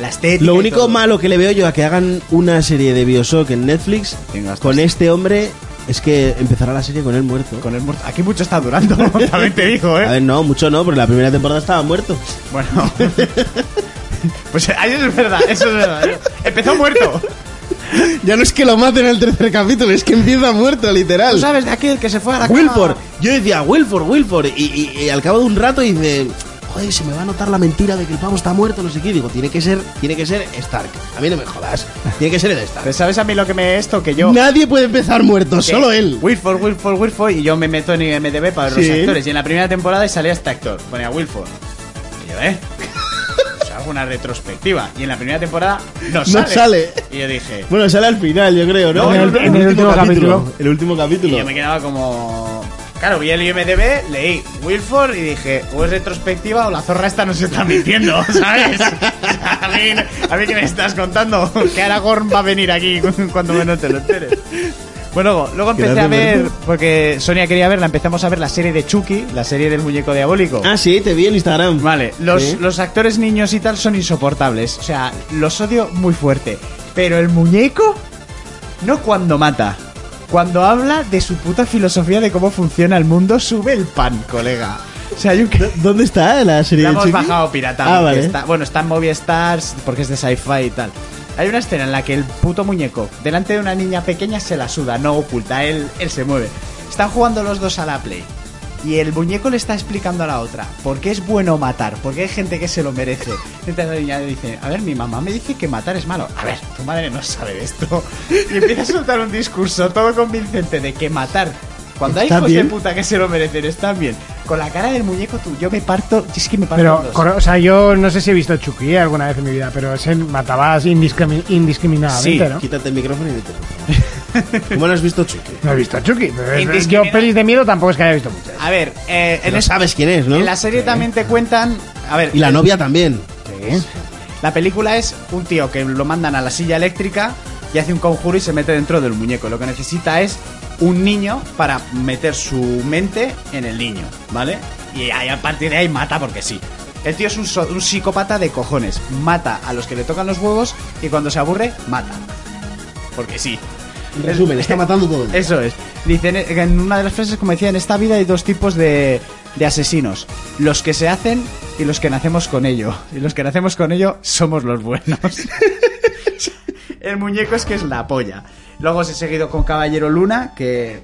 Speaker 6: La estética.
Speaker 5: Lo
Speaker 6: y
Speaker 5: único
Speaker 6: todo.
Speaker 5: malo que le veo yo a que hagan una serie de Bioshock en Netflix
Speaker 6: Venga, hasta
Speaker 5: con
Speaker 6: sí.
Speaker 5: este hombre es que empezará la serie con él muerto.
Speaker 6: Con el muerto- Aquí mucho está durando, también te digo,
Speaker 5: A
Speaker 6: ¿eh?
Speaker 5: ver, no, mucho no, pero la primera temporada estaba muerto.
Speaker 6: Bueno. Pues ahí es verdad, eso es verdad. ¿eh? Empezó muerto.
Speaker 5: Ya no es que lo maten en el tercer capítulo, es que empieza muerto,
Speaker 6: ¿Tú
Speaker 5: literal.
Speaker 6: sabes de aquel que se fue a la cama?
Speaker 5: Wilford, yo decía Wilford, Wilford, y, y- y al cabo de un rato dice, joder, se me va a notar la mentira de que el pavo está muerto, no sé qué. Digo, tiene que ser, tiene que ser Stark. A mí no me jodas, tiene que ser el Stark.
Speaker 6: Pero ¿Sabes a mí lo que me esto? Que yo.
Speaker 5: Nadie puede empezar muerto, solo él.
Speaker 6: Wilford, Wilford, Wilford. Y yo me meto en IMDB para ver
Speaker 5: Sí.
Speaker 6: los actores. Y en la primera temporada salía este actor. Ponía Wilford. Y yo, ¿eh? Pues hago una retrospectiva. Y en la primera temporada no sale.
Speaker 5: No sale.
Speaker 6: Y yo dije.
Speaker 5: Bueno, sale al final, yo creo, ¿no?
Speaker 6: No, en el-
Speaker 7: en el último capítulo.
Speaker 5: El último
Speaker 6: Y
Speaker 5: capítulo.
Speaker 6: yo me quedaba como. Claro, vi el IMDB, leí Wilford y dije, o es retrospectiva o la zorra esta nos está mintiendo, ¿sabes? A mí, a mí que me estás contando que Aragorn va a venir aquí cuando menos te lo esperes. Bueno, luego, luego empecé
Speaker 5: Quedarte
Speaker 6: a ver,
Speaker 5: muerto.
Speaker 6: porque Sonia quería verla, empezamos a ver la serie de Chucky, la serie del muñeco diabólico.
Speaker 5: Ah, sí, te vi en Instagram.
Speaker 6: Vale, los,
Speaker 5: Sí.
Speaker 6: los actores niños y tal son insoportables. O sea, los odio muy fuerte. Pero el muñeco, no cuando mata. Cuando habla de su puta filosofía de cómo funciona el mundo, sube el pan, colega. O sea, yo que...
Speaker 5: ¿Dónde está la serie
Speaker 6: La
Speaker 5: de
Speaker 6: hemos
Speaker 5: Chucky?
Speaker 6: bajado pirata.
Speaker 5: Ah,
Speaker 6: porque
Speaker 5: vale.
Speaker 6: está- bueno, está en Movistar porque es de sci-fi y tal. Hay una escena en la que el puto muñeco, delante de una niña pequeña, se la suda, no oculta, él, él se mueve. Están jugando los dos a la play. Y el muñeco le está explicando a la otra por qué es bueno matar, porque hay gente que se lo merece. Entonces la niña le dice, a ver, mi mamá me dice que matar es malo. A ver, tu madre no sabe de esto. Y empieza a soltar un discurso todo convincente de que matar, cuando hay
Speaker 5: Está
Speaker 6: hijos
Speaker 5: bien.
Speaker 6: de puta que se lo merecen, están bien. Con la cara del muñeco tú, yo me parto, es que me parto en
Speaker 7: Pero,
Speaker 6: dos.
Speaker 7: cor- o sea, yo no sé si he visto Chucky eh, alguna vez en mi vida, pero ese matabas indiscrimi- indiscriminadamente, ¿no?
Speaker 5: Quítate el micrófono y vete. por favor. ¿Cómo lo has visto, Chucky?
Speaker 7: No he visto Chucky. pero es- Yo
Speaker 6: Indiscriminado.
Speaker 7: pelis de miedo tampoco es que haya visto muchas.
Speaker 6: A ver, eh, en,
Speaker 5: No
Speaker 6: es-
Speaker 5: sabes quién es, ¿no?
Speaker 6: en la serie también te cuentan. A ver,
Speaker 5: Y la novia también. pues
Speaker 6: la película es un tío que lo mandan a la silla eléctrica y hace un conjuro y se mete dentro del muñeco. Lo que necesita es un niño para meter su mente en el niño, ¿vale? Y ahí, a partir de ahí mata porque sí. El tío es un, so- un psicópata de cojones. Mata a los que le tocan los huevos y cuando se aburre, mata. Porque sí.
Speaker 5: En resumen, está matando todo. el día.
Speaker 6: Eso es. Dicen eh, en una de las frases, como decía, en esta vida hay dos tipos de, de asesinos: los que se hacen y los que nacemos con ello. Y los que nacemos con ello somos los buenos. El muñeco es que es la polla. Luego os he seguido con Caballero Luna, que.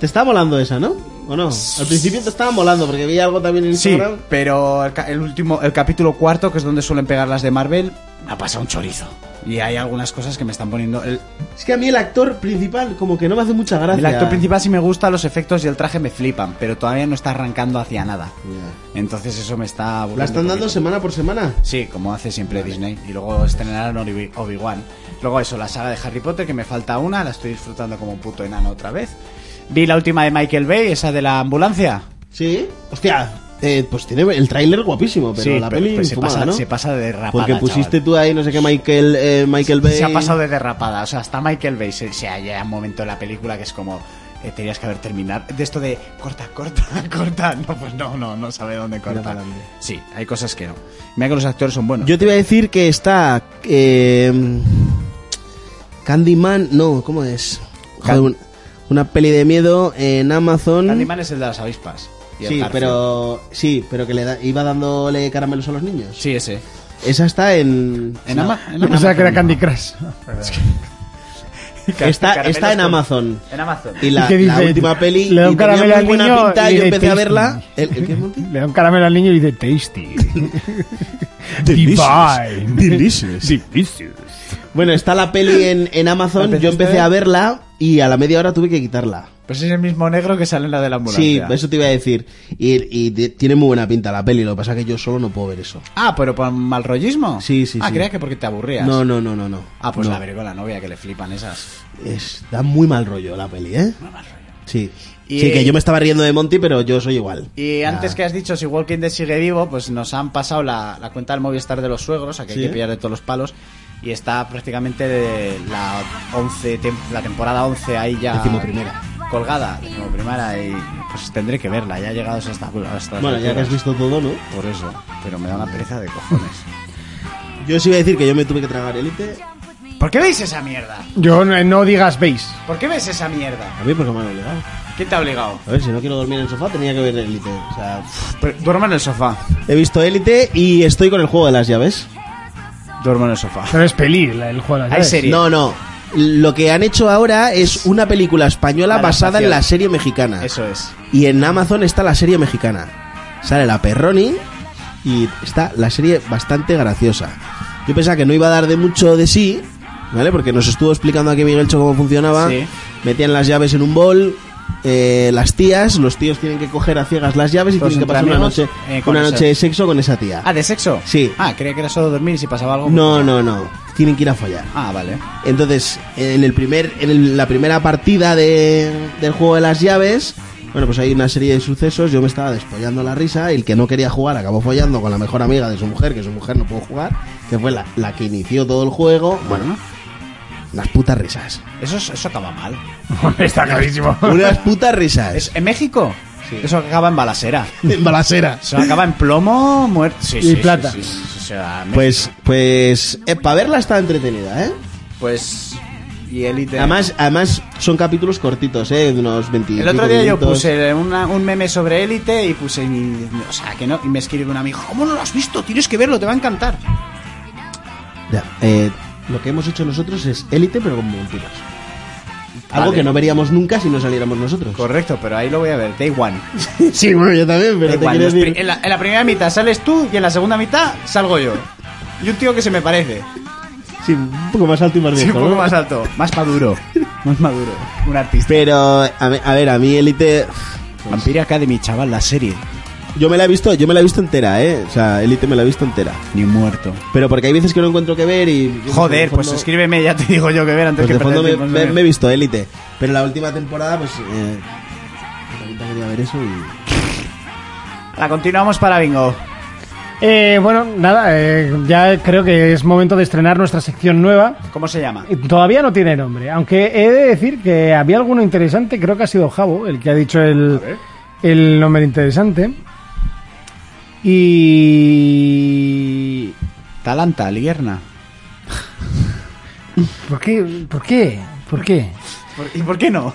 Speaker 5: Te está molando esa, ¿no? ¿O no? Al principio te estaba molando porque vi algo también en
Speaker 6: Sí,
Speaker 5: Instagram.
Speaker 6: pero el, ca- el último, el capítulo cuarto, que es donde suelen pegar las de Marvel, me ha pasado un chorizo. Y hay algunas cosas que me están poniendo. El,
Speaker 5: Es que a mí el actor principal como que no me hace mucha gracia.
Speaker 6: el actor principal sí me gusta, los efectos y el traje me flipan, pero todavía no está arrancando hacia nada.
Speaker 5: Ya.
Speaker 6: Entonces eso me está... aburriendo
Speaker 5: La están
Speaker 6: un
Speaker 5: dando
Speaker 6: poquito.
Speaker 5: semana por semana.
Speaker 6: Sí, como hace siempre Disney. Y luego estrenarán Obi- Obi-Wan. Luego eso, la saga de Harry Potter, que me falta una, la estoy disfrutando como un puto enano otra vez. Vi la última de Michael Bay, esa de la ambulancia.
Speaker 5: Sí. Hostia. eh, pues tiene el tráiler guapísimo, pero
Speaker 6: sí,
Speaker 5: la
Speaker 6: pero-
Speaker 5: peli
Speaker 6: pero se,
Speaker 5: infumada,
Speaker 6: pasa,
Speaker 5: ¿no?
Speaker 6: se pasa de derrapada.
Speaker 5: Porque
Speaker 6: chaval.
Speaker 5: pusiste tú ahí, no sé qué, Michael, eh, Michael Bay.
Speaker 6: Se ha pasado de derrapada. O sea, hasta Michael Bay se, se halla un momento en la película que es como. eh, tenías que haber terminado. De esto de corta, corta, corta. No, pues no, no, no sabe dónde cortar.
Speaker 5: para adelante.
Speaker 6: Sí, hay cosas que no. Mira que los actores son buenos.
Speaker 5: Yo te iba a decir que está. Eh, Candyman. No, ¿cómo es? Joder,
Speaker 6: Can-
Speaker 5: un- una peli de miedo en Amazon.
Speaker 6: El animal es el de las avispas. y el
Speaker 5: Mm. Sí,
Speaker 6: Garfield.
Speaker 5: pero. Sí, pero que le da- iba dándole caramelos a los niños.
Speaker 6: Sí, ese.
Speaker 5: Esa está en.
Speaker 6: En, Ama- en
Speaker 7: O sea, que era
Speaker 6: Amazon.
Speaker 7: Candy Crush.
Speaker 5: Está,
Speaker 6: Caramelos
Speaker 5: está en
Speaker 6: con-
Speaker 5: Amazon.
Speaker 6: En Amazon.
Speaker 5: Y la,
Speaker 7: ¿Y qué
Speaker 5: la
Speaker 7: dice?
Speaker 5: última peli.
Speaker 7: Le da
Speaker 5: y
Speaker 7: un
Speaker 5: tenía
Speaker 7: caramelo
Speaker 5: muy
Speaker 7: al
Speaker 5: buena
Speaker 7: niño
Speaker 5: pinta.
Speaker 7: y
Speaker 5: Yo
Speaker 7: le
Speaker 5: empecé a
Speaker 7: tasty.
Speaker 5: verla. ¿El, el qué, Monty?
Speaker 7: Le da un caramelo al niño y dice tasty. Divine.
Speaker 5: Delicious. Bueno, está la peli en, en Amazon.
Speaker 6: ¿La
Speaker 5: Yo
Speaker 6: empezaste
Speaker 5: empecé
Speaker 6: a
Speaker 5: a verla y a la media hora tuve que quitarla.
Speaker 6: Pues es el mismo negro que sale en la de la
Speaker 5: Sí, pues
Speaker 6: ambulancia.
Speaker 5: eso te iba a decir. Y, y t- tiene muy buena pinta la peli. Lo que pasa es que yo solo no puedo ver eso.
Speaker 6: Ah, pero por mal rollismo.
Speaker 5: Sí, sí,
Speaker 6: Ah,
Speaker 5: sí.
Speaker 6: creía que porque te aburrías.
Speaker 5: No, no, no, no, no.
Speaker 6: Ah, pues
Speaker 5: No.
Speaker 6: la veré con la novia, que le flipan esas.
Speaker 5: Es- da muy mal rollo la peli, ¿eh?
Speaker 6: Mal rollo.
Speaker 5: Sí.
Speaker 6: Y-
Speaker 5: sí, que yo me estaba riendo de Monty, pero yo soy igual.
Speaker 6: Y antes que has dicho si Walking Dead sigue vivo, pues nos han pasado la, la cuenta del Movistar de los suegros, a que
Speaker 5: Sí.
Speaker 6: hay que pillar de todos los palos. Y está prácticamente de la 11, tem- la temporada 11 ahí ya.
Speaker 5: Decimoprimera.
Speaker 6: colgada como primera y pues tendré que verla. Ya llegados hasta, hasta
Speaker 5: Bueno, ya que has visto todo, ¿no?
Speaker 6: por eso, pero me da una pereza de cojones.
Speaker 5: Yo os iba a decir que yo me tuve que tragar Elite.
Speaker 6: ¿Por qué veis esa mierda?
Speaker 3: Yo no, no digas veis.
Speaker 6: ¿Por qué ves esa mierda?
Speaker 5: A mí porque me han obligado.
Speaker 6: ¿Quién te ha obligado?
Speaker 5: A ver, si no quiero dormir en el sofá, tenía que ver Elite. O sea,
Speaker 6: duermo en el sofá.
Speaker 5: he visto Elite y estoy con el juego de las llaves.
Speaker 6: Duermo en el sofá.
Speaker 3: Pero es peli la- el juego de las
Speaker 6: Hay
Speaker 3: llaves.
Speaker 6: serie.
Speaker 5: No, no. Lo que han hecho ahora es una película española
Speaker 6: La
Speaker 5: basada en la
Speaker 6: adaptación.
Speaker 5: serie mexicana.
Speaker 6: Eso es.
Speaker 5: Y en Amazon está la serie mexicana. Sale la Perroni y está la serie bastante graciosa. Yo pensaba que no iba a dar de mucho de sí, ¿vale? Porque nos estuvo explicando aquí Miguelcho cómo funcionaba.
Speaker 6: Sí.
Speaker 5: Metían las llaves en un bol. eh, las tías, los tíos tienen que coger a ciegas las llaves y
Speaker 6: Todos
Speaker 5: tienen que
Speaker 6: entre
Speaker 5: pasar una
Speaker 6: amigos,
Speaker 5: noche,
Speaker 6: eh, con
Speaker 5: una
Speaker 6: esas.
Speaker 5: noche de sexo con esa tía.
Speaker 6: Ah, ¿de sexo?
Speaker 5: Sí.
Speaker 6: Ah, creía que era solo dormir y si pasaba algo. pues-
Speaker 5: No, no, no. Tienen que ir a follar.
Speaker 6: Ah, vale.
Speaker 5: Entonces, en el primer, en el- la primera partida de- del juego de las llaves, bueno, pues hay una serie de sucesos. Yo me estaba despollando la risa y el que no quería jugar acabó follando con la mejor amiga de su mujer, que su mujer no pudo jugar, que fue la, la que inició todo el juego. Bueno, unas putas risas.
Speaker 6: Eso, es- eso acaba mal.
Speaker 3: Está clarísimo.
Speaker 5: Unas putas risas.
Speaker 6: Es- ¿En México? Eso acaba en balacera.
Speaker 5: En balacera.
Speaker 6: Eso acaba en plomo, muerto. Sí,
Speaker 3: Y
Speaker 6: sí, sí,
Speaker 3: plata.
Speaker 6: sí, sí, sí, o sea, me-
Speaker 5: Pues, pues, para verla está entretenida, ¿eh?
Speaker 6: pues. Y élite.
Speaker 5: Además, además son capítulos cortitos, ¿eh? De unos 20 y
Speaker 6: El otro
Speaker 5: pico
Speaker 6: día yo
Speaker 5: minutos.
Speaker 6: puse una- un meme sobre élite y puse mi- O sea, que no. Y me escribe un amigo: ¿Cómo no lo has visto? Tienes que verlo, te va a encantar.
Speaker 5: Ya, eh, lo que hemos hecho nosotros es élite, pero con mentiras. Algo
Speaker 6: Vale.
Speaker 5: que no veríamos nunca si no saliéramos nosotros.
Speaker 6: Correcto, pero ahí lo voy a ver. Day one.
Speaker 5: sí, bueno, yo también,
Speaker 6: Da
Speaker 5: pero te
Speaker 6: igual,
Speaker 5: quiero
Speaker 6: los
Speaker 5: decir.
Speaker 6: pri- en, la, en la primera mitad sales tú y en la segunda mitad salgo yo. Y un tío que se me parece.
Speaker 5: Sí, un poco más alto y más
Speaker 6: Sí,
Speaker 5: viejo.
Speaker 6: un poco
Speaker 5: ¿no?
Speaker 6: más alto. Más maduro. Más maduro. Un artista.
Speaker 5: Pero, a, ve- a ver, a mí élite.
Speaker 6: Vampire Academy, chaval, la serie.
Speaker 5: Yo me la he visto, yo me la he visto entera, eh. O sea, élite me la he visto entera.
Speaker 6: Ni muerto.
Speaker 5: Pero porque hay veces que no encuentro que ver y.
Speaker 6: Joder,
Speaker 5: en el
Speaker 6: pues
Speaker 5: fondo-
Speaker 6: escríbeme, ya te digo yo que ver antes
Speaker 5: pues de
Speaker 6: que perder
Speaker 5: fondo me,
Speaker 6: tiempo en
Speaker 5: me-
Speaker 6: ver.
Speaker 5: me he visto élite. Pero la última temporada, pues. Eh, la puta quería ver eso y.
Speaker 6: La continuamos para bingo.
Speaker 3: Eh, bueno, nada, eh, ya creo que es momento de estrenar nuestra sección nueva.
Speaker 6: ¿Cómo se llama?
Speaker 3: Todavía no tiene nombre, aunque he de decir que había alguno interesante, creo que ha sido Javo el que ha dicho el, el nombre interesante. Y...
Speaker 6: Talanta, Lierna.
Speaker 3: ¿Por qué? ¿Por qué? ¿Por qué?
Speaker 6: ¿Por- ¿Y por qué no?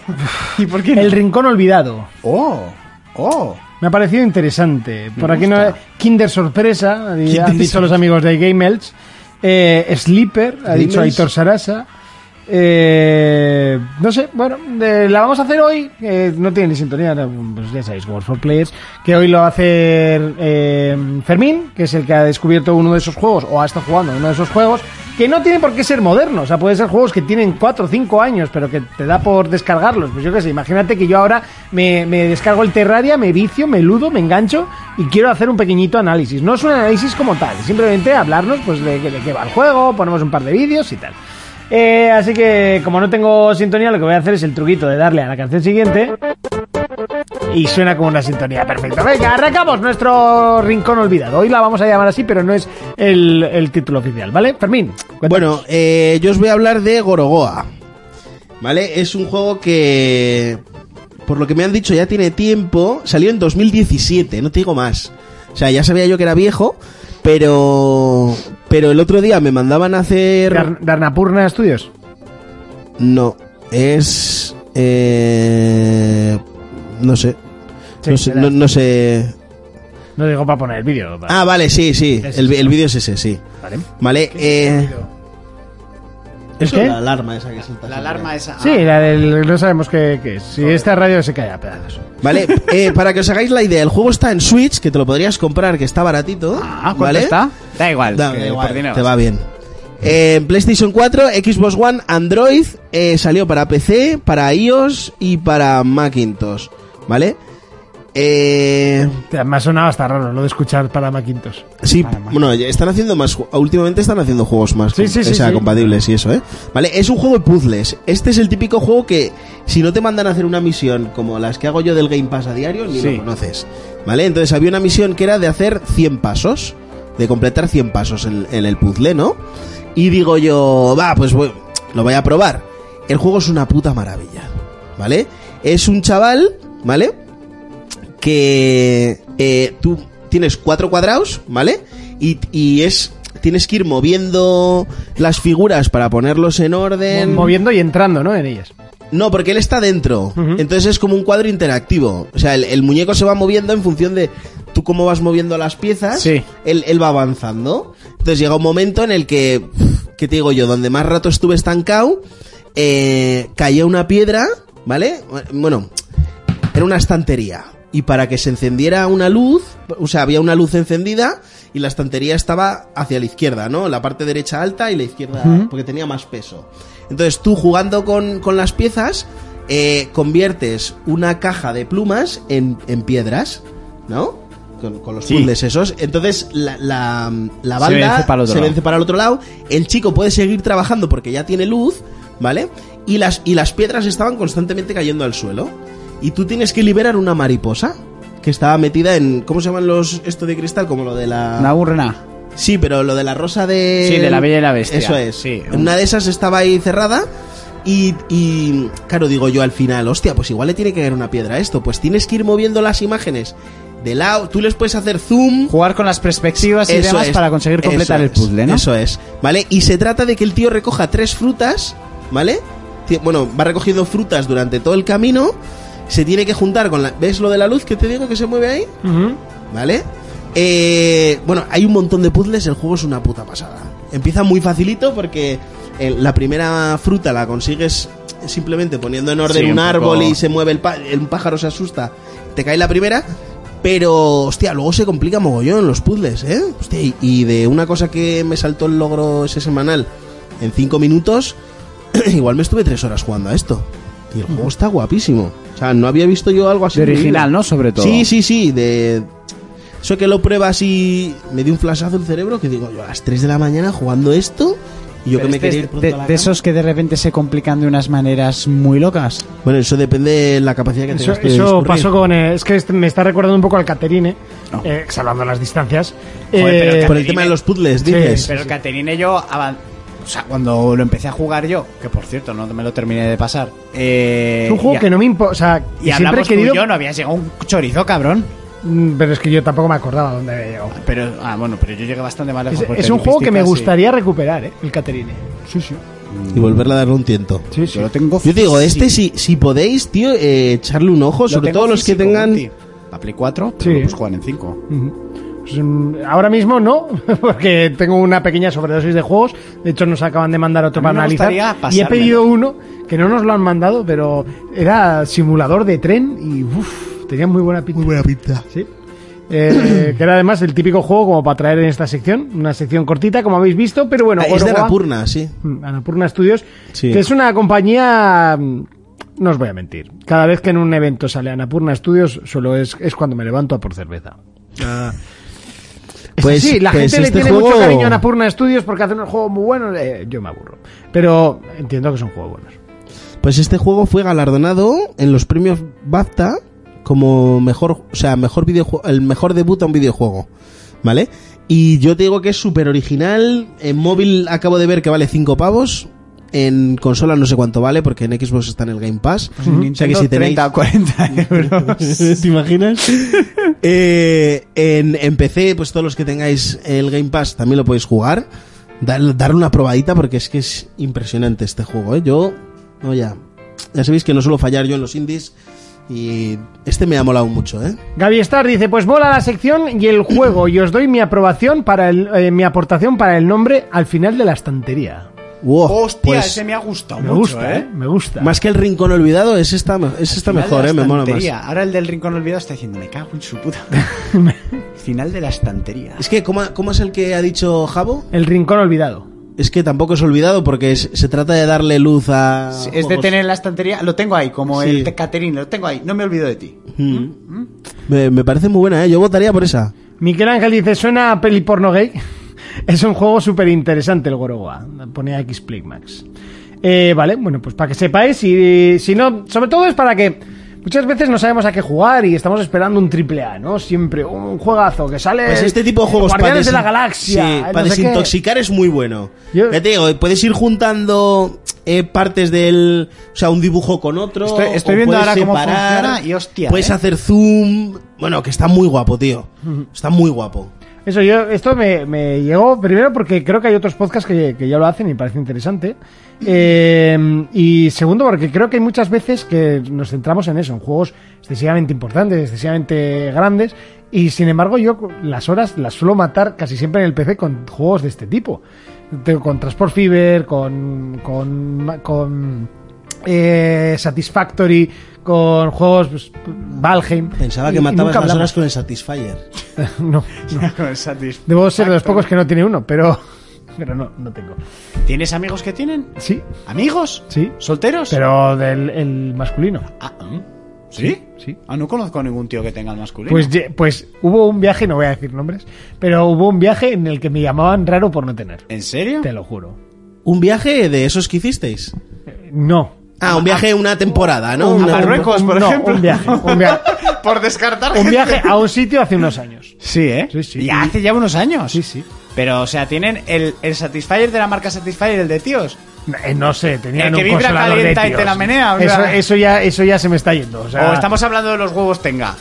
Speaker 6: ¿Y por qué no?
Speaker 3: El Rincón Olvidado.
Speaker 6: Oh, oh.
Speaker 3: Me ha parecido interesante. Por aquí no...
Speaker 6: gusta.
Speaker 3: Kinder Sorpresa,
Speaker 6: Kinder
Speaker 3: han dicho los amigos de Game Elch. Eh, Sleeper, ha dicho
Speaker 5: Elch.
Speaker 3: Aitor Sarasa. Eh, no sé, bueno, eh, la vamos a hacer hoy. eh, no tiene ni sintonía, no, pues ya sabéis, World for Players. Que hoy lo va a hacer eh, Fermín, que es el que ha descubierto uno de esos juegos, o ha estado jugando uno de esos juegos, que no tienen por qué ser modernos. O sea, pueden ser juegos que tienen 4 o 5 años, pero que te da por descargarlos. Pues yo qué sé, imagínate que yo ahora me, me descargo el Terraria, me vicio, me ludo, me engancho y quiero hacer un pequeñito análisis. No es un análisis como tal, simplemente hablarnos pues de, de qué va el juego, ponemos un par de vídeos y tal. Eh, así que como no tengo sintonía, lo que voy a hacer es el truquito de darle a la canción siguiente. Y suena como una sintonía perfecta. Venga, arrancamos nuestro rincón olvidado. Hoy la vamos a llamar así, pero no es el, el título oficial, ¿vale? Fermín. cuéntanos.
Speaker 5: Bueno, eh, yo os voy a hablar de Gorogoa. ¿Vale? Es un juego que, por lo que me han dicho, ya tiene tiempo. Salió en 2017, no te digo más. O sea, ya sabía yo que era viejo, pero... Pero el otro día me mandaban a
Speaker 3: ¿De
Speaker 5: hacer...
Speaker 3: Ar- de Arnapurna Studios.
Speaker 5: No, es... eh, No sé.
Speaker 3: Sí,
Speaker 5: no, sé
Speaker 3: verás.
Speaker 5: no- no sé...
Speaker 3: No digo para poner el vídeo. para-
Speaker 5: Ah, vale, sí, sí. El, vi- el vídeo es ese, sí.
Speaker 3: Vale.
Speaker 5: Vale, eh...
Speaker 3: ¿Es
Speaker 5: Eso,
Speaker 3: qué?
Speaker 5: La Ah. alarma esa que salta
Speaker 6: La
Speaker 5: siempre.
Speaker 6: alarma esa.
Speaker 3: Sí, la del, no sabemos qué, qué es. Si esta radio se cae a pedazos.
Speaker 5: Vale, eh, para que os hagáis la idea, el juego está en Switch, que te lo podrías comprar, que está baratito.
Speaker 6: Ah, ¿cuánto
Speaker 5: ¿vale?
Speaker 6: está? Da igual.
Speaker 5: Da-
Speaker 6: que
Speaker 5: da
Speaker 6: por
Speaker 5: igual,
Speaker 6: dinero
Speaker 5: te
Speaker 6: vas.
Speaker 5: va bien. Eh, En PlayStation 4, Xbox One, Android, eh, salió para PC, para iOS y para Macintosh, ¿vale? Eh,
Speaker 3: Te- Me ha sonado hasta raro lo de escuchar para Macintosh.
Speaker 5: sí,
Speaker 6: Para Mac.
Speaker 5: bueno, ya están haciendo más, ju- últimamente están haciendo juegos más
Speaker 3: Sí,
Speaker 5: com-
Speaker 3: sí, sí,
Speaker 5: o sea,
Speaker 3: sí.
Speaker 5: compatibles y eso, ¿eh? Vale, es un juego de puzzles. Este es el típico juego que si no te mandan a hacer una misión como las que hago yo del Game Pass a diario, ni
Speaker 6: Sí.
Speaker 5: lo conoces. Vale, entonces había una misión que era de hacer 100 pasos, de completar 100 pasos en, en el puzzle, ¿no? Y digo yo, va, pues voy- lo voy a probar. El juego es una puta maravilla, ¿vale? Es un chaval, ¿vale? Que eh, tú tienes cuatro cuadrados, ¿vale? Y, y es... Tienes que ir moviendo las figuras para ponerlos en orden.
Speaker 3: Moviendo y entrando, ¿no? En ellas.
Speaker 5: No, porque él está dentro. Entonces es como un cuadro interactivo. O sea, el, el muñeco se va moviendo en función de tú cómo vas moviendo las piezas.
Speaker 3: Sí.
Speaker 5: Él, él va avanzando. Entonces llega un momento en el que, ¿qué te digo yo? Donde más rato estuve estancado, eh, caía una piedra, ¿vale? Bueno, era una estantería. Y para que se encendiera una luz, o sea, había una luz encendida y la estantería estaba hacia la izquierda, ¿no? La parte derecha alta y la izquierda, porque tenía más peso. Entonces tú jugando con, con las piezas, eh, conviertes una caja de plumas en, en piedras, ¿no? Con, con los puzzles esos. Entonces la, la, la banda
Speaker 2: vence para el otro
Speaker 5: se
Speaker 2: lado.
Speaker 5: vence este para el otro lado. El chico puede seguir trabajando porque ya tiene luz, ¿vale? Y las, y las piedras estaban constantemente cayendo al suelo. Y tú tienes que liberar una mariposa que estaba metida en. ¿Cómo se llaman los esto de cristal? Como lo de la.
Speaker 2: Una urna.
Speaker 5: Sí, pero lo de la rosa de.
Speaker 2: Sí, de la Bella y la Bestia.
Speaker 5: Eso es.
Speaker 2: Sí.
Speaker 5: Una de esas estaba ahí cerrada. Y, y, claro, digo yo al final, hostia, pues igual le tiene que caer una piedra a esto. Pues tienes que ir moviendo las imágenes de lado. Tú les puedes hacer zoom.
Speaker 2: Jugar con las perspectivas y
Speaker 5: Eso
Speaker 2: demás
Speaker 5: es,
Speaker 2: para conseguir
Speaker 5: eso
Speaker 2: completar el
Speaker 5: es,
Speaker 2: puzzle, ¿no?
Speaker 5: Eso es, ¿vale? Y se trata de que el tío recoja tres frutas, ¿vale? Ti- Bueno, va recogiendo frutas durante todo el camino. Se tiene que juntar con la. ¿Ves lo de la luz que te digo que se mueve ahí? ¿Vale? Eh, bueno, hay un montón de puzzles, el juego es una puta pasada. Empieza muy facilito porque eh, la primera fruta la consigues simplemente poniendo en orden
Speaker 2: Sí,
Speaker 5: un,
Speaker 2: un poco-
Speaker 5: árbol y se mueve el, pa- el pájaro, se asusta, te cae la primera. Pero, hostia, luego se complica mogollón los puzzles, ¿eh? Hostia, y- y de una cosa que me saltó el logro ese semanal en cinco minutos, igual me estuve tres horas jugando a esto. Y el juego está guapísimo. O sea, no había visto yo algo así.
Speaker 2: De
Speaker 5: en mi vida.
Speaker 2: original, ¿no? Sobre todo.
Speaker 5: Sí, sí, sí, de... Eso que lo pruebas y me dio un flashazo el cerebro que digo, yo a las 3 de la mañana jugando esto y yo que
Speaker 3: este
Speaker 5: me quería ir pronto
Speaker 2: de,
Speaker 5: a la
Speaker 2: de
Speaker 5: cama.
Speaker 2: esos que de repente se complican de unas maneras muy locas.
Speaker 5: Bueno, eso depende de la capacidad que
Speaker 3: Eso,
Speaker 5: tengas tú de
Speaker 3: eso
Speaker 5: discurrir.
Speaker 3: pasó con. eh, es que este- me está recordando un poco al Caterine, eh, salvando las distancias.
Speaker 6: Joder, pero
Speaker 3: Eh,
Speaker 5: Por el tema de los puzzles,
Speaker 3: Sí,
Speaker 5: dices.
Speaker 6: Pero Caterine yo, avan- o sea, cuando lo empecé a jugar yo, que por cierto no me lo terminé de pasar. eh,
Speaker 3: es un juego
Speaker 6: y a-
Speaker 3: que no me importa. O sea,
Speaker 6: Y
Speaker 3: siempre he
Speaker 6: hablamos
Speaker 3: querido.
Speaker 6: tú y yo, no había llegado un chorizo, cabrón.
Speaker 3: Mm, Pero es que yo tampoco me acordaba dónde había llegado.
Speaker 6: Pero, ah, bueno, pero yo llegué bastante mal.
Speaker 3: Es, es un juego que me gustaría recuperar, ¿eh? El Caterine. Sí, sí.
Speaker 5: Y volverle a darle un tiento.
Speaker 3: Sí, sí.
Speaker 6: Yo lo tengo
Speaker 5: Yo te digo,
Speaker 6: físico,
Speaker 5: este si, si podéis, tío, eh, echarle un ojo,
Speaker 6: lo
Speaker 5: sobre
Speaker 6: tengo
Speaker 5: todo los que
Speaker 6: físico,
Speaker 5: tengan...
Speaker 6: Monty. La Play 4,
Speaker 3: Sí.
Speaker 6: pero lo puedes jugar en 5.
Speaker 3: Pues, mm, ahora mismo no, porque tengo una pequeña sobredosis de juegos. De hecho, nos acaban de mandar otro
Speaker 6: A mí
Speaker 3: para
Speaker 6: me
Speaker 3: analizar.
Speaker 6: gustaría
Speaker 3: Y he
Speaker 6: pasármelo.
Speaker 3: pedido uno que no nos lo han mandado, pero era simulador de tren y uff, tenía muy buena pinta. Muy buena pinta. Sí. Eh, que era además el típico juego como para traer en esta sección, una sección cortita, como habéis visto, pero bueno,
Speaker 5: Ah, es de
Speaker 3: Orowa-
Speaker 5: Napurna, sí.
Speaker 3: Mm, Annapurna Studios,
Speaker 5: Sí.
Speaker 3: que es una compañía, mm, no os voy a mentir, cada vez que en un evento sale Annapurna Studios, solo es, es cuando me levanto a por cerveza.
Speaker 5: Pues,
Speaker 3: Ah. sí, la
Speaker 5: pues
Speaker 3: gente le
Speaker 5: este
Speaker 3: tiene mucho
Speaker 5: juego-
Speaker 3: cariño a Napurna Studios porque hacen unos juegos muy buenos. eh, yo me aburro. Pero entiendo que son juegos buenos.
Speaker 5: Pues este juego fue galardonado en los premios BAFTA como mejor, o sea, mejor videojuego, el mejor debut a un videojuego, ¿vale? Y yo te digo que es súper original, en móvil acabo de ver que vale 5 pavos, en consola no sé cuánto vale porque en Xbox está en el Game Pass.
Speaker 6: Pues
Speaker 5: o sea que si tenéis
Speaker 6: 30 o 40 euros.
Speaker 5: ¿Te imaginas? Eh, en, en PC, pues todos los que tengáis el Game Pass también lo podéis jugar. Dar, darle una probadita porque es que es impresionante este juego, ¿eh? Yo, no, ya. Ya sabéis que no suelo fallar yo en los indies. Y este me ha molado mucho, ¿eh?
Speaker 3: Gaby Star dice: Pues mola la sección y el juego. Y os doy mi aprobación para el, eh, mi aportación para el nombre al final de la estantería.
Speaker 5: Wow,
Speaker 6: Hostia,
Speaker 5: pues,
Speaker 6: ese me ha gustado
Speaker 3: Me
Speaker 6: mucho,
Speaker 3: gusta,
Speaker 6: ¿eh?
Speaker 3: ¿eh? Me gusta.
Speaker 5: Más que el rincón olvidado, es esta, es esta
Speaker 6: Final
Speaker 5: mejor,
Speaker 6: de
Speaker 5: ¿eh?
Speaker 6: la
Speaker 5: Me mola más.
Speaker 6: estantería. Ahora el del rincón olvidado está diciendo, me cago en su puta. Final de la estantería.
Speaker 5: Es que, ¿cómo, cómo es el que ha dicho Jabo?
Speaker 3: El rincón olvidado.
Speaker 5: Es que tampoco es olvidado porque es- se trata de darle luz a.
Speaker 6: Sí, Es de
Speaker 5: juegos.
Speaker 6: tener en la estantería, lo tengo ahí, como
Speaker 5: Sí.
Speaker 6: el de Caterine, lo tengo ahí, no me olvido de ti.
Speaker 5: Mm. Me, me parece muy buena, ¿eh? Yo votaría por esa.
Speaker 3: Miquel Ángel dice: Suena a peli porno gay. es un juego súper interesante el Gorowa. Pone X Max. Eh, vale, bueno, pues para que sepáis. Y si no, sobre todo es para que. Muchas veces no sabemos a qué jugar y estamos esperando un triple A, ¿no? Siempre un juegazo que sale.
Speaker 5: Pues este tipo de
Speaker 3: el
Speaker 5: juegos para,
Speaker 3: Eh, Guardianes de la
Speaker 5: desin-
Speaker 3: Galaxia.
Speaker 5: Sí,
Speaker 3: el
Speaker 5: para
Speaker 3: no sé qué.
Speaker 5: desintoxicar es muy bueno.
Speaker 3: Yo-
Speaker 5: Ya te digo, puedes ir juntando eh, partes del. O sea, un dibujo con otro.
Speaker 6: Estoy- estoy
Speaker 5: o
Speaker 6: viendo
Speaker 5: puedes
Speaker 6: ahora cómo
Speaker 5: separar,
Speaker 6: funciona y hostia,
Speaker 5: Puedes
Speaker 6: ¿eh?
Speaker 5: hacer zoom. Bueno, que está muy guapo, tío. Está muy guapo.
Speaker 3: Eso yo, esto me, me llegó primero porque creo que hay otros podcasts que, que ya lo hacen y parece interesante. Eh, y segundo, porque creo que hay muchas veces que nos centramos en eso, en juegos excesivamente importantes, excesivamente grandes. Y sin embargo, yo las horas las suelo matar casi siempre en el PC con juegos de este tipo. Te- Con Transport Fever, con. con. con. eh, Satisfactory, con juegos. pues, Valheim.
Speaker 5: Pensaba
Speaker 3: Y-
Speaker 5: que
Speaker 3: y
Speaker 5: matabas
Speaker 3: nunca
Speaker 5: las
Speaker 3: hablamos.
Speaker 5: horas con el Satisfyer.
Speaker 3: No.
Speaker 6: Con el Satis-
Speaker 3: Debo ser de los pocos que no tiene uno, pero. Pero no, no tengo.
Speaker 6: ¿Tienes amigos que tienen?
Speaker 3: Sí,
Speaker 6: ¿Amigos?
Speaker 3: Sí.
Speaker 6: ¿Solteros?
Speaker 3: pero del el masculino.
Speaker 6: Ah, ¿mm? ¿Sí?
Speaker 3: Sí.
Speaker 6: Ah, no conozco a ningún tío que tenga el masculino.
Speaker 3: Pues, ye- pues hubo un viaje, no voy a decir nombres, pero hubo un viaje en el que me llamaban raro por no tener.
Speaker 6: ¿En serio?
Speaker 3: Te lo juro.
Speaker 5: ¿Un viaje de esos que hicisteis?
Speaker 3: Eh, No.
Speaker 5: Ah, un viaje una temporada, ¿no?
Speaker 6: A
Speaker 5: Una-
Speaker 6: Marruecos, por
Speaker 3: no,
Speaker 6: ejemplo.
Speaker 3: Un viaje, un, via-
Speaker 6: Por descartar
Speaker 3: un
Speaker 6: gente.
Speaker 3: viaje a un sitio hace unos años.
Speaker 6: Sí, ¿eh?
Speaker 3: Sí, sí.
Speaker 6: Y hace ya unos años.
Speaker 3: Sí, sí.
Speaker 6: Pero, o sea, tienen el, el Satisfyer de la marca Satisfyer, el de tíos.
Speaker 3: No, eh, no sé, tenían
Speaker 6: El que
Speaker 3: un
Speaker 6: vibra,
Speaker 3: consolador de
Speaker 6: calienta y te
Speaker 3: tíos.
Speaker 6: la menea, o sea.
Speaker 3: Eso, eso ya, eso ya se me está yendo. O, sea,
Speaker 6: o estamos hablando de los huevos tenga.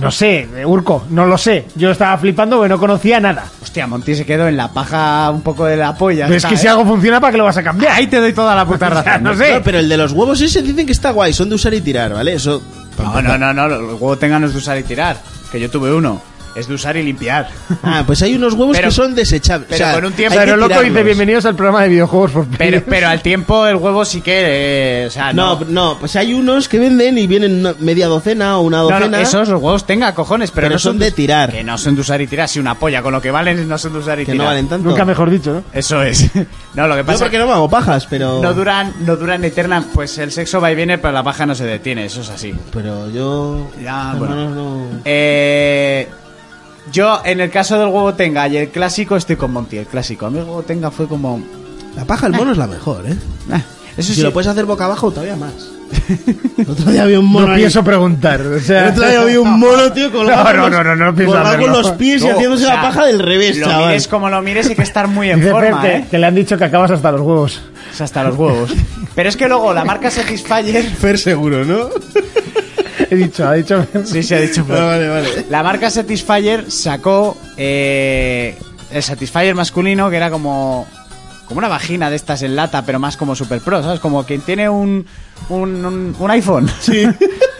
Speaker 3: No sé, eh, Urco, no lo sé. Yo estaba flipando que no conocía nada.
Speaker 6: Hostia, Monty se quedó en la paja un poco de la polla.
Speaker 3: Pero es
Speaker 6: está,
Speaker 3: que si
Speaker 6: ¿eh?
Speaker 3: algo funciona, ¿para qué lo vas a cambiar? Ahí te doy toda la puta razón. no sé.
Speaker 5: No, pero el de los huevos ese dicen que está guay, son de usar y tirar, ¿vale? Eso.
Speaker 3: Ah,
Speaker 6: No, no, no, no, el huevo tenga no es de usar y tirar. Que yo tuve uno. Es de usar y limpiar.
Speaker 5: Ah, pues hay unos huevos
Speaker 6: Pero-
Speaker 5: que son desechables.
Speaker 6: pero
Speaker 5: o sea,
Speaker 6: con un tiempo-
Speaker 5: hay que
Speaker 3: Pero loco dice
Speaker 5: tirarlos.
Speaker 3: bienvenidos al programa de videojuegos por
Speaker 6: Pero,
Speaker 3: Play".
Speaker 6: pero al tiempo el huevo sí que... eh, o sea,
Speaker 5: No, no, pues hay unos que venden y vienen una- media docena o una
Speaker 6: No,
Speaker 5: docena.
Speaker 6: no, esos los huevos tenga, cojones, pero,
Speaker 5: Pero
Speaker 6: no
Speaker 5: son de tirar.
Speaker 6: Que no son de usar y tirar, si una polla con lo que valen no son de usar y
Speaker 5: que
Speaker 6: tirar.
Speaker 5: no valen tanto.
Speaker 3: nunca mejor dicho, ¿no?
Speaker 6: Eso es. No, lo que
Speaker 5: Yo
Speaker 6: pasa
Speaker 5: porque
Speaker 6: es
Speaker 5: no me hago pajas, pero.
Speaker 6: que no duran, no duran eterna, pues el sexo va y viene, pero la paja no se detiene, eso es así.
Speaker 5: Pero yo.
Speaker 6: Ya,
Speaker 5: no,
Speaker 6: bueno.
Speaker 5: no, no.
Speaker 6: Eh, yo en el caso del huevo tenga y el clásico estoy con Monty, el clásico. A mí el huevo tenga fue como...
Speaker 5: La paja al mono es la mejor, ¿eh?
Speaker 6: ah, eso
Speaker 5: Si
Speaker 6: sí,
Speaker 5: lo puedes hacer boca abajo, todavía más. El otro día había un mono.
Speaker 3: No
Speaker 5: ahí.
Speaker 3: pienso preguntar. O
Speaker 5: El
Speaker 3: sea,
Speaker 5: otro día había un mono, tío, colgado.
Speaker 3: No, no,
Speaker 5: con los-
Speaker 3: no, no, no pienso
Speaker 5: colgado con
Speaker 3: hacerlo.
Speaker 5: los pies y
Speaker 6: no,
Speaker 5: haciéndose
Speaker 6: o sea,
Speaker 5: la paja del revés,
Speaker 6: Lo
Speaker 5: chaval.
Speaker 6: mires como lo mires hay que estar muy en
Speaker 3: dice
Speaker 6: forma,
Speaker 3: Fer que,
Speaker 6: ¿eh?
Speaker 3: que le han dicho que acabas hasta los huevos.
Speaker 6: O sea, hasta los huevos. Pero es que luego la marca Satisfyer...
Speaker 5: Fer seguro, ¿no?
Speaker 3: He dicho, ha dicho.
Speaker 6: Sí, se ha dicho.
Speaker 5: Ah, vale, vale.
Speaker 6: La marca Satisfyer sacó eh, el Satisfyer masculino, que era como, como una vagina de estas en lata, pero más como Super Pro, ¿sabes? Como quien tiene un, un, un- un iPhone. Sí.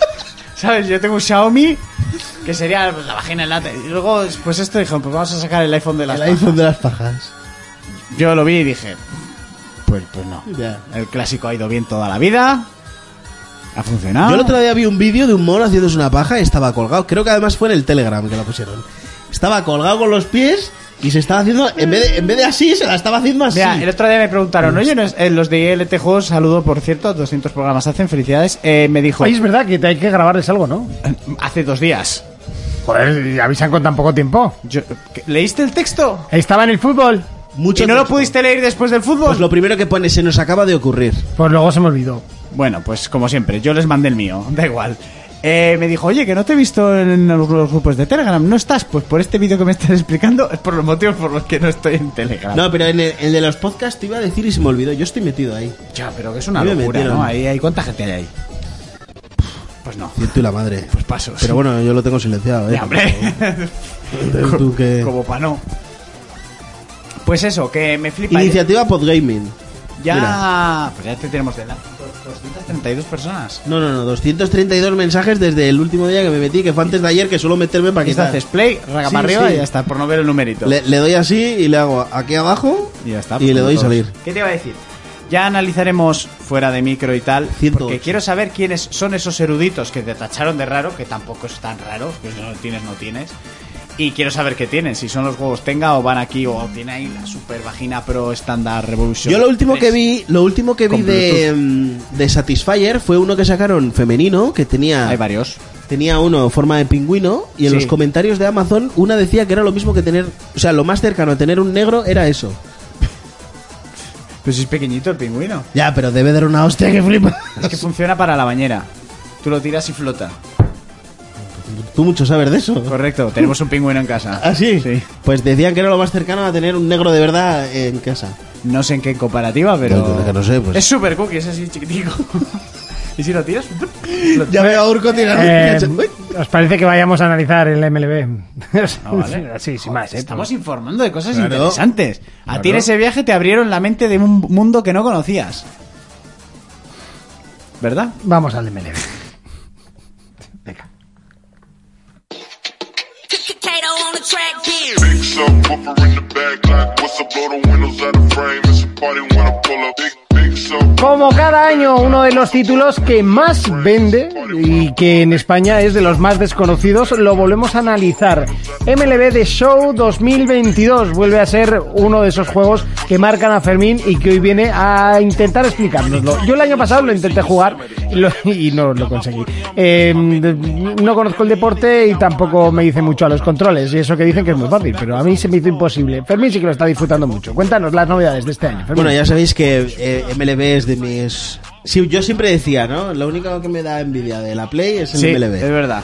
Speaker 6: ¿Sabes? Yo tengo un Xiaomi, que sería pues, la vagina en lata. Y luego, pues esto dijeron, pues vamos a sacar el iPhone de
Speaker 5: El
Speaker 6: las pajas.
Speaker 5: iPhone de las pajas.
Speaker 6: Yo lo vi y dije, pues, pues no.
Speaker 5: Ya.
Speaker 6: El clásico ha ido bien toda la vida. Ha funcionado.
Speaker 5: Yo el otro día vi un vídeo de un mono haciéndose una paja y estaba colgado. Creo que además fue en el Telegram que la pusieron. Estaba colgado con los pies y se estaba haciendo, en vez de, en vez de así, se la estaba haciendo así.
Speaker 6: Mira, el otro día me
Speaker 5: Mm.
Speaker 6: preguntaron, oye, no es- eh, los de ILT Juegos, saludo por cierto, 200 programas hacen, felicidades. Eh, me dijo, "Eh,
Speaker 3: Oye, es verdad que te hay que grabarles algo, ¿no?
Speaker 6: hace dos días.
Speaker 3: Joder, y avisan con tan poco tiempo.
Speaker 6: Yo- ¿qué- ¿Leíste el texto?
Speaker 3: Estaba en el fútbol.
Speaker 5: Mucho
Speaker 6: ¿Y no lo
Speaker 5: texto.
Speaker 6: pudiste leer después del fútbol?
Speaker 5: Pues lo primero que pone, se nos acaba de ocurrir.
Speaker 3: Pues luego se me olvidó.
Speaker 6: Bueno, pues como siempre, yo les mandé el mío, da igual. Eh, me dijo, oye, que no te he visto en los los grupos de Telegram, ¿no estás? Pues por este vídeo que me estás explicando, es por los motivos por los que no estoy en Telegram.
Speaker 5: No, pero en el, el de los podcasts te iba a decir y se me olvidó. Yo estoy metido ahí.
Speaker 6: ya, pero que es una
Speaker 5: A mí me
Speaker 6: locura,
Speaker 5: metieron.
Speaker 6: ¿no? Ahí hay, ¿cuánta gente hay ahí? Pues no,
Speaker 5: Y tú la madre.
Speaker 6: pues pasos.
Speaker 5: Pero bueno, yo lo tengo silenciado, ¿eh?
Speaker 6: Ya, hombre.
Speaker 5: Tú que-
Speaker 6: Como pa' no. Pues eso, que me flipa.
Speaker 5: Iniciativa Podgaming.
Speaker 6: ya.
Speaker 5: Mira.
Speaker 6: Pues ya te tenemos de la. 232 personas.
Speaker 5: No, no, no. 232 mensajes desde el último día que me metí, que fue antes de ayer, que suelo meterme para
Speaker 6: Aquí
Speaker 5: quitar.
Speaker 6: haces play, raga
Speaker 5: Sí,
Speaker 6: para arriba
Speaker 5: sí.
Speaker 6: y ya está, por no ver el numerito.
Speaker 5: Le, le doy así y le hago aquí abajo
Speaker 6: y ya está.
Speaker 5: y
Speaker 6: pues
Speaker 5: le
Speaker 6: como
Speaker 5: doy
Speaker 6: todos.
Speaker 5: salir.
Speaker 6: ¿Qué te iba a decir? Ya analizaremos fuera de micro y tal,
Speaker 5: 108.
Speaker 6: porque quiero saber quiénes son esos eruditos que te tacharon de raro, que tampoco es tan raro, que si no lo tienes, no tienes. Y quiero saber qué tienen, si son los huevos tenga o van aquí o tiene ahí la super vagina pro estándar revolution.
Speaker 5: Yo lo último que
Speaker 6: vi
Speaker 5: vi, lo último que vi
Speaker 6: Con
Speaker 5: de, mm, de Satisfyer fue uno que sacaron femenino, que
Speaker 6: Hay
Speaker 5: tenía,
Speaker 6: varios.
Speaker 5: tenía uno en forma de pingüino, y en
Speaker 6: Sí.
Speaker 5: los comentarios de Amazon una decía que era lo mismo que tener, o sea, lo más cercano a tener un negro era eso.
Speaker 6: Pues es pequeñito el pingüino.
Speaker 5: Ya, pero debe dar una hostia que flipa.
Speaker 6: Es que funciona para la bañera. Tú lo tiras y flota.
Speaker 5: Tú mucho sabes de eso.
Speaker 6: Correcto, tenemos un pingüino en casa.
Speaker 5: ¿Ah, sí?
Speaker 6: Sí.
Speaker 5: Pues decían que era lo más cercano a tener un negro de verdad en casa.
Speaker 6: No sé en qué comparativa, pero.
Speaker 5: No, que no sé, pues.
Speaker 6: Es super cookie, es así chiquitico. y si lo tiras. flota.
Speaker 5: Ya veo a Urco tirar.
Speaker 3: Eh, ¿Os parece que vayamos a analizar el MLB?
Speaker 6: Ah, vale.
Speaker 3: Sí, sin
Speaker 6: Joder,
Speaker 3: más. ¿eh?
Speaker 6: Estamos informando de cosas
Speaker 5: Claro.
Speaker 6: interesantes. A ti en ese viaje te abrieron la mente de un mundo que no conocías. ¿Verdad?
Speaker 3: Vamos al MLB.
Speaker 9: Potato on the track, yeah.
Speaker 10: Big subwoofer in the back, like what's up, blow the windows out of frame. It's a party when I pull up. Big, big sub.
Speaker 3: Como cada año, uno de los títulos que más vende y que en España es de los más desconocidos, lo volvemos a analizar. MLB The Show 2022 vuelve a ser uno de esos juegos que marcan a Fermín y que hoy viene a intentar explicárnoslo. Yo el año pasado lo intenté jugar y lo- y no lo conseguí. Eh, no conozco el deporte y tampoco me dice mucho a los controles y eso que dicen que es muy fácil, pero a mí se me hizo imposible. Fermín sí que lo está disfrutando mucho. Cuéntanos las novedades de este año. Fermín.
Speaker 5: Bueno, ya sabéis que eh, MLB es de mis. Sí, yo siempre decía, ¿no? Lo único que me da envidia de la Play es el
Speaker 6: Sí,
Speaker 5: MLB.
Speaker 6: es verdad.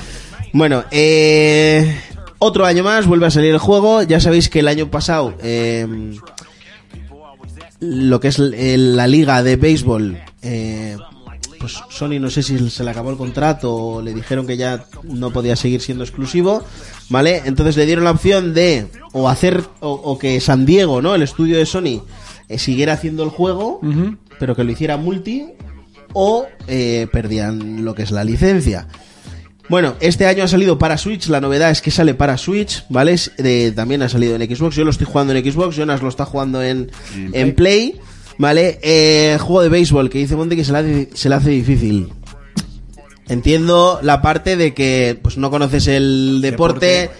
Speaker 5: Bueno, eh, otro año más vuelve a salir el juego. Ya sabéis que el año pasado eh, lo que es el- el- la liga de béisbol, eh, pues Sony no sé si se le acabó el contrato o le dijeron que ya no podía seguir siendo exclusivo, ¿vale? Entonces le dieron la opción de o hacer o, o que San Diego, ¿no? El estudio de Sony eh, siguiera haciendo el juego, pero que lo hiciera multi o eh, perdían lo que es la licencia. Bueno, este año ha salido para Switch, la novedad es que sale para Switch, ¿vale? Es- eh, también ha salido en Xbox, yo lo estoy jugando en Xbox, Jonas lo está jugando en, en Play, ¿vale? Eh, juego de béisbol, que dice Monte que se la hace, se la hace difícil. Entiendo la parte de que pues no conoces el deporte.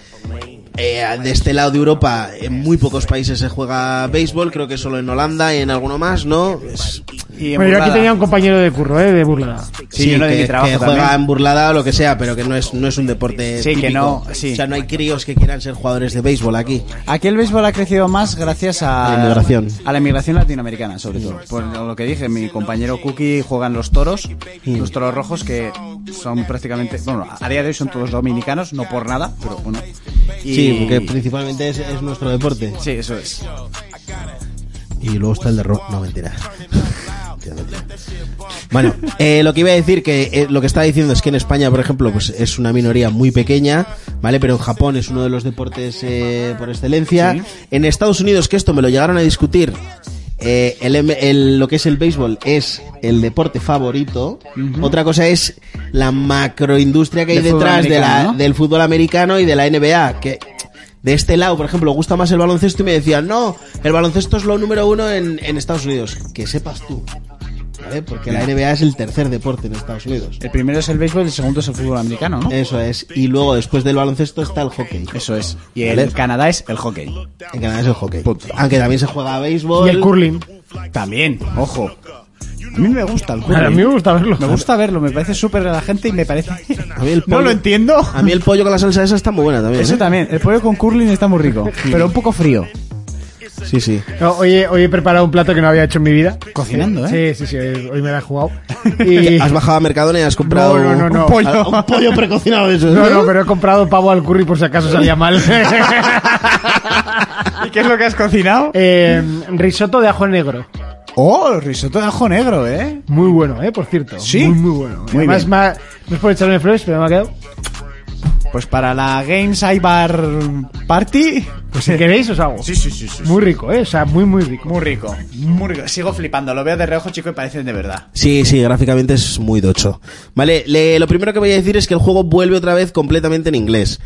Speaker 5: eh, de este lado de Europa, en muy pocos países se juega béisbol, creo que solo en Holanda y en alguno más, ¿no? Es-
Speaker 6: Y en
Speaker 3: Bueno, yo aquí
Speaker 6: Burlada.
Speaker 3: tenía un compañero de curro, ¿eh? de burlada.
Speaker 6: Sí, yo no de
Speaker 5: que,
Speaker 6: mi trabajo
Speaker 5: que
Speaker 6: también.
Speaker 5: juega en burlada o lo que sea, pero que no es, no es un deporte
Speaker 6: Sí, que
Speaker 5: típico.
Speaker 6: no, sí.
Speaker 5: O sea, no hay críos que quieran ser jugadores de béisbol aquí.
Speaker 6: Aquí el béisbol ha crecido más gracias a
Speaker 5: A la inmigración.
Speaker 6: a la inmigración latinoamericana, sobre todo. Por lo que dije, mi compañero Cookie juegan los toros, los toros rojos, que son prácticamente. Bueno, a día de hoy son todos dominicanos, no por nada, pero bueno. Y-
Speaker 5: Sí, porque principalmente es, es nuestro deporte.
Speaker 6: Sí, eso es.
Speaker 5: Y luego está el de rock, no mentira. Tío, mentira. Bueno, eh, lo que iba a decir, que eh, lo que estaba diciendo es que en España, por ejemplo, pues es una minoría muy pequeña, ¿vale? Pero en Japón es uno de los deportes eh, por excelencia. En Estados Unidos, que esto me lo llegaron a discutir, eh, el M- el- lo que es el béisbol es el deporte favorito. Otra cosa es la macroindustria que hay
Speaker 6: Del fútbol
Speaker 5: detrás de la,
Speaker 6: americano, ¿no?
Speaker 5: del fútbol americano y de la NBA, que de este lado, por ejemplo, gusta más el baloncesto y me decían, no, el baloncesto es lo número uno en, en Estados Unidos. Que sepas tú. ¿vale? Porque la NBA es el tercer deporte en Estados Unidos.
Speaker 6: El primero es el béisbol, el segundo es el fútbol americano, ¿no?
Speaker 5: Eso es. Y luego, después del baloncesto, está el hockey.
Speaker 6: Eso es. Y el
Speaker 5: Vale.
Speaker 6: Canadá es el hockey.
Speaker 5: En Canadá es el hockey.
Speaker 6: Punto.
Speaker 5: Aunque también se juega a béisbol.
Speaker 3: Y el curling.
Speaker 6: También, ojo. A mí me gusta el
Speaker 3: A
Speaker 6: curling.
Speaker 3: mí me gusta verlo.
Speaker 6: Me gusta verlo, me parece súper relajante y me parece.
Speaker 5: A mí el
Speaker 6: No
Speaker 5: pollo-
Speaker 6: lo entiendo.
Speaker 5: A mí el pollo con la salsa esa está muy buena también.
Speaker 6: Eso
Speaker 5: ¿eh?
Speaker 6: también, el pollo con curling está muy rico, pero un poco frío.
Speaker 5: Sí, sí.
Speaker 3: No, hoy, he- hoy he preparado un plato que no había hecho en mi vida.
Speaker 6: Cocinando, ¿eh?
Speaker 3: Sí, sí, sí, hoy hoy me la he jugado. Y...
Speaker 5: ¿Has bajado a Mercadona y has comprado
Speaker 3: No, no, no, no.
Speaker 5: Un, pollo. Ah, un pollo precocinado de ¿eh? eso?
Speaker 3: No, no, pero he comprado pavo al curry por si acaso salía mal.
Speaker 6: ¿Y qué es lo que has cocinado?
Speaker 3: Eh, risotto de ajo negro.
Speaker 6: Oh, risotto de ajo negro, ¿eh?
Speaker 3: Muy bueno, ¿eh? Por cierto.
Speaker 6: Sí.
Speaker 3: Muy, muy bueno.
Speaker 6: Muy
Speaker 3: Además,
Speaker 6: bien.
Speaker 3: me ha- no es por echarme flores, pero me ha quedado.
Speaker 6: Pues para la Games Bar Party.
Speaker 3: Pues si queréis os hago.
Speaker 6: sí, sí, sí.
Speaker 3: Muy rico, ¿eh? O sea, muy, muy rico.
Speaker 6: Muy rico, muy rico. Sigo flipando, lo veo de reojo, chico, y parece de verdad.
Speaker 5: Sí, sí, gráficamente es muy docho. Vale, le- lo primero que voy a decir es que el juego vuelve otra vez completamente en inglés.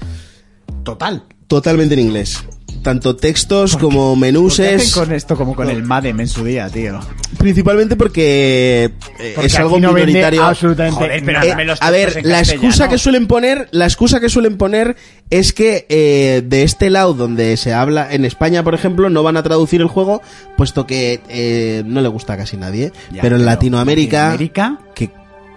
Speaker 6: Total.
Speaker 5: Totalmente en inglés. Tanto textos como
Speaker 6: ¿Por qué hacen
Speaker 5: menuses.
Speaker 6: con esto como con el Madem en su día, tío?
Speaker 5: Principalmente porque, eh,
Speaker 3: Porque
Speaker 5: es
Speaker 3: aquí
Speaker 5: algo
Speaker 3: no vende
Speaker 5: minoritario.
Speaker 3: Absolutamente.
Speaker 6: Joder, pero
Speaker 5: Eh,
Speaker 6: hazme los
Speaker 5: a ver,
Speaker 6: textos en
Speaker 5: la excusa
Speaker 6: castellano.
Speaker 5: que suelen poner, la excusa que suelen poner es que eh, de este lado donde se habla, en España, por ejemplo, no van a traducir el juego, puesto que eh, no le gusta a casi nadie.
Speaker 6: Ya,
Speaker 5: pero en
Speaker 6: pero
Speaker 5: Latinoamérica,
Speaker 6: Latinoamérica,
Speaker 5: que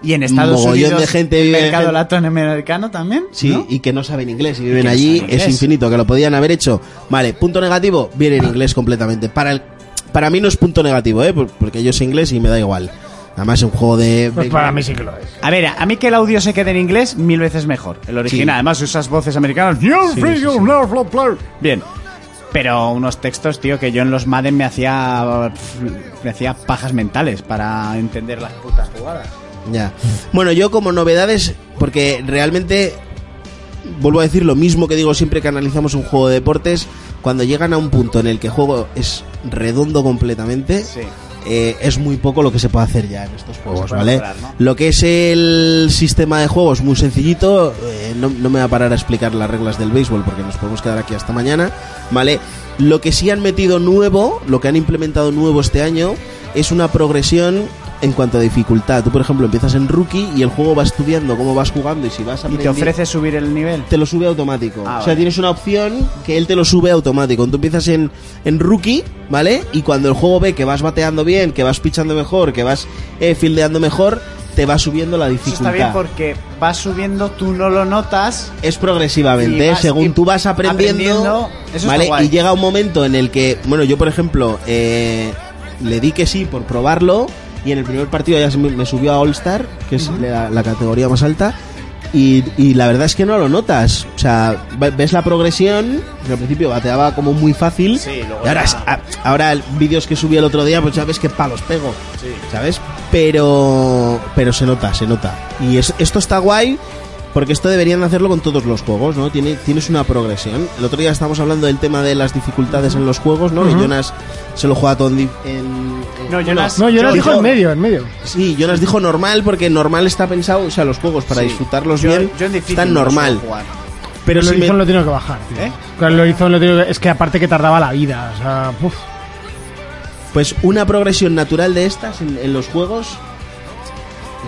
Speaker 6: Y en Estados
Speaker 5: Mogollón
Speaker 6: Unidos,
Speaker 5: de gente
Speaker 6: el
Speaker 5: vive en-
Speaker 6: mercado latinoamericano también.
Speaker 5: Sí,
Speaker 6: ¿no?
Speaker 5: y que no saben inglés y viven
Speaker 6: no
Speaker 5: allí,
Speaker 6: saben
Speaker 5: es
Speaker 6: inglés.
Speaker 5: infinito, que lo podían haber hecho. Vale, punto negativo, viene en inglés completamente. Para el para mí no es punto negativo, ¿eh? Por- porque yo sé inglés y me da igual. Además, es un juego de.
Speaker 3: Pues para mí sí que lo es.
Speaker 6: A ver, a mí que el audio se quede en inglés mil veces mejor. El original,
Speaker 5: Sí.
Speaker 6: además usas voces americanas. You're free, you're not from play. Bien. Pero unos textos, tío, que yo en los Madden me hacía pf, me hacía pajas mentales para entender las putas jugadas.
Speaker 5: Ya. Bueno, yo como novedades, porque realmente vuelvo a decir lo mismo que digo siempre que analizamos un juego de deportes, cuando llegan a un punto en el que el juego es redondo completamente,
Speaker 6: Sí.
Speaker 5: eh, es muy poco lo que se puede hacer ya en estos juegos,
Speaker 6: puede
Speaker 5: ¿vale?
Speaker 6: mejorar, ¿no?
Speaker 5: Lo que es el sistema de juego es muy sencillito, eh, no, no me voy a parar a explicar las reglas del béisbol porque nos podemos quedar aquí hasta mañana, ¿vale? Lo que sí han metido nuevo, lo que han implementado nuevo este año, es una progresión en cuanto a dificultad. Tú, por ejemplo, empiezas en rookie y el juego va estudiando cómo vas jugando y si vas
Speaker 6: Y te
Speaker 5: aprendiendo
Speaker 6: ofrece subir el nivel.
Speaker 5: te lo sube automático.
Speaker 6: Ah,
Speaker 5: o sea,
Speaker 6: vale.
Speaker 5: tienes una opción que él te lo sube automático. Tú empiezas en, en rookie, ¿vale? Y cuando el juego ve que vas bateando bien, que vas pichando mejor, que vas eh, fildeando mejor, te va subiendo la
Speaker 6: Eso
Speaker 5: dificultad.
Speaker 6: está bien porque vas subiendo, tú no lo notas.
Speaker 5: Es progresivamente,
Speaker 6: Y
Speaker 5: ¿eh?
Speaker 6: vas- y
Speaker 5: según tú vas aprendiendo,
Speaker 6: aprendiendo, eso está
Speaker 5: ¿vale?
Speaker 6: guay.
Speaker 5: Y llega un momento en el que, bueno, yo por ejemplo, eh, le di que sí por probarlo y en el primer partido ya se me, me subió a All Star, que es la, la categoría más alta, y, y la verdad es que no lo notas. O sea, ve- ves la progresión, que al principio bateaba como muy fácil,
Speaker 6: Sí, luego
Speaker 5: y ahora,
Speaker 6: ya-
Speaker 5: es- a- ahora el- vídeos que subí el otro día, pues ya ves que palos pego, ¿sabes? Pero, pero se nota, se nota. Y es- esto está guay. Porque esto deberían hacerlo con todos los juegos, ¿no? Tiene, tienes una progresión. El otro día estábamos hablando del tema de las dificultades en los juegos, ¿no? Y Jonas se lo juega todo en... di- en- en-
Speaker 6: No, Jonas-
Speaker 3: No, yo
Speaker 5: yo-
Speaker 3: lo dijo
Speaker 5: yo-
Speaker 3: en medio, en medio.
Speaker 5: Sí, Jonas dijo normal porque normal está pensado, o sea, los juegos para
Speaker 6: Sí.
Speaker 5: disfrutarlos
Speaker 6: Yo-
Speaker 5: bien
Speaker 6: yo en difícil
Speaker 5: están
Speaker 6: no
Speaker 5: normal.
Speaker 6: suelo jugar.
Speaker 5: Pero
Speaker 3: el
Speaker 5: si me-
Speaker 3: Horizon lo tiene que bajar, tío.
Speaker 6: ¿Eh?
Speaker 3: Claro, el Horizon lo tiene que... Es que aparte que tardaba la vida, o sea... uf.
Speaker 5: pues una progresión natural de estas en, en los juegos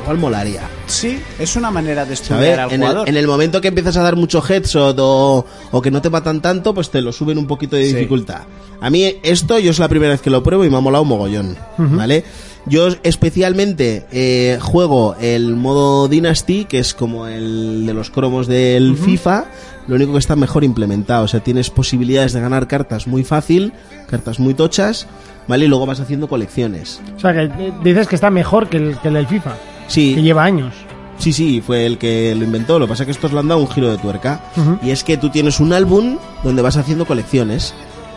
Speaker 5: igual molaría.
Speaker 6: Sí, es una manera de
Speaker 5: ¿sabes?
Speaker 6: estudiar al
Speaker 5: En el,
Speaker 6: jugador.
Speaker 5: en el momento que empiezas a dar mucho headshot o, o que no te matan tanto, pues te lo suben un poquito de
Speaker 6: Sí.
Speaker 5: dificultad. A mí esto, yo es la primera vez que lo pruebo y me ha molado mogollón, ¿vale? Yo especialmente eh, juego el modo Dynasty, que es como el de los cromos del FIFA, lo único que está mejor implementado, o sea, tienes posibilidades de ganar cartas muy fácil, cartas muy tochas, ¿vale? Y luego vas haciendo colecciones.
Speaker 3: O sea, que eh, dices que está mejor que el, que el del FIFA,
Speaker 5: Sí.
Speaker 3: que lleva años.
Speaker 5: Sí, sí, fue el que lo inventó. Lo que pasa es que estos le han dado un giro de tuerca. Y es que tú tienes un álbum donde vas haciendo colecciones.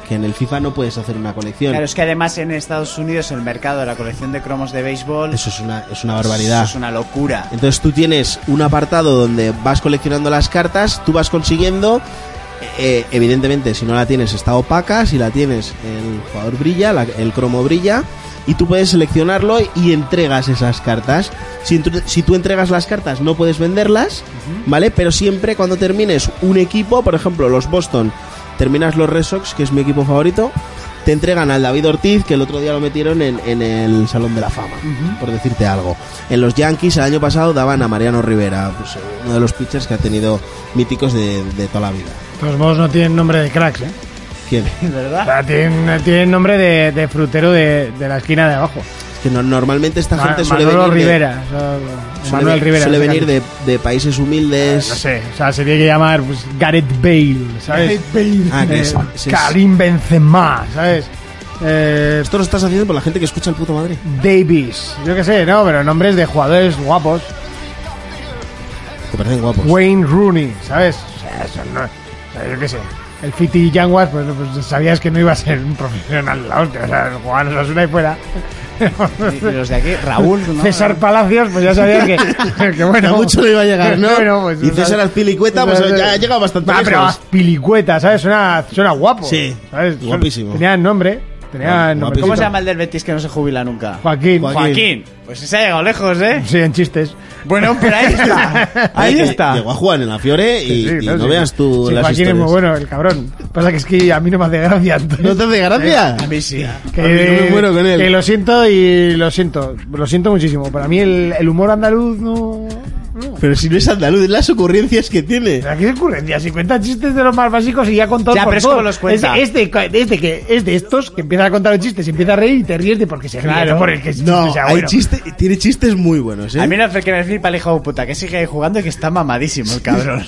Speaker 5: Que en el FIFA no puedes hacer una colección.
Speaker 6: Claro, es que además en Estados Unidos el mercado de la colección de cromos de béisbol
Speaker 5: Eso es una, es una barbaridad.
Speaker 6: Eso es una locura.
Speaker 5: Entonces tú tienes un apartado donde vas coleccionando las cartas, tú vas consiguiendo. eh, evidentemente, si no la tienes, está opaca. Si la tienes, el jugador brilla, la- el cromo brilla. Y tú puedes seleccionarlo y entregas esas cartas. Si, entr- si tú entregas las cartas, no puedes venderlas, ¿vale? Pero siempre cuando termines un equipo, por ejemplo, los Boston, terminas los Red Sox, que es mi equipo favorito, te entregan al David Ortiz, que el otro día lo metieron en, en el Salón de la Fama, por decirte algo. En los Yankees el año pasado daban a Mariano Rivera, pues, eh, uno de los pitchers que ha tenido míticos de, de toda la vida.
Speaker 3: De todos modos, no tienen nombre de cracks, ¿eh?
Speaker 5: ¿Quién?
Speaker 3: O sea, tienen, tienen nombre de, de frutero de, de la esquina de abajo.
Speaker 5: Que no- normalmente esta
Speaker 3: Ma-
Speaker 5: gente suele
Speaker 3: Manolo
Speaker 5: venir
Speaker 3: Rivera. o sea,
Speaker 5: De, suele
Speaker 3: Manuel
Speaker 5: ve-
Speaker 3: Rivera.
Speaker 5: suele
Speaker 3: en este
Speaker 5: venir de, de países humildes.
Speaker 3: caso. No sé, o sea, se tiene que llamar pues, Gareth Bale, ¿sabes?
Speaker 5: Ah, que
Speaker 3: Eh,
Speaker 5: es- es- es-
Speaker 3: Karim Benzema, ¿sabes? Eh,
Speaker 5: Esto lo estás haciendo por la gente que escucha el puto Madrid.
Speaker 3: Davis, yo qué sé, no, pero nombres de jugadores guapos.
Speaker 5: Que parecen guapos.
Speaker 3: Wayne Rooney, ¿sabes? O sea, eso no- o sea, yo qué sé. El Fiti Yanguas, pues, pues, sabías que no iba a ser un profesional la hostia, o sea, jugar en Osasuna y fuera.
Speaker 6: Y los de aquí, Raúl, ¿no?
Speaker 3: César Palacios, pues ya sabía que, que bueno.
Speaker 5: A mucho no iba a llegar, ¿no?
Speaker 3: Bueno, pues,
Speaker 5: y César
Speaker 3: ¿sabes?
Speaker 5: Azpilicueta, pues
Speaker 3: César-
Speaker 5: ya ha llegado bastante
Speaker 3: Ah, pero
Speaker 5: lejos.
Speaker 3: Azpilicueta, ¿sabes? Suena, suena guapo.
Speaker 5: Sí,
Speaker 3: ¿sabes? Suena-
Speaker 5: guapísimo.
Speaker 3: Tenía nombre. Tenía
Speaker 5: Guap-
Speaker 3: nombre.
Speaker 6: ¿Cómo se llama el del Betis que no se jubila nunca?
Speaker 3: Joaquín.
Speaker 5: Joaquín.
Speaker 6: Pues se ha llegado lejos, ¿eh?
Speaker 3: Sí, en chistes.
Speaker 6: Bueno, pero ahí está. Ahí
Speaker 5: Ah, Que
Speaker 6: está.
Speaker 5: Llegó a jugar en la Fiore y,
Speaker 3: Sí,
Speaker 5: y
Speaker 3: claro,
Speaker 5: no
Speaker 3: sí.
Speaker 5: veas tú
Speaker 3: Sí,
Speaker 5: las
Speaker 3: Joaquín es
Speaker 5: historias.
Speaker 3: muy bueno, el cabrón. Pasa que es que a mí no me hace gracia. entonces-
Speaker 5: ¿No te hace gracia?
Speaker 6: A mí sí.
Speaker 3: Que,
Speaker 5: A mí no me muero con él.
Speaker 3: que lo siento y lo siento. Lo siento muchísimo. Para mí el, el humor andaluz no... no.
Speaker 5: Pero si no es andaluz, las ocurrencias que tiene.
Speaker 3: ¿Pero ¿Qué ocurrencia? Si cuenta chistes de los más básicos y ya contó
Speaker 6: Ya,
Speaker 3: por
Speaker 6: pero es
Speaker 3: todo.
Speaker 6: como los cuenta.
Speaker 3: Es, es de, es de que, es de estos que empiezan a contar los chistes y empieza a reír y te ríes de porque se ríe.
Speaker 6: Claro.
Speaker 3: no por el que el chiste
Speaker 5: No,
Speaker 3: sea
Speaker 5: hay
Speaker 3: bueno.
Speaker 5: chiste- tiene chistes muy buenos, ¿eh?
Speaker 6: A mí no hace que me flipa el hijo de puta, que sigue jugando y que está mamadísimo el cabrón.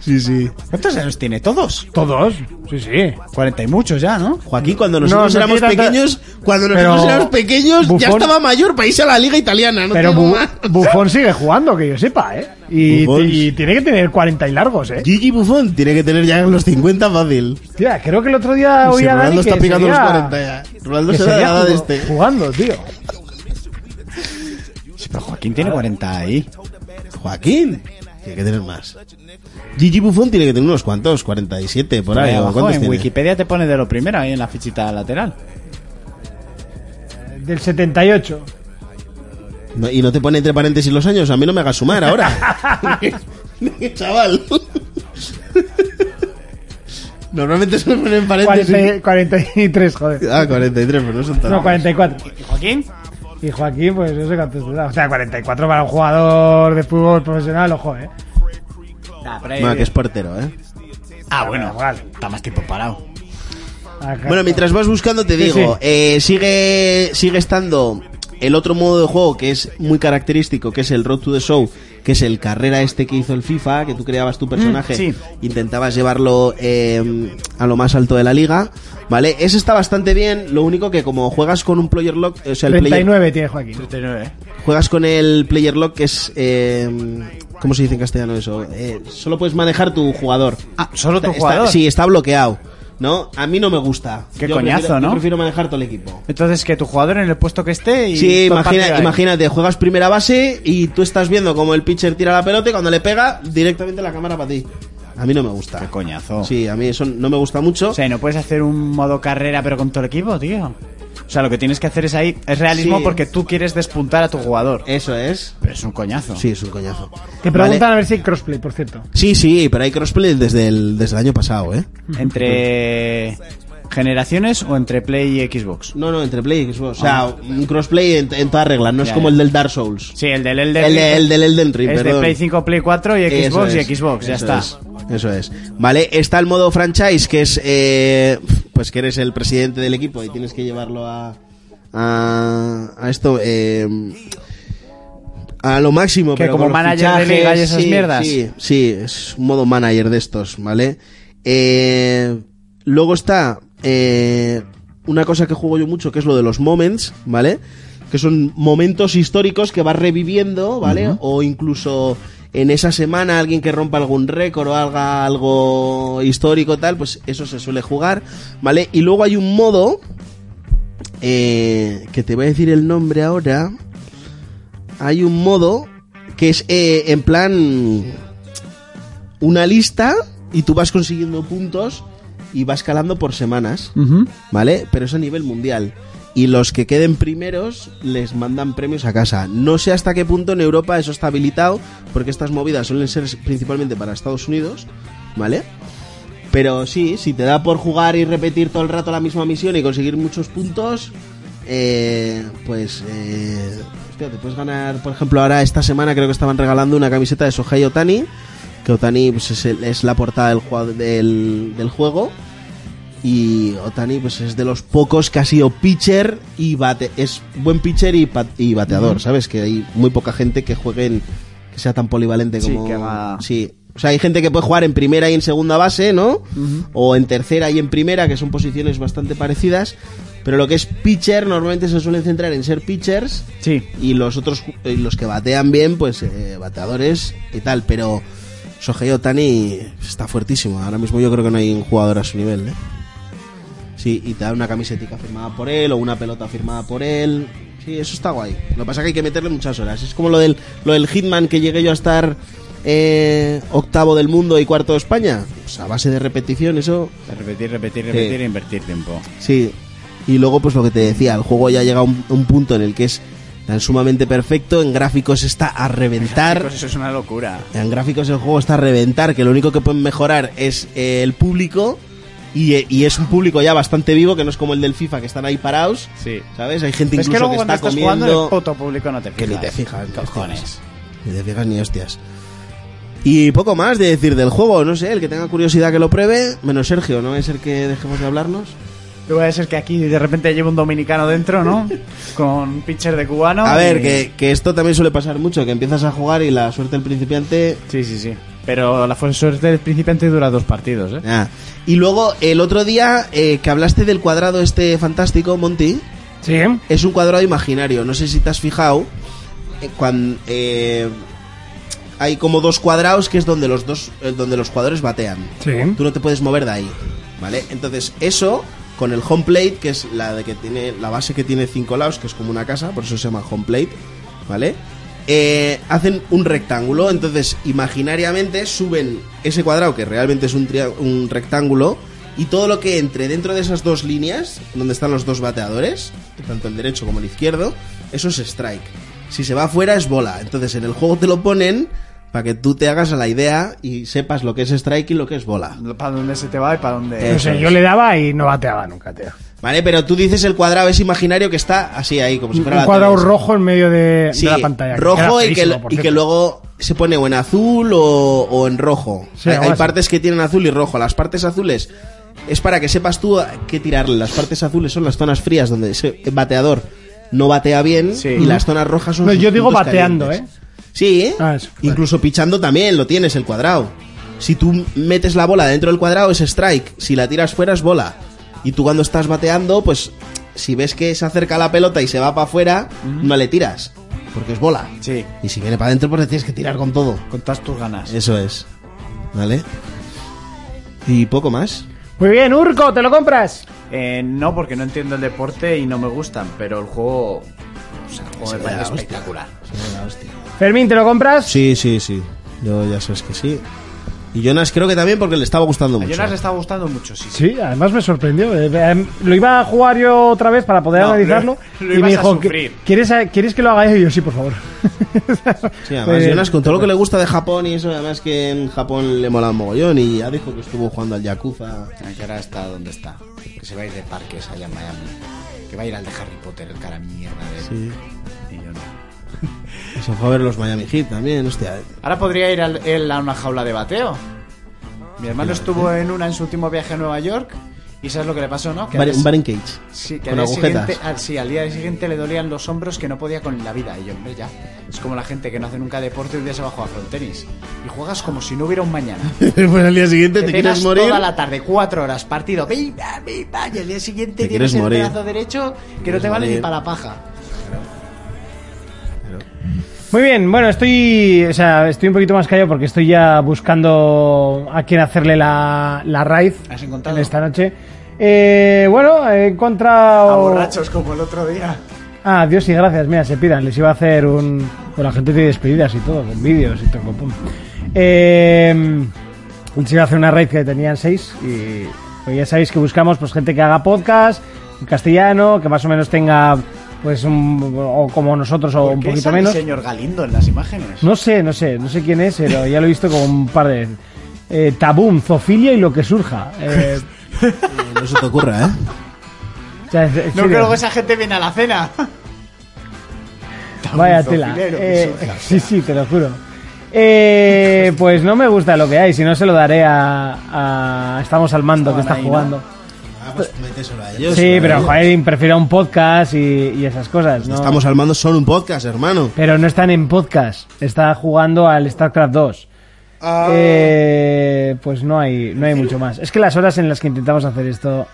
Speaker 7: Sí, sí.
Speaker 6: ¿Cuántos años tiene? ¿Todos?
Speaker 7: Todos. Sí, sí.
Speaker 6: Cuarenta y muchos ya, ¿no?
Speaker 5: Joaquín, cuando nosotros
Speaker 7: No, no
Speaker 5: éramos
Speaker 7: tiene tanta-
Speaker 5: pequeños, cuando nosotros
Speaker 7: Pero-
Speaker 5: éramos pequeños, ya
Speaker 7: Buffon-
Speaker 5: estaba mayor para irse a la liga italiana. No
Speaker 7: Pero
Speaker 5: te digo
Speaker 7: Bu-
Speaker 5: más.
Speaker 7: Buffon sigue jugando, que yo sepa, ¿eh? Y,
Speaker 5: Buffon.
Speaker 7: y tiene que tener 40 y largos, ¿eh?
Speaker 5: Gigi Buffon tiene que tener ya los 50 fácil.
Speaker 7: Tía, creo que el otro día
Speaker 5: Si
Speaker 7: oí a Dani
Speaker 5: Ronaldo
Speaker 7: que
Speaker 5: está picando
Speaker 7: sería-
Speaker 5: los 40 ya. Ronaldo
Speaker 7: que
Speaker 5: se da la
Speaker 7: sería
Speaker 5: edad de
Speaker 7: jugo-
Speaker 5: este.
Speaker 7: jugando, tío.
Speaker 6: Sí, pero Joaquín tiene cuarenta ahí.
Speaker 5: Joaquín, tiene que tener más. Gigi Buffon tiene que tener unos cuantos, 47 por ahí.
Speaker 6: Ahí
Speaker 5: ¿o
Speaker 6: abajo,
Speaker 5: ¿Cuántos
Speaker 6: en
Speaker 5: tiene?
Speaker 6: Wikipedia te pone de lo primero ahí en la fichita lateral.
Speaker 7: Del 78.
Speaker 5: No, y no te pone entre paréntesis los años, a mí no me hagas sumar ahora. Chaval. Normalmente se me ponen en paréntesis.
Speaker 7: 40 43, joder.
Speaker 5: Ah, 43, pero no son tan.
Speaker 7: No, 44.
Speaker 6: ¿Joaquín?
Speaker 7: Y Joaquín, pues no sé cuántos tendrá. O sea, 44 para un jugador de fútbol profesional, ojo, ¿eh?
Speaker 5: No, que es portero, eh.
Speaker 6: Ah, bueno, está más tiempo parado.
Speaker 7: Acá.
Speaker 5: Bueno, mientras vas buscando te
Speaker 7: Sí,
Speaker 5: digo,
Speaker 7: sí.
Speaker 5: eh, sigue sigue estando el otro modo de juego que es muy característico, que es el Road to the Show, que es el carrera este que hizo el FIFA, que tú creabas
Speaker 7: Mm,
Speaker 5: tu personaje,
Speaker 6: sí.
Speaker 5: intentabas llevarlo eh, a lo más alto de la liga, ¿vale? Ese está bastante bien, lo único que como juegas con un player lock, o sea, el player,
Speaker 7: 39 tiene Joaquín.
Speaker 6: 39.
Speaker 5: juegas con el player lock que es eh, ¿cómo se dice en castellano eso? Eh, solo puedes manejar tu jugador.
Speaker 6: Ah, solo tu
Speaker 5: Está-
Speaker 6: jugador.
Speaker 5: sí, está bloqueado. ¿No? A mí no me gusta.
Speaker 6: Qué
Speaker 5: Yo
Speaker 6: coñazo,
Speaker 5: prefiero-
Speaker 6: ¿no?
Speaker 5: Yo prefiero manejar todo el equipo.
Speaker 6: Entonces, que tu jugador en el puesto que esté y.
Speaker 5: Sí,
Speaker 6: tú a
Speaker 5: imagina-
Speaker 6: partir de ahí.
Speaker 5: imagínate, juegas primera base y tú estás viendo como el pitcher tira la pelota y cuando le pega, directamente la cámara para ti. A mí no me gusta.
Speaker 6: Qué coñazo.
Speaker 5: Sí, a mí eso no me gusta mucho.
Speaker 6: O sea, ¿y no puedes hacer un modo carrera pero con todo el equipo, tío. O sea, lo que tienes que hacer es ahí. Es realismo
Speaker 5: Sí.
Speaker 6: porque tú quieres despuntar a tu jugador.
Speaker 5: Eso es.
Speaker 6: Pero es un coñazo.
Speaker 5: Sí, es un coñazo.
Speaker 7: Que preguntan a ver si hay crossplay, por cierto.
Speaker 5: Sí, sí, pero hay crossplay desde el, desde el año pasado, ¿eh?
Speaker 6: Entre generaciones o entre Play y Xbox.
Speaker 5: No, no, entre play y Xbox. O sea, un crossplay en, en toda regla, no es
Speaker 6: Ah, Ya,
Speaker 5: como
Speaker 6: ya.
Speaker 5: el del Dark Souls.
Speaker 6: Sí, el del Elden
Speaker 5: El,
Speaker 6: Ring.
Speaker 5: de- el del Elden Ring,
Speaker 6: es de
Speaker 5: perdón.
Speaker 6: Play 5, Play 4 y
Speaker 5: Eso
Speaker 6: Xbox y
Speaker 5: es,
Speaker 6: Xbox, ya
Speaker 5: eso
Speaker 6: está.
Speaker 5: es, eso es. Vale, está el modo franchise, que es eh, pues que eres el presidente del equipo y tienes que llevarlo a a, a esto eh, a lo máximo.
Speaker 6: Que
Speaker 5: pero
Speaker 6: como
Speaker 5: con los
Speaker 6: manager de
Speaker 5: fichajes,
Speaker 6: liga y esas
Speaker 5: sí,
Speaker 6: mierdas.
Speaker 5: Sí, sí, es un modo manager de estos, ¿vale? Eh, luego está eh, una cosa que juego yo mucho, que es lo de los moments, ¿vale? Que son momentos históricos que vas reviviendo, ¿vale? O incluso en esa semana alguien que rompa algún récord o haga algo histórico tal, pues eso se suele jugar, ¿vale? Y luego hay un modo eh, que te voy a decir el nombre ahora. Hay un modo que es eh, en plan una lista y tú vas consiguiendo puntos y vas calando por semanas, ¿vale? Pero es a nivel mundial. Y los que queden primeros les mandan premios a casa. No sé hasta qué punto en Europa eso está habilitado, porque estas movidas suelen ser principalmente para Estados Unidos, ¿vale? Pero sí, si te da por jugar y repetir todo el rato la misma misión y conseguir muchos puntos, eh, pues... eh, hostia, te puedes ganar, por ejemplo, ahora esta semana creo que estaban regalando una camiseta de Sohei Otani, que Otani pues, es, el- es la portada del, juego- del, del juego. Y Otani pues es de los pocos que ha sido pitcher y bate es buen pitcher y, pat- y bateador, ¿sabes? Que hay muy poca gente que juegue en, que sea tan polivalente
Speaker 6: Sí,
Speaker 5: como
Speaker 6: que haga-
Speaker 5: sí. O sea, hay gente que puede jugar en primera y en segunda base, ¿no? O en tercera y en primera, que son posiciones bastante parecidas, pero lo que es pitcher normalmente se suelen centrar en ser pitchers
Speaker 6: Sí.
Speaker 5: y los otros ju- y los que batean bien, pues eh, bateadores y tal, pero Shohei Otani está fuertísimo. Ahora mismo yo creo que no hay un jugador a su nivel, ¿eh? Sí, y te da una camiseta firmada por él o una pelota firmada por él. Sí, eso está guay. Lo que pasa es que hay que meterle muchas horas. Es como lo del, lo del Hitman que llegué yo a estar eh, octavo del mundo y cuarto de España. Pues a base de repetición, eso
Speaker 6: Repetir, repetir, repetir e invertir tiempo.
Speaker 5: Sí. Y luego, pues lo que te decía, el juego ya llega a un, un punto en el que es tan sumamente perfecto, en gráficos está a reventar.
Speaker 6: Chicos, eso es una locura.
Speaker 5: En gráficos el juego está a reventar, que lo único que pueden mejorar es eh, el público. Y, eh, y es un público ya bastante vivo, que no es como el del FIFA, que están ahí parados.
Speaker 6: Sí.
Speaker 5: ¿Sabes? Hay gente
Speaker 6: Pero es
Speaker 5: incluso
Speaker 6: que luego
Speaker 5: que
Speaker 6: cuando
Speaker 5: está
Speaker 6: estás
Speaker 5: comiendo.
Speaker 6: jugando el puto público no te fijas.
Speaker 5: Que ni te fijas,
Speaker 6: cojones.
Speaker 5: Ni te fijas ni hostias. Y poco más de decir del juego, no sé, el que tenga curiosidad que lo pruebe, menos Sergio, ¿no es el que dejemos de hablarnos?
Speaker 6: Luego a ser que aquí de repente lleva un dominicano dentro, ¿no? Con pitcher de cubano.
Speaker 5: A ver,
Speaker 6: y-
Speaker 5: que, que esto también suele pasar mucho, que empiezas a jugar y la suerte del principiante
Speaker 6: Sí, sí, sí. Pero la fuerza del principiante dura dos partidos, ¿eh?
Speaker 5: Ah. Y luego, el otro día eh, que hablaste del cuadrado este fantástico, Monty,
Speaker 3: Sí.
Speaker 5: es un cuadrado imaginario. No sé si te has fijado. eh, cuan- eh, hay como dos cuadrados que es donde los dos eh, donde los jugadores batean.
Speaker 3: Sí.
Speaker 5: Tú no te puedes mover de ahí. ¿Vale? Entonces, eso con el home plate, que es la de que tiene la base que tiene cinco lados, que es como una casa, por eso se llama home plate, ¿vale? Eh, hacen un rectángulo, entonces imaginariamente suben ese cuadrado que realmente es un, tria- un rectángulo y todo lo que entre dentro de esas dos líneas, donde están los dos bateadores, tanto el derecho como el izquierdo, eso es strike. Si se va afuera es bola. Entonces en el juego te lo ponen para que tú te hagas a la idea y sepas lo que es strike y lo que es bola.
Speaker 6: Para dónde se te va y para dónde.
Speaker 5: Eh,
Speaker 3: No sé, yo le daba y no bateaba nunca, tío.
Speaker 5: Vale, pero tú dices el cuadrado es imaginario que está así ahí, como si
Speaker 3: Un
Speaker 5: fuera la
Speaker 3: cuadrado
Speaker 5: tele.
Speaker 3: rojo en medio de, de
Speaker 5: Sí,
Speaker 3: la pantalla. que era
Speaker 5: Rojo y que,
Speaker 3: feísimo, por
Speaker 5: y que
Speaker 3: cierto.
Speaker 5: luego se pone o en azul o, o en rojo.
Speaker 3: Sí,
Speaker 5: hay
Speaker 3: algo
Speaker 5: hay
Speaker 3: así.
Speaker 5: partes que tienen azul y rojo. Las partes azules es para que sepas tú a qué tirarle. Las partes azules son las zonas frías donde ese bateador no batea bien y las zonas rojas son.
Speaker 3: No,
Speaker 5: sus
Speaker 3: yo digo
Speaker 5: puntos
Speaker 3: bateando,
Speaker 5: calientes. Sí, ¿eh?
Speaker 3: Ah, eso, vale.
Speaker 5: incluso pichando también lo tienes el cuadrado. Si tú metes la bola dentro del cuadrado es strike, si la tiras fuera es bola. Y tú cuando estás bateando, pues si ves que se acerca la pelota y se va para afuera, no le tiras, porque es bola.
Speaker 6: Sí,
Speaker 5: Y si viene para adentro, pues le tienes que tirar con todo.
Speaker 6: con todas tus ganas.
Speaker 5: Eso es. ¿Vale? Y poco más.
Speaker 3: Muy bien, Urco, ¿te lo compras?
Speaker 6: Eh, no, porque no entiendo el deporte y no me gustan, pero el juego. O sea, el juego me parece espectacular.
Speaker 3: Fermín, ¿te lo compras?
Speaker 5: Sí, sí, sí. Yo ya sabes que sí. Y Jonas creo que también porque le estaba gustando
Speaker 6: A
Speaker 5: mucho.
Speaker 6: Jonas le está gustando mucho, sí. sí.
Speaker 3: Sí, además me sorprendió. Eh, eh, Lo iba a jugar yo otra vez para poder
Speaker 6: No,
Speaker 3: analizarlo.
Speaker 6: lo- lo
Speaker 3: y me
Speaker 6: ibas a
Speaker 3: dijo,
Speaker 6: sufrir.
Speaker 3: ¿quieres, eh, ¿quieres que lo haga yo? Y yo, sí, por favor. Pues
Speaker 5: Sí, además,
Speaker 6: Pues-
Speaker 3: Eh,
Speaker 5: Jonas con todo lo que le gusta de Japón y eso, además que en Japón le mola un mogollón y ya dijo que estuvo jugando al Yakuza.
Speaker 6: Ah, Que ahora está donde está. Que se va a ir de parques allá en Miami. Que va a ir al de Harry Potter, el cara mierda de
Speaker 5: Sí.
Speaker 6: Y yo no.
Speaker 5: Y se fue a ver los Miami Heat también, hostia. eh.
Speaker 6: Ahora podría ir al- él a una jaula de bateo. Mi hermano estuvo en una en su último viaje a Nueva York. ¿Y sabes lo que le pasó, no? Que
Speaker 5: Bar-
Speaker 6: al-
Speaker 5: un bar en cage.
Speaker 6: Sí, que
Speaker 5: con
Speaker 6: al, día
Speaker 5: agujetas.
Speaker 6: siguiente, al- sí, al día siguiente le dolían los hombros que no podía con la vida. Y yo, hombre, ya. Es como la gente que no hace nunca deporte y un día se va a jugar frontenis. Y juegas como si no hubiera un mañana.
Speaker 5: pues al día siguiente te
Speaker 6: pegas
Speaker 5: quieres morir.
Speaker 6: toda la tarde, cuatro horas, partido. bim, bam, bim, bam, y al día siguiente
Speaker 5: Te
Speaker 6: tienes
Speaker 5: quieres
Speaker 6: el
Speaker 5: morir.
Speaker 6: brazo derecho que no
Speaker 5: quieres
Speaker 6: te vale ni
Speaker 5: morir.
Speaker 6: para la paja.
Speaker 3: Muy bien, bueno, estoy, o sea, estoy un poquito más callado porque estoy ya buscando a quién hacerle la, la raíz
Speaker 6: ¿Has encontrado?
Speaker 3: en esta noche. Eh, bueno, he encontrado...
Speaker 6: A borrachos como el otro día.
Speaker 3: Ah, Dios y gracias, mira, se piran. Les iba a hacer un. Bueno, la gente tiene despedidas y todo, con vídeos y todo. pum. Eh, les iba a hacer una raid que tenían seis. Y pues ya sabéis que buscamos pues gente que haga podcast en castellano, que más o menos tenga, pues, un, o como nosotros o un
Speaker 6: ¿Qué
Speaker 3: poquito
Speaker 6: sale
Speaker 3: menos.
Speaker 6: señor Galindo en las imágenes?
Speaker 3: No sé, no sé, no sé quién es, pero ya lo he visto como un par de. Eh, tabum, zofilia y lo que surja. Eh,
Speaker 5: No se te ocurra, ¿eh?
Speaker 3: o sea, en
Speaker 6: No
Speaker 3: serio.
Speaker 6: creo que esa gente viene a la cena.
Speaker 3: Vaya tela.
Speaker 6: Tabuzofilero que
Speaker 3: Eh,
Speaker 6: surja, o
Speaker 3: sí,
Speaker 6: sea.
Speaker 3: sí, te lo juro. Eh, pues no me gusta lo que hay, si no se lo daré a, a- Estamos al mando que está
Speaker 6: Estaban ahí,
Speaker 3: jugando.
Speaker 5: Ah, pues méteselo a ellos. eh.
Speaker 3: Sí,
Speaker 5: a
Speaker 3: pero
Speaker 5: ellos.
Speaker 3: joder, prefiero un podcast y, y esas cosas, ¿no?
Speaker 5: Estamos armando solo un podcast, hermano.
Speaker 3: Pero no están en podcast, está jugando al StarCraft 2. Eh, pues no hay, no hay mucho más. Es que las horas en las que intentamos hacer esto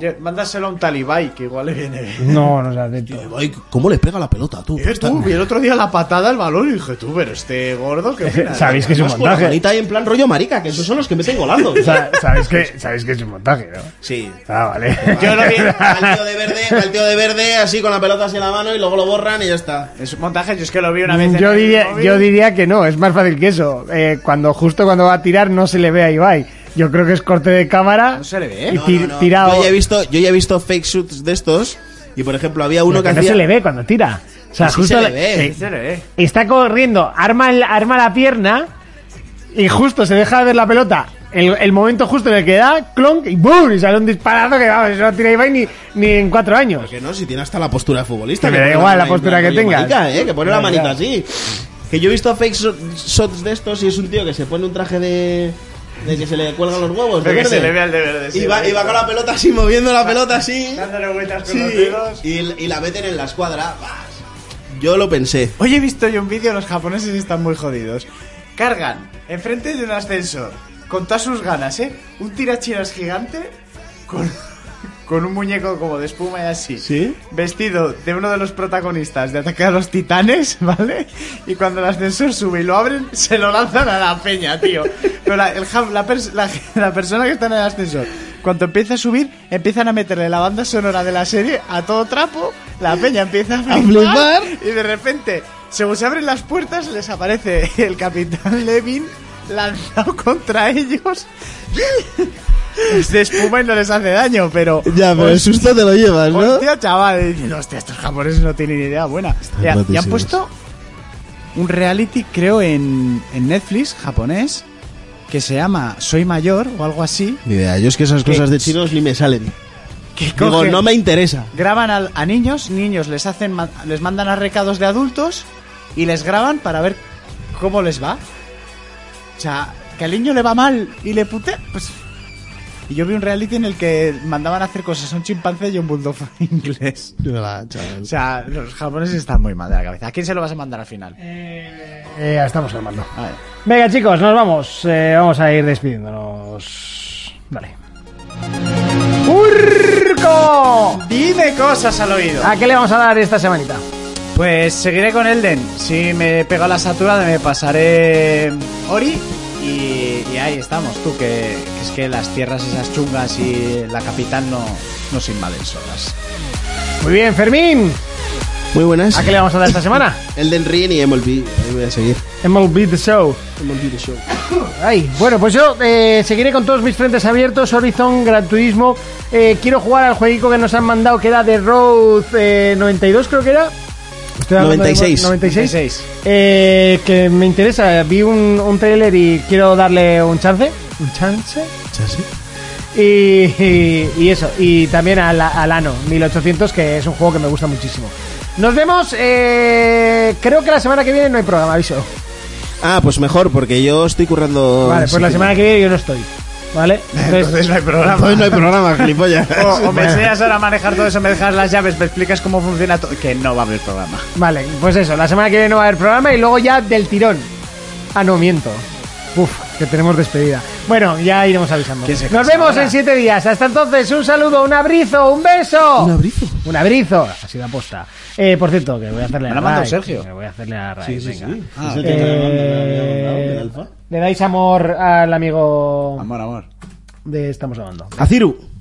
Speaker 6: Yo- Mándaselo a un talibai, que igual le viene bien.
Speaker 3: no nos hace
Speaker 5: Tío, ay, ¿Cómo le pega la pelota, tú?
Speaker 6: Eh, tú, vi el otro día la patada al balón y dije, tú, pero este gordo, ¿qué opinas?
Speaker 3: Sabéis que es un
Speaker 5: Además, con la
Speaker 3: montaje.
Speaker 5: manita ahí en plan rollo marica, que esos son los que meten golando.
Speaker 3: Sa- Sabéis que, sabéis que es un montaje, ¿no?
Speaker 5: sí.
Speaker 3: Ah, vale.
Speaker 6: Yo lo vi.
Speaker 5: Al tío de verde, al tío de verde, así con la pelota así en la mano y luego lo borran y ya está.
Speaker 6: Es un montaje, yo es que lo vi una vez. en
Speaker 3: Yo
Speaker 6: el
Speaker 3: diría,
Speaker 6: móvil.
Speaker 3: yo diría que no, es más fácil que eso. Eh, cuando justo cuando va a tirar no se le ve a Ibai. Yo creo que es corte de cámara.
Speaker 6: No se le ve.
Speaker 3: Y
Speaker 6: No,
Speaker 3: ti- tirado.
Speaker 5: Yo ya he visto, yo ya he visto fake shoots de estos y por ejemplo había uno
Speaker 3: Pero
Speaker 5: que,
Speaker 3: que no
Speaker 5: hacía
Speaker 3: se le ve cuando tira. O sea,
Speaker 5: Sí
Speaker 3: justo
Speaker 5: se le
Speaker 3: la-
Speaker 5: ve.
Speaker 3: eh,
Speaker 6: Se le ve.
Speaker 3: está corriendo, arma, el- arma la pierna y justo se deja de ver la pelota. El, el momento justo en el que da, clonk y ¡boom! Y sale un disparazo que vamos, eso no tira Ibai ni, ni en cuatro años.
Speaker 5: Que no, si tiene hasta la postura de futbolista.
Speaker 3: Que me da
Speaker 5: pone
Speaker 3: igual
Speaker 5: mano
Speaker 3: la
Speaker 5: en
Speaker 3: postura
Speaker 5: plan
Speaker 3: que
Speaker 5: rollo
Speaker 3: tengas.
Speaker 5: marica, eh, que pone la
Speaker 3: Ya,
Speaker 5: manita
Speaker 3: ya.
Speaker 5: así. Que yo he visto fake so- shots de estos y es un tío que se pone un traje de. De que se le cuelgan los huevos.
Speaker 6: Pero
Speaker 5: de
Speaker 6: que se
Speaker 5: verde.
Speaker 6: le ve al de verde. sí,
Speaker 5: Y va,
Speaker 6: ¿verdad?
Speaker 5: y va con la pelota así, moviendo la pelota así.
Speaker 6: Dándole vueltas con
Speaker 5: Sí,
Speaker 6: los dedos.
Speaker 5: y, y la meten en la escuadra. Bah, Yo lo pensé.
Speaker 6: Hoy he visto yo un vídeo, los japoneses están muy jodidos. Cargan enfrente de un ascensor, con todas sus ganas, ¿eh? Un tirachinas gigante con, con un muñeco como de espuma y así.
Speaker 5: ¿Sí?
Speaker 6: Vestido de uno de los protagonistas de Ataque a los Titanes, ¿vale? Y cuando el ascensor sube y lo abren, se lo lanzan a la peña, tío. Pero la, el jam- la pers- la- la persona que está en el ascensor, cuando empieza a subir, empiezan a meterle la banda sonora de la serie a todo trapo. La peña empieza a
Speaker 5: flipar.
Speaker 6: flipar. Y de repente, según se abren las puertas, les aparece el Capitán Levin lanzado contra ellos. Es de espuma y no les hace daño, pero.
Speaker 5: Ya, pero el
Speaker 6: Hostia,
Speaker 5: susto te lo llevas, ¿no?
Speaker 6: hostia, chaval. Y diciendo, hostia, estos japoneses no tienen ni idea buena. Ya, ya
Speaker 5: rotísimos.
Speaker 6: han puesto un reality, creo, en, en Netflix japonés que se llama Soy Mayor o algo así.
Speaker 5: Ni idea, yo es que esas cosas de chinos ni me salen.
Speaker 6: Que
Speaker 5: Digo,
Speaker 6: cogen-
Speaker 5: no me interesa.
Speaker 6: graban al- a, niños, niños les hacen ma- les mandan a recados de adultos y les graban para ver cómo les va. O sea, que al niño le va mal y le pute, pues y yo vi un reality en el que mandaban a hacer cosas a un chimpancé y a un bulldog inglés.
Speaker 5: Hola, chaval.
Speaker 6: O sea, los japoneses están muy mal de la cabeza. ¿A quién se lo vas a mandar al final?
Speaker 3: Eh, ya estamos armando.
Speaker 6: A ver.
Speaker 3: Venga, chicos, nos vamos. Eh, vamos a ir despidiéndonos. Vale. ¡Urco!
Speaker 6: Dime cosas al oído.
Speaker 3: ¿A qué le vamos a dar esta semanita?
Speaker 6: Pues seguiré con Elden. Si me pego a la saturada me pasaré Ori. Y, y ahí estamos, tú, que, que es que las tierras esas chungas y la capital no, no se invaden solas.
Speaker 3: Muy bien, Fermín.
Speaker 5: Muy buenas.
Speaker 3: ¿A qué le vamos a dar esta semana?
Speaker 5: Elden Ring y MLB. Ahí voy a seguir.
Speaker 3: MLB The Show.
Speaker 5: MLB The Show.
Speaker 3: Ay, bueno, pues yo eh, seguiré con todos mis frentes abiertos, Horizon, Gran Turismo. Eh, quiero jugar al jueguico que nos han mandado, que era The Road eh, 92, creo que era. Estoy hablando de-
Speaker 5: 96.
Speaker 3: 96.
Speaker 6: 96.
Speaker 3: Eh, que me interesa, vi un, un trailer y quiero darle un chance. ¿Un chance? Y, y- y eso, y también al, al Ano 1800, que es un juego que me gusta muchísimo. Nos vemos, eh, creo que la semana que viene no hay programa, aviso.
Speaker 5: Ah, pues mejor, porque yo estoy currando.
Speaker 3: Vale, pues la
Speaker 5: Oh, Sí,
Speaker 3: semana que viene yo no estoy. ¿Vale? Entonces,
Speaker 6: no hay programa.
Speaker 5: Hoy no hay programa, gilipollas.
Speaker 6: O,
Speaker 3: Oh,
Speaker 6: o me enseñas ahora a manejar todo eso, me dejas las llaves, me explicas cómo funciona todo. Que no va a haber programa.
Speaker 3: vale, pues eso, la semana que viene no va a haber programa y luego ya del tirón. Ah, no, miento. Uf, que tenemos despedida. Bueno, ya iremos avisando.
Speaker 6: ¿Quién se
Speaker 3: Nos
Speaker 6: casa
Speaker 3: vemos
Speaker 6: ahora?
Speaker 3: en siete días. Hasta entonces, un saludo, un abrizo, un beso. Un abrizo. Un abrizo. Ha sido aposta. Eh, por cierto, que voy a hacerle
Speaker 6: Me
Speaker 3: a
Speaker 6: lo ha mandado
Speaker 3: Rai,
Speaker 6: Sergio.
Speaker 3: que Voy a hacerle a Rai, venga.
Speaker 5: Es el que te lo mando, me lo había
Speaker 3: Eh,
Speaker 5: mandado, del Alfa.
Speaker 3: Le dais amor al amigo
Speaker 6: Amor, amor.
Speaker 3: de Estamos Hablando.
Speaker 5: A Ciru.